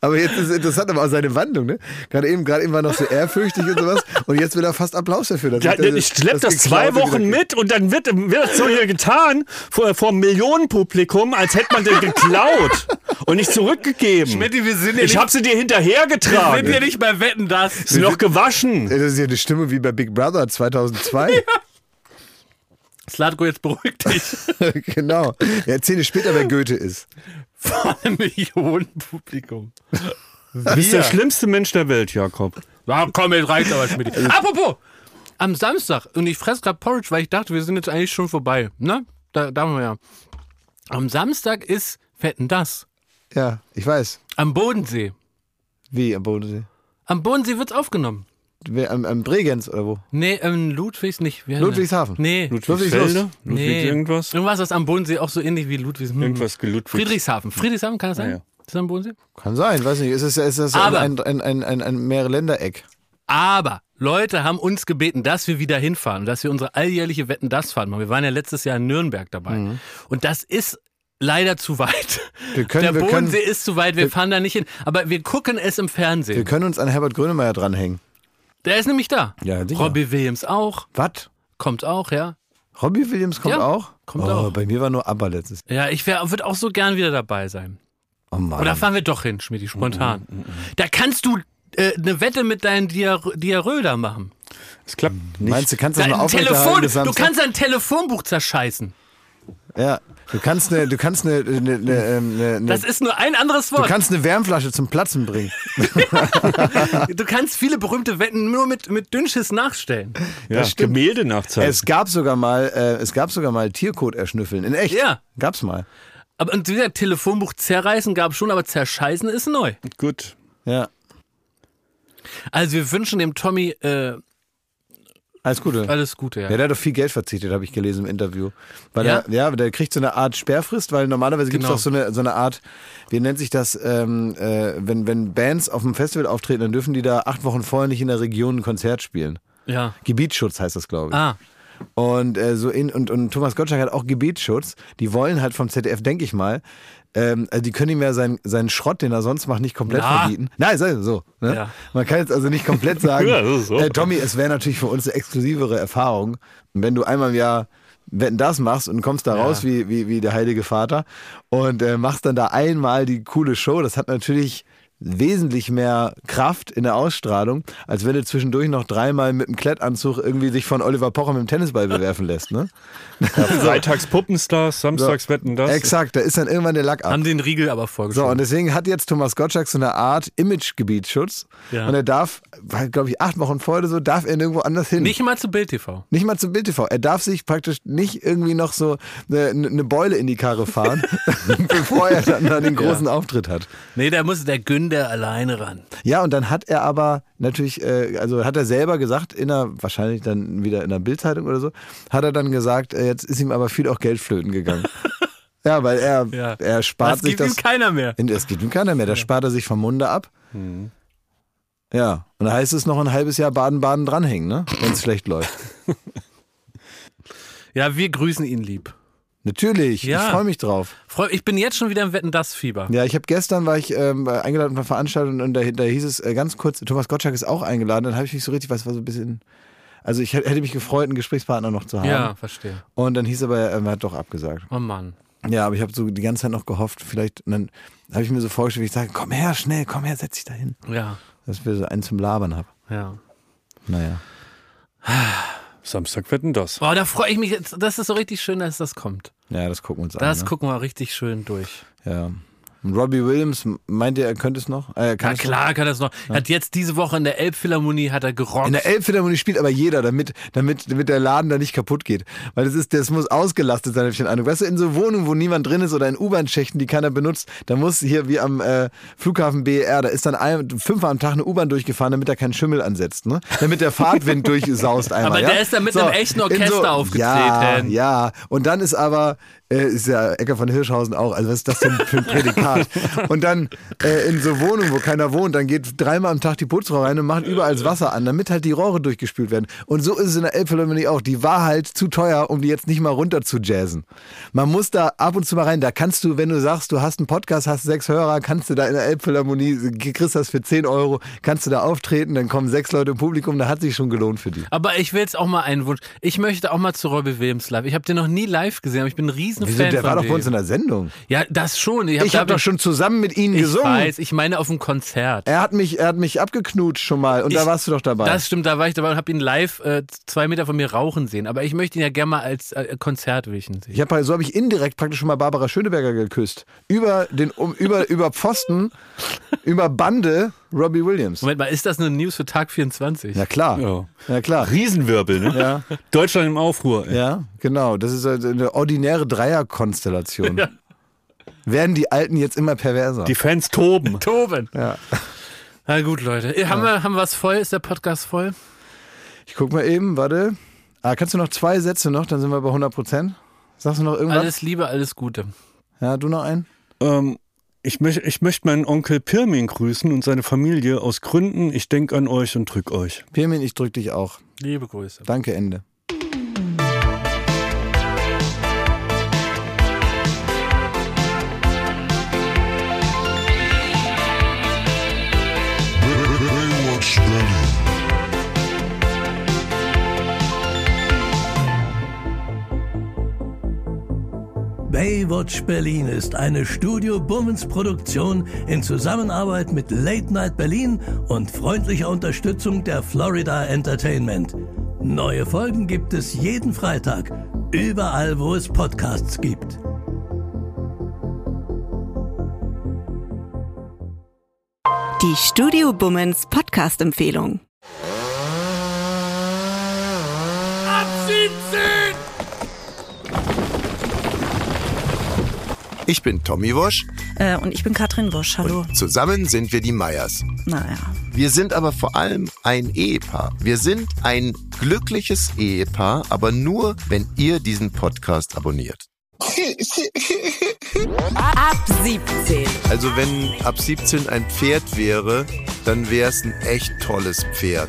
[SPEAKER 1] Aber jetzt ist es interessant, aber auch seine Wandlung, ne? Gerade eben, gerade eben war er noch so ehrfürchtig und
[SPEAKER 3] (laughs)
[SPEAKER 1] sowas. Und jetzt will er fast Applaus dafür. Dass
[SPEAKER 2] Ja, ich schlepp das, zwei
[SPEAKER 1] Geklaute
[SPEAKER 2] Wochen
[SPEAKER 1] wieder-
[SPEAKER 2] mit und dann wird, wird das so hier getan vor, vor einem Millionenpublikum, als hätte man den geklaut und nicht zurückgegeben.
[SPEAKER 3] Schmidti, wir sind ja
[SPEAKER 2] ich
[SPEAKER 3] nicht-
[SPEAKER 2] habe sie dir
[SPEAKER 3] Wir sind
[SPEAKER 2] hinterhergetragen.
[SPEAKER 3] ja nicht bei Wetten, das.
[SPEAKER 2] Ist noch gewaschen.
[SPEAKER 1] Ey, Das ist ja eine Stimme wie bei Big Brother 2002.
[SPEAKER 3] Slatko, jetzt beruhig dich.
[SPEAKER 1] (laughs) genau. Ja, erzähl dir später, wer Goethe ist.
[SPEAKER 3] Vor einem Millionenpublikum.
[SPEAKER 2] Du bist der schlimmste Mensch der Welt, Jakob.
[SPEAKER 3] Ja, komm, jetzt reicht aber, Schmidt. Apropos, Also- am Samstag, und ich fress grad Porridge, weil ich dachte, wir sind jetzt eigentlich schon vorbei. Ne? Da, da haben wir ja. Am Samstag ist Wetten das.
[SPEAKER 1] Ja, ich weiß.
[SPEAKER 3] Am Bodensee.
[SPEAKER 1] Wie, am Bodensee?
[SPEAKER 3] Am Bodensee wird's aufgenommen.
[SPEAKER 1] Wer, am, am Bregenz oder wo?
[SPEAKER 3] Nee, ähm, Ludwigs nicht. Wie heißt
[SPEAKER 1] Ludwigshafen.
[SPEAKER 3] der? Nee.
[SPEAKER 2] Ludwigsfelde? Ludwigs
[SPEAKER 3] nee.
[SPEAKER 2] irgendwas?
[SPEAKER 3] Irgendwas ist am Bodensee auch so ähnlich wie Ludwigs. Hm.
[SPEAKER 2] Irgendwas geludwigs.
[SPEAKER 3] Friedrichshafen. Friedrichshafen, kann das sein?
[SPEAKER 2] Ah, ja.
[SPEAKER 3] Ist das am Bodensee?
[SPEAKER 1] Kann sein, weiß nicht. Ist das, ist das
[SPEAKER 3] Aber-
[SPEAKER 1] ein, ein, ein, ein, ein Mehrländereck?
[SPEAKER 3] Aber Leute haben uns gebeten, dass wir wieder hinfahren, dass wir unsere alljährliche Wetten das fahren machen. Wir waren ja letztes Jahr in Nürnberg dabei. Und das ist leider zu weit.
[SPEAKER 1] Mhm. Wir können-
[SPEAKER 3] Der
[SPEAKER 1] wir können-
[SPEAKER 3] Bodensee ist zu weit, wir fahren da nicht hin. Aber wir gucken es im
[SPEAKER 1] Wir
[SPEAKER 3] Fernsehen.
[SPEAKER 1] können uns an Herbert Grönemeyer dranhängen.
[SPEAKER 3] Der ist nämlich da.
[SPEAKER 1] Ja, sicher.
[SPEAKER 3] Robbie Williams auch,
[SPEAKER 1] Was?
[SPEAKER 3] kommt auch, ja.
[SPEAKER 1] Robbie Williams kommt
[SPEAKER 3] Ja,
[SPEAKER 1] auch?
[SPEAKER 3] kommt
[SPEAKER 1] oh,
[SPEAKER 3] auch.
[SPEAKER 1] Bei mir war nur ABBA letztes.
[SPEAKER 3] Ja, ich würde auch so gern wieder dabei sein.
[SPEAKER 1] Oh Mann. Mhm,
[SPEAKER 3] Oder fahren wir doch hin, Schmidti, spontan. Da kannst du äh, eine Wette mit deinen Diar Diaröder machen.
[SPEAKER 2] Es klappt nicht.
[SPEAKER 1] Meinst du, kannst du das
[SPEAKER 3] Da,
[SPEAKER 1] mal
[SPEAKER 3] ein
[SPEAKER 1] aufrechterhalten?
[SPEAKER 3] Telefon,
[SPEAKER 1] bis
[SPEAKER 3] du
[SPEAKER 1] Samstag?
[SPEAKER 3] kannst ein Telefonbuch zerscheißen.
[SPEAKER 1] Ja. Du kannst eine, du kannst eine, eine, eine, eine, eine
[SPEAKER 3] Das ist nur ein anderes
[SPEAKER 1] du
[SPEAKER 3] Wort.
[SPEAKER 1] kannst eine Wärmflasche zum Platzen (laughs) bringen.
[SPEAKER 3] Du kannst viele berühmte Wetten nur mit, mit Dünnschiss nachstellen.
[SPEAKER 2] Ja, Gemälde nachzeichnen.
[SPEAKER 1] Es gab sogar mal, äh, es gab sogar mal Tierkot erschnüffeln. In echt?
[SPEAKER 3] Ja.
[SPEAKER 1] Gab's mal.
[SPEAKER 3] Aber und dieser Telefonbuch zerreißen gab schon, aber zerscheißen ist neu.
[SPEAKER 2] Gut.
[SPEAKER 1] Ja.
[SPEAKER 3] Also wir wünschen dem Tommy äh,
[SPEAKER 1] Alles Gute.
[SPEAKER 3] alles Gute. Ja.
[SPEAKER 1] Ja, der hat doch viel Geld verzichtet, habe ich gelesen im Interview. Weil
[SPEAKER 3] Ja?
[SPEAKER 1] Er, ja, der kriegt so eine Art Sperrfrist, weil normalerweise gibt es
[SPEAKER 3] Genau.
[SPEAKER 1] doch so eine, so eine Art, wie nennt sich das, ähm, äh, wenn, wenn Bands auf dem Festival auftreten, dann dürfen die da acht Wochen vorher nicht in der Region ein Konzert spielen.
[SPEAKER 3] ja.
[SPEAKER 1] Gebietsschutz heißt das, glaube ich.
[SPEAKER 3] Ah,
[SPEAKER 1] Und, äh, so in, und, und Thomas Gottschalk hat auch Gebietsschutz. Die wollen halt vom ZDF, denke ich mal, ähm, also die können ihm ja seinen, seinen Schrott, den er sonst macht, nicht komplett
[SPEAKER 3] Na.
[SPEAKER 1] verbieten. Nein, sei so. Ne?
[SPEAKER 3] Ja.
[SPEAKER 1] Man kann jetzt also nicht komplett
[SPEAKER 3] (laughs)
[SPEAKER 1] sagen,
[SPEAKER 2] Ja, das ist so.
[SPEAKER 1] äh, Tommy, es wäre natürlich für uns eine exklusivere Erfahrung, wenn du einmal im Jahr wenn das machst und kommst da raus wie, wie, wie der heilige Vater und äh, machst dann da einmal die coole Show, das hat natürlich wesentlich mehr Kraft in der Ausstrahlung, als wenn du zwischendurch noch dreimal mit dem Klettanzug irgendwie sich von Oliver Pocher mit dem Tennisball bewerfen lässt. Ne? (laughs)
[SPEAKER 2] Freitags Puppenstars, samstags Wetten das.
[SPEAKER 1] Exakt, da ist dann irgendwann der Lack ab.
[SPEAKER 3] haben den Riegel
[SPEAKER 1] So,
[SPEAKER 3] aber
[SPEAKER 1] und
[SPEAKER 3] vorgeschoben.
[SPEAKER 1] deswegen hat jetzt Thomas Gottschalk so eine Art Imagegebietsschutz.
[SPEAKER 3] Ja.
[SPEAKER 1] Und er darf, glaube ich, acht Wochen vorher oder so, darf er nirgendwo anders hin.
[SPEAKER 3] Nicht mal zu Bild TV.
[SPEAKER 1] Nicht mal zu Bild TV. Er darf sich praktisch nicht irgendwie noch so eine, eine Beule in die Karre fahren, (laughs) bevor er dann da den großen Auftritt hat.
[SPEAKER 3] Nee, da muss der Günder alleine ran.
[SPEAKER 1] Ja, und dann hat er aber natürlich, äh, also hat er selber gesagt, in einer, wahrscheinlich dann wieder in einer Bildzeitung oder so, hat er dann gesagt, äh, jetzt ist ihm aber viel auch Geld flöten
[SPEAKER 3] (laughs)
[SPEAKER 1] gegangen. ja, weil er,
[SPEAKER 3] Ja.
[SPEAKER 1] er spart
[SPEAKER 3] das
[SPEAKER 1] sich
[SPEAKER 3] gibt
[SPEAKER 1] das.
[SPEAKER 3] ihm keiner mehr.
[SPEAKER 1] Und Es gibt ihm keiner mehr, da spart er sich vom Munde ab.
[SPEAKER 3] Mhm.
[SPEAKER 1] Ja, und da heißt es noch ein halbes Jahr Baden-Baden dranhängen, ne? wenn es schlecht
[SPEAKER 3] (laughs)
[SPEAKER 1] läuft.
[SPEAKER 3] Ja, wir grüßen ihn lieb.
[SPEAKER 1] Natürlich,
[SPEAKER 3] Ja.
[SPEAKER 1] ich freue mich drauf.
[SPEAKER 3] Freu- Ich bin jetzt schon wieder im Wetten das Fieber.
[SPEAKER 1] Ja, ich habe gestern war ich ähm, eingeladen bei Veranstaltungen und da, da hieß es äh, ganz kurz, Thomas Gottschalk ist auch eingeladen, dann habe ich mich so richtig, was war so ein bisschen, also ich hätte mich gefreut, einen Gesprächspartner noch zu haben.
[SPEAKER 3] Ja, verstehe.
[SPEAKER 1] Und dann hieß aber, ähm, er hat doch abgesagt.
[SPEAKER 3] Oh Mann.
[SPEAKER 1] Ja, aber ich habe so die ganze Zeit noch gehofft, vielleicht, und dann habe ich mir so vorgestellt, wie ich sage, komm her, schnell, komm her, setz dich da hin.
[SPEAKER 3] Ja,
[SPEAKER 1] Dass wir so einen zum Labern haben.
[SPEAKER 3] ja.
[SPEAKER 1] Naja.
[SPEAKER 2] Samstag Wetten das.
[SPEAKER 3] Boah, Oh, da freue ich mich jetzt. Das ist so richtig schön, dass das kommt.
[SPEAKER 1] Ja, das gucken wir uns an.
[SPEAKER 3] Das
[SPEAKER 1] ne?
[SPEAKER 3] gucken wir richtig schön durch.
[SPEAKER 1] Ja. Und Robbie Williams, meint ihr, er könnte es noch? Äh, er kann
[SPEAKER 3] Na
[SPEAKER 1] es
[SPEAKER 3] klar kann das noch. Hat jetzt diese Woche in der Elbphilharmonie hat er gerockt.
[SPEAKER 1] Noch? In der Elbphilharmonie spielt aber jeder, damit, damit, damit der Laden da nicht kaputt geht. Weil das ist, das muss ausgelastet sein, hab ich den Eindruck. Weißt du, in so Wohnungen, wo niemand drin ist oder in U-Bahn-Schächten, die keiner benutzt, da muss hier wie am äh, Flughafen BER, da ist dann ein, fünfmal am Tag eine U-Bahn durchgefahren, damit da kein Schimmel ansetzt, ne? Damit der Fahrtwind durchsaust einmal.
[SPEAKER 3] Aber
[SPEAKER 1] ja?
[SPEAKER 3] der ist dann mit einem echten
[SPEAKER 1] in
[SPEAKER 3] Orchester aufgetreten.
[SPEAKER 1] Ja, ja. Und dann ist aber, äh, ist ja Ecker von Hirschhausen auch, also was ist das denn für ein
[SPEAKER 3] (laughs)
[SPEAKER 1] Prädikat? und dann äh, in so Wohnungen, wo keiner wohnt, dann geht dreimal am Tag die Putzfrau rein und macht überall das Wasser an, damit halt die Rohre durchgespült werden. Und so ist es in der Elbphilharmonie auch. Die war halt zu teuer, um die jetzt nicht mal runter zu jazzen. Man muss da ab und zu mal rein. Da kannst du, wenn du sagst, du hast einen Podcast, hast sechs Hörer, kannst du da in der Elbphilharmonie, kriegst das für 10 Euro, kannst du da auftreten, dann kommen sechs Leute im Publikum, da hat sich schon gelohnt für die.
[SPEAKER 3] aber ich will jetzt auch mal einen Wunsch. Ich möchte auch mal zu Robbie Williams live. Ich habe den noch nie live gesehen, aber ich bin ein riesen
[SPEAKER 1] Wieso,
[SPEAKER 3] Fan
[SPEAKER 1] der
[SPEAKER 3] von
[SPEAKER 1] war doch
[SPEAKER 3] dem.
[SPEAKER 1] bei uns in der Sendung.
[SPEAKER 3] Ja, das schon. Ich
[SPEAKER 1] Ich habe
[SPEAKER 3] da-
[SPEAKER 1] doch schon zusammen mit Ihnen
[SPEAKER 3] ich
[SPEAKER 1] gesungen.
[SPEAKER 3] weiß, ich meine auf dem Konzert.
[SPEAKER 1] Er hat mich, er hat mich abgeknutscht schon mal und da
[SPEAKER 3] Ich-
[SPEAKER 1] warst du doch dabei.
[SPEAKER 3] Das stimmt, da war ich dabei und habe ihn live äh, zwei Meter von mir rauchen sehen. Aber ich möchte ihn ja gerne mal als äh, Konzert will ich ihn sehen.
[SPEAKER 1] ich hab, halt- so habe ich indirekt praktisch schon mal Barbara Schöneberger geküsst. Über den um, über, (laughs) über Pfosten, über Bande Robbie Williams.
[SPEAKER 3] Moment mal, ist das eine News für Tag 24?
[SPEAKER 1] Na klar.
[SPEAKER 2] Ja.
[SPEAKER 1] Na klar.
[SPEAKER 2] Riesenwirbel, ne?
[SPEAKER 1] Ja.
[SPEAKER 2] Deutschland im Aufruhr. ey.
[SPEAKER 1] Ja, genau. Das ist also eine ordinäre
[SPEAKER 3] (laughs)
[SPEAKER 1] Dreierkonstellation. Werden die Alten jetzt immer perverser?
[SPEAKER 2] Die Fans toben.
[SPEAKER 3] Toben.
[SPEAKER 1] Ja.
[SPEAKER 3] Na gut, Leute. Äh, Haben, wir, haben wir was voll? Ist der Podcast voll?
[SPEAKER 1] ich guck mal eben, warte. Ah, kannst du noch zwei Sätze noch, dann sind wir bei 100 Prozent. Sagst du noch irgendwas?
[SPEAKER 3] Alles Liebe, alles Gute.
[SPEAKER 1] Ja, du noch einen?
[SPEAKER 2] Ähm, ich, möch, ich möchte meinen Onkel Pirmin grüßen und seine Familie aus Gründen. Ich denke an euch und drück euch.
[SPEAKER 1] Pirmin, ich drück dich auch.
[SPEAKER 3] Liebe Grüße.
[SPEAKER 1] Danke, Ende.
[SPEAKER 4] Baywatch Berlin.
[SPEAKER 6] Baywatch Berlin ist eine Studio Bummens Produktion in Zusammenarbeit mit Late Night Berlin und freundlicher Unterstützung der Florida Entertainment. Neue Folgen gibt es jeden Freitag, Überall, wo es Podcasts gibt.
[SPEAKER 7] Die Studio Bummens Podcast-Empfehlung.
[SPEAKER 8] Ich bin Tommy Wosch
[SPEAKER 9] Äh, und ich bin Katrin Wosch. Hallo.
[SPEAKER 8] und zusammen sind wir die Meyers.
[SPEAKER 9] Naja.
[SPEAKER 8] Wir sind aber vor allem ein Ehepaar. Wir sind ein glückliches Ehepaar, aber nur, wenn ihr diesen Podcast abonniert.
[SPEAKER 7] Ab 17.
[SPEAKER 8] Also wenn ab 17 ein Pferd wäre, dann wäre es ein echt tolles Pferd.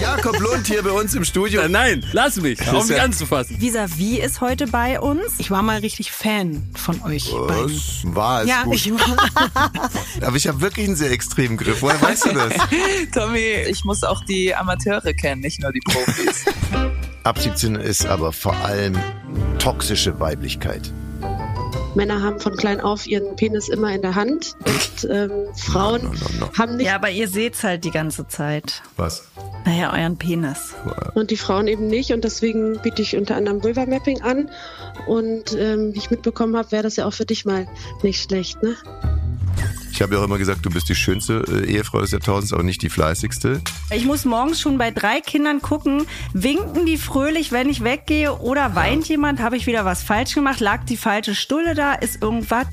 [SPEAKER 8] Jakob Lund hier bei uns im Studio.
[SPEAKER 3] Nein, lass mich, um mich anzufassen.
[SPEAKER 9] Visavi ist heute bei uns.
[SPEAKER 10] Ich war mal richtig Fan von euch. beiden.
[SPEAKER 8] Was? War es
[SPEAKER 10] Ja,
[SPEAKER 8] gut.
[SPEAKER 10] ich war.
[SPEAKER 8] Aber ich habe wirklich einen sehr extremen Griff. Woher weißt du das?
[SPEAKER 11] Tommy, ich muss auch die Amateure kennen, nicht nur die Profis.
[SPEAKER 8] Ab 17 ist aber vor allem toxische Weiblichkeit.
[SPEAKER 11] (laughs) Männer haben von klein auf ihren Penis immer in der Hand und ähm, Frauen
[SPEAKER 8] No, no, no.
[SPEAKER 11] haben nicht
[SPEAKER 9] aber ihr seht's halt die ganze Zeit.
[SPEAKER 8] Was?
[SPEAKER 9] Naja, euren Penis.
[SPEAKER 11] und die Frauen eben nicht und deswegen biete ich unter anderem Vulva Mapping an und ähm, wie ich mitbekommen habe, wäre das ja auch für dich mal nicht schlecht, ne?
[SPEAKER 8] Ich habe ja auch immer gesagt, du bist die schönste äh, Ehefrau des Jahrtausends, aber nicht die fleißigste.
[SPEAKER 9] Ich muss morgens schon bei drei Kindern gucken, winken die fröhlich, wenn ich weggehe oder weint jemand, habe ich wieder was falsch gemacht, lag die falsche Stulle da, ist irgendwas.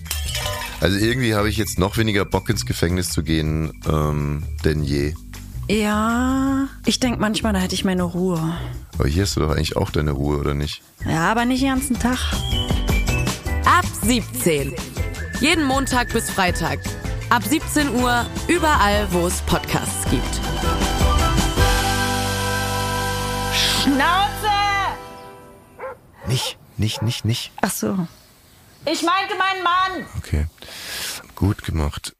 [SPEAKER 8] Also irgendwie habe ich jetzt noch weniger Bock ins Gefängnis zu gehen, ähm, denn je.
[SPEAKER 9] Ja, ich denk manchmal, da hätte ich meine Ruhe.
[SPEAKER 8] Aber hier hast du doch eigentlich auch deine Ruhe, oder nicht?
[SPEAKER 9] Ja, aber nicht den ganzen Tag.
[SPEAKER 7] Ab 17. Jeden Montag bis Freitag. Ab 17 Uhr überall, wo es Podcasts gibt.
[SPEAKER 11] Schnauze!
[SPEAKER 8] Nicht, nicht, nicht, nicht.
[SPEAKER 9] Ach so.
[SPEAKER 11] Ich meinte meinen Mann!
[SPEAKER 8] Okay. Gut gemacht.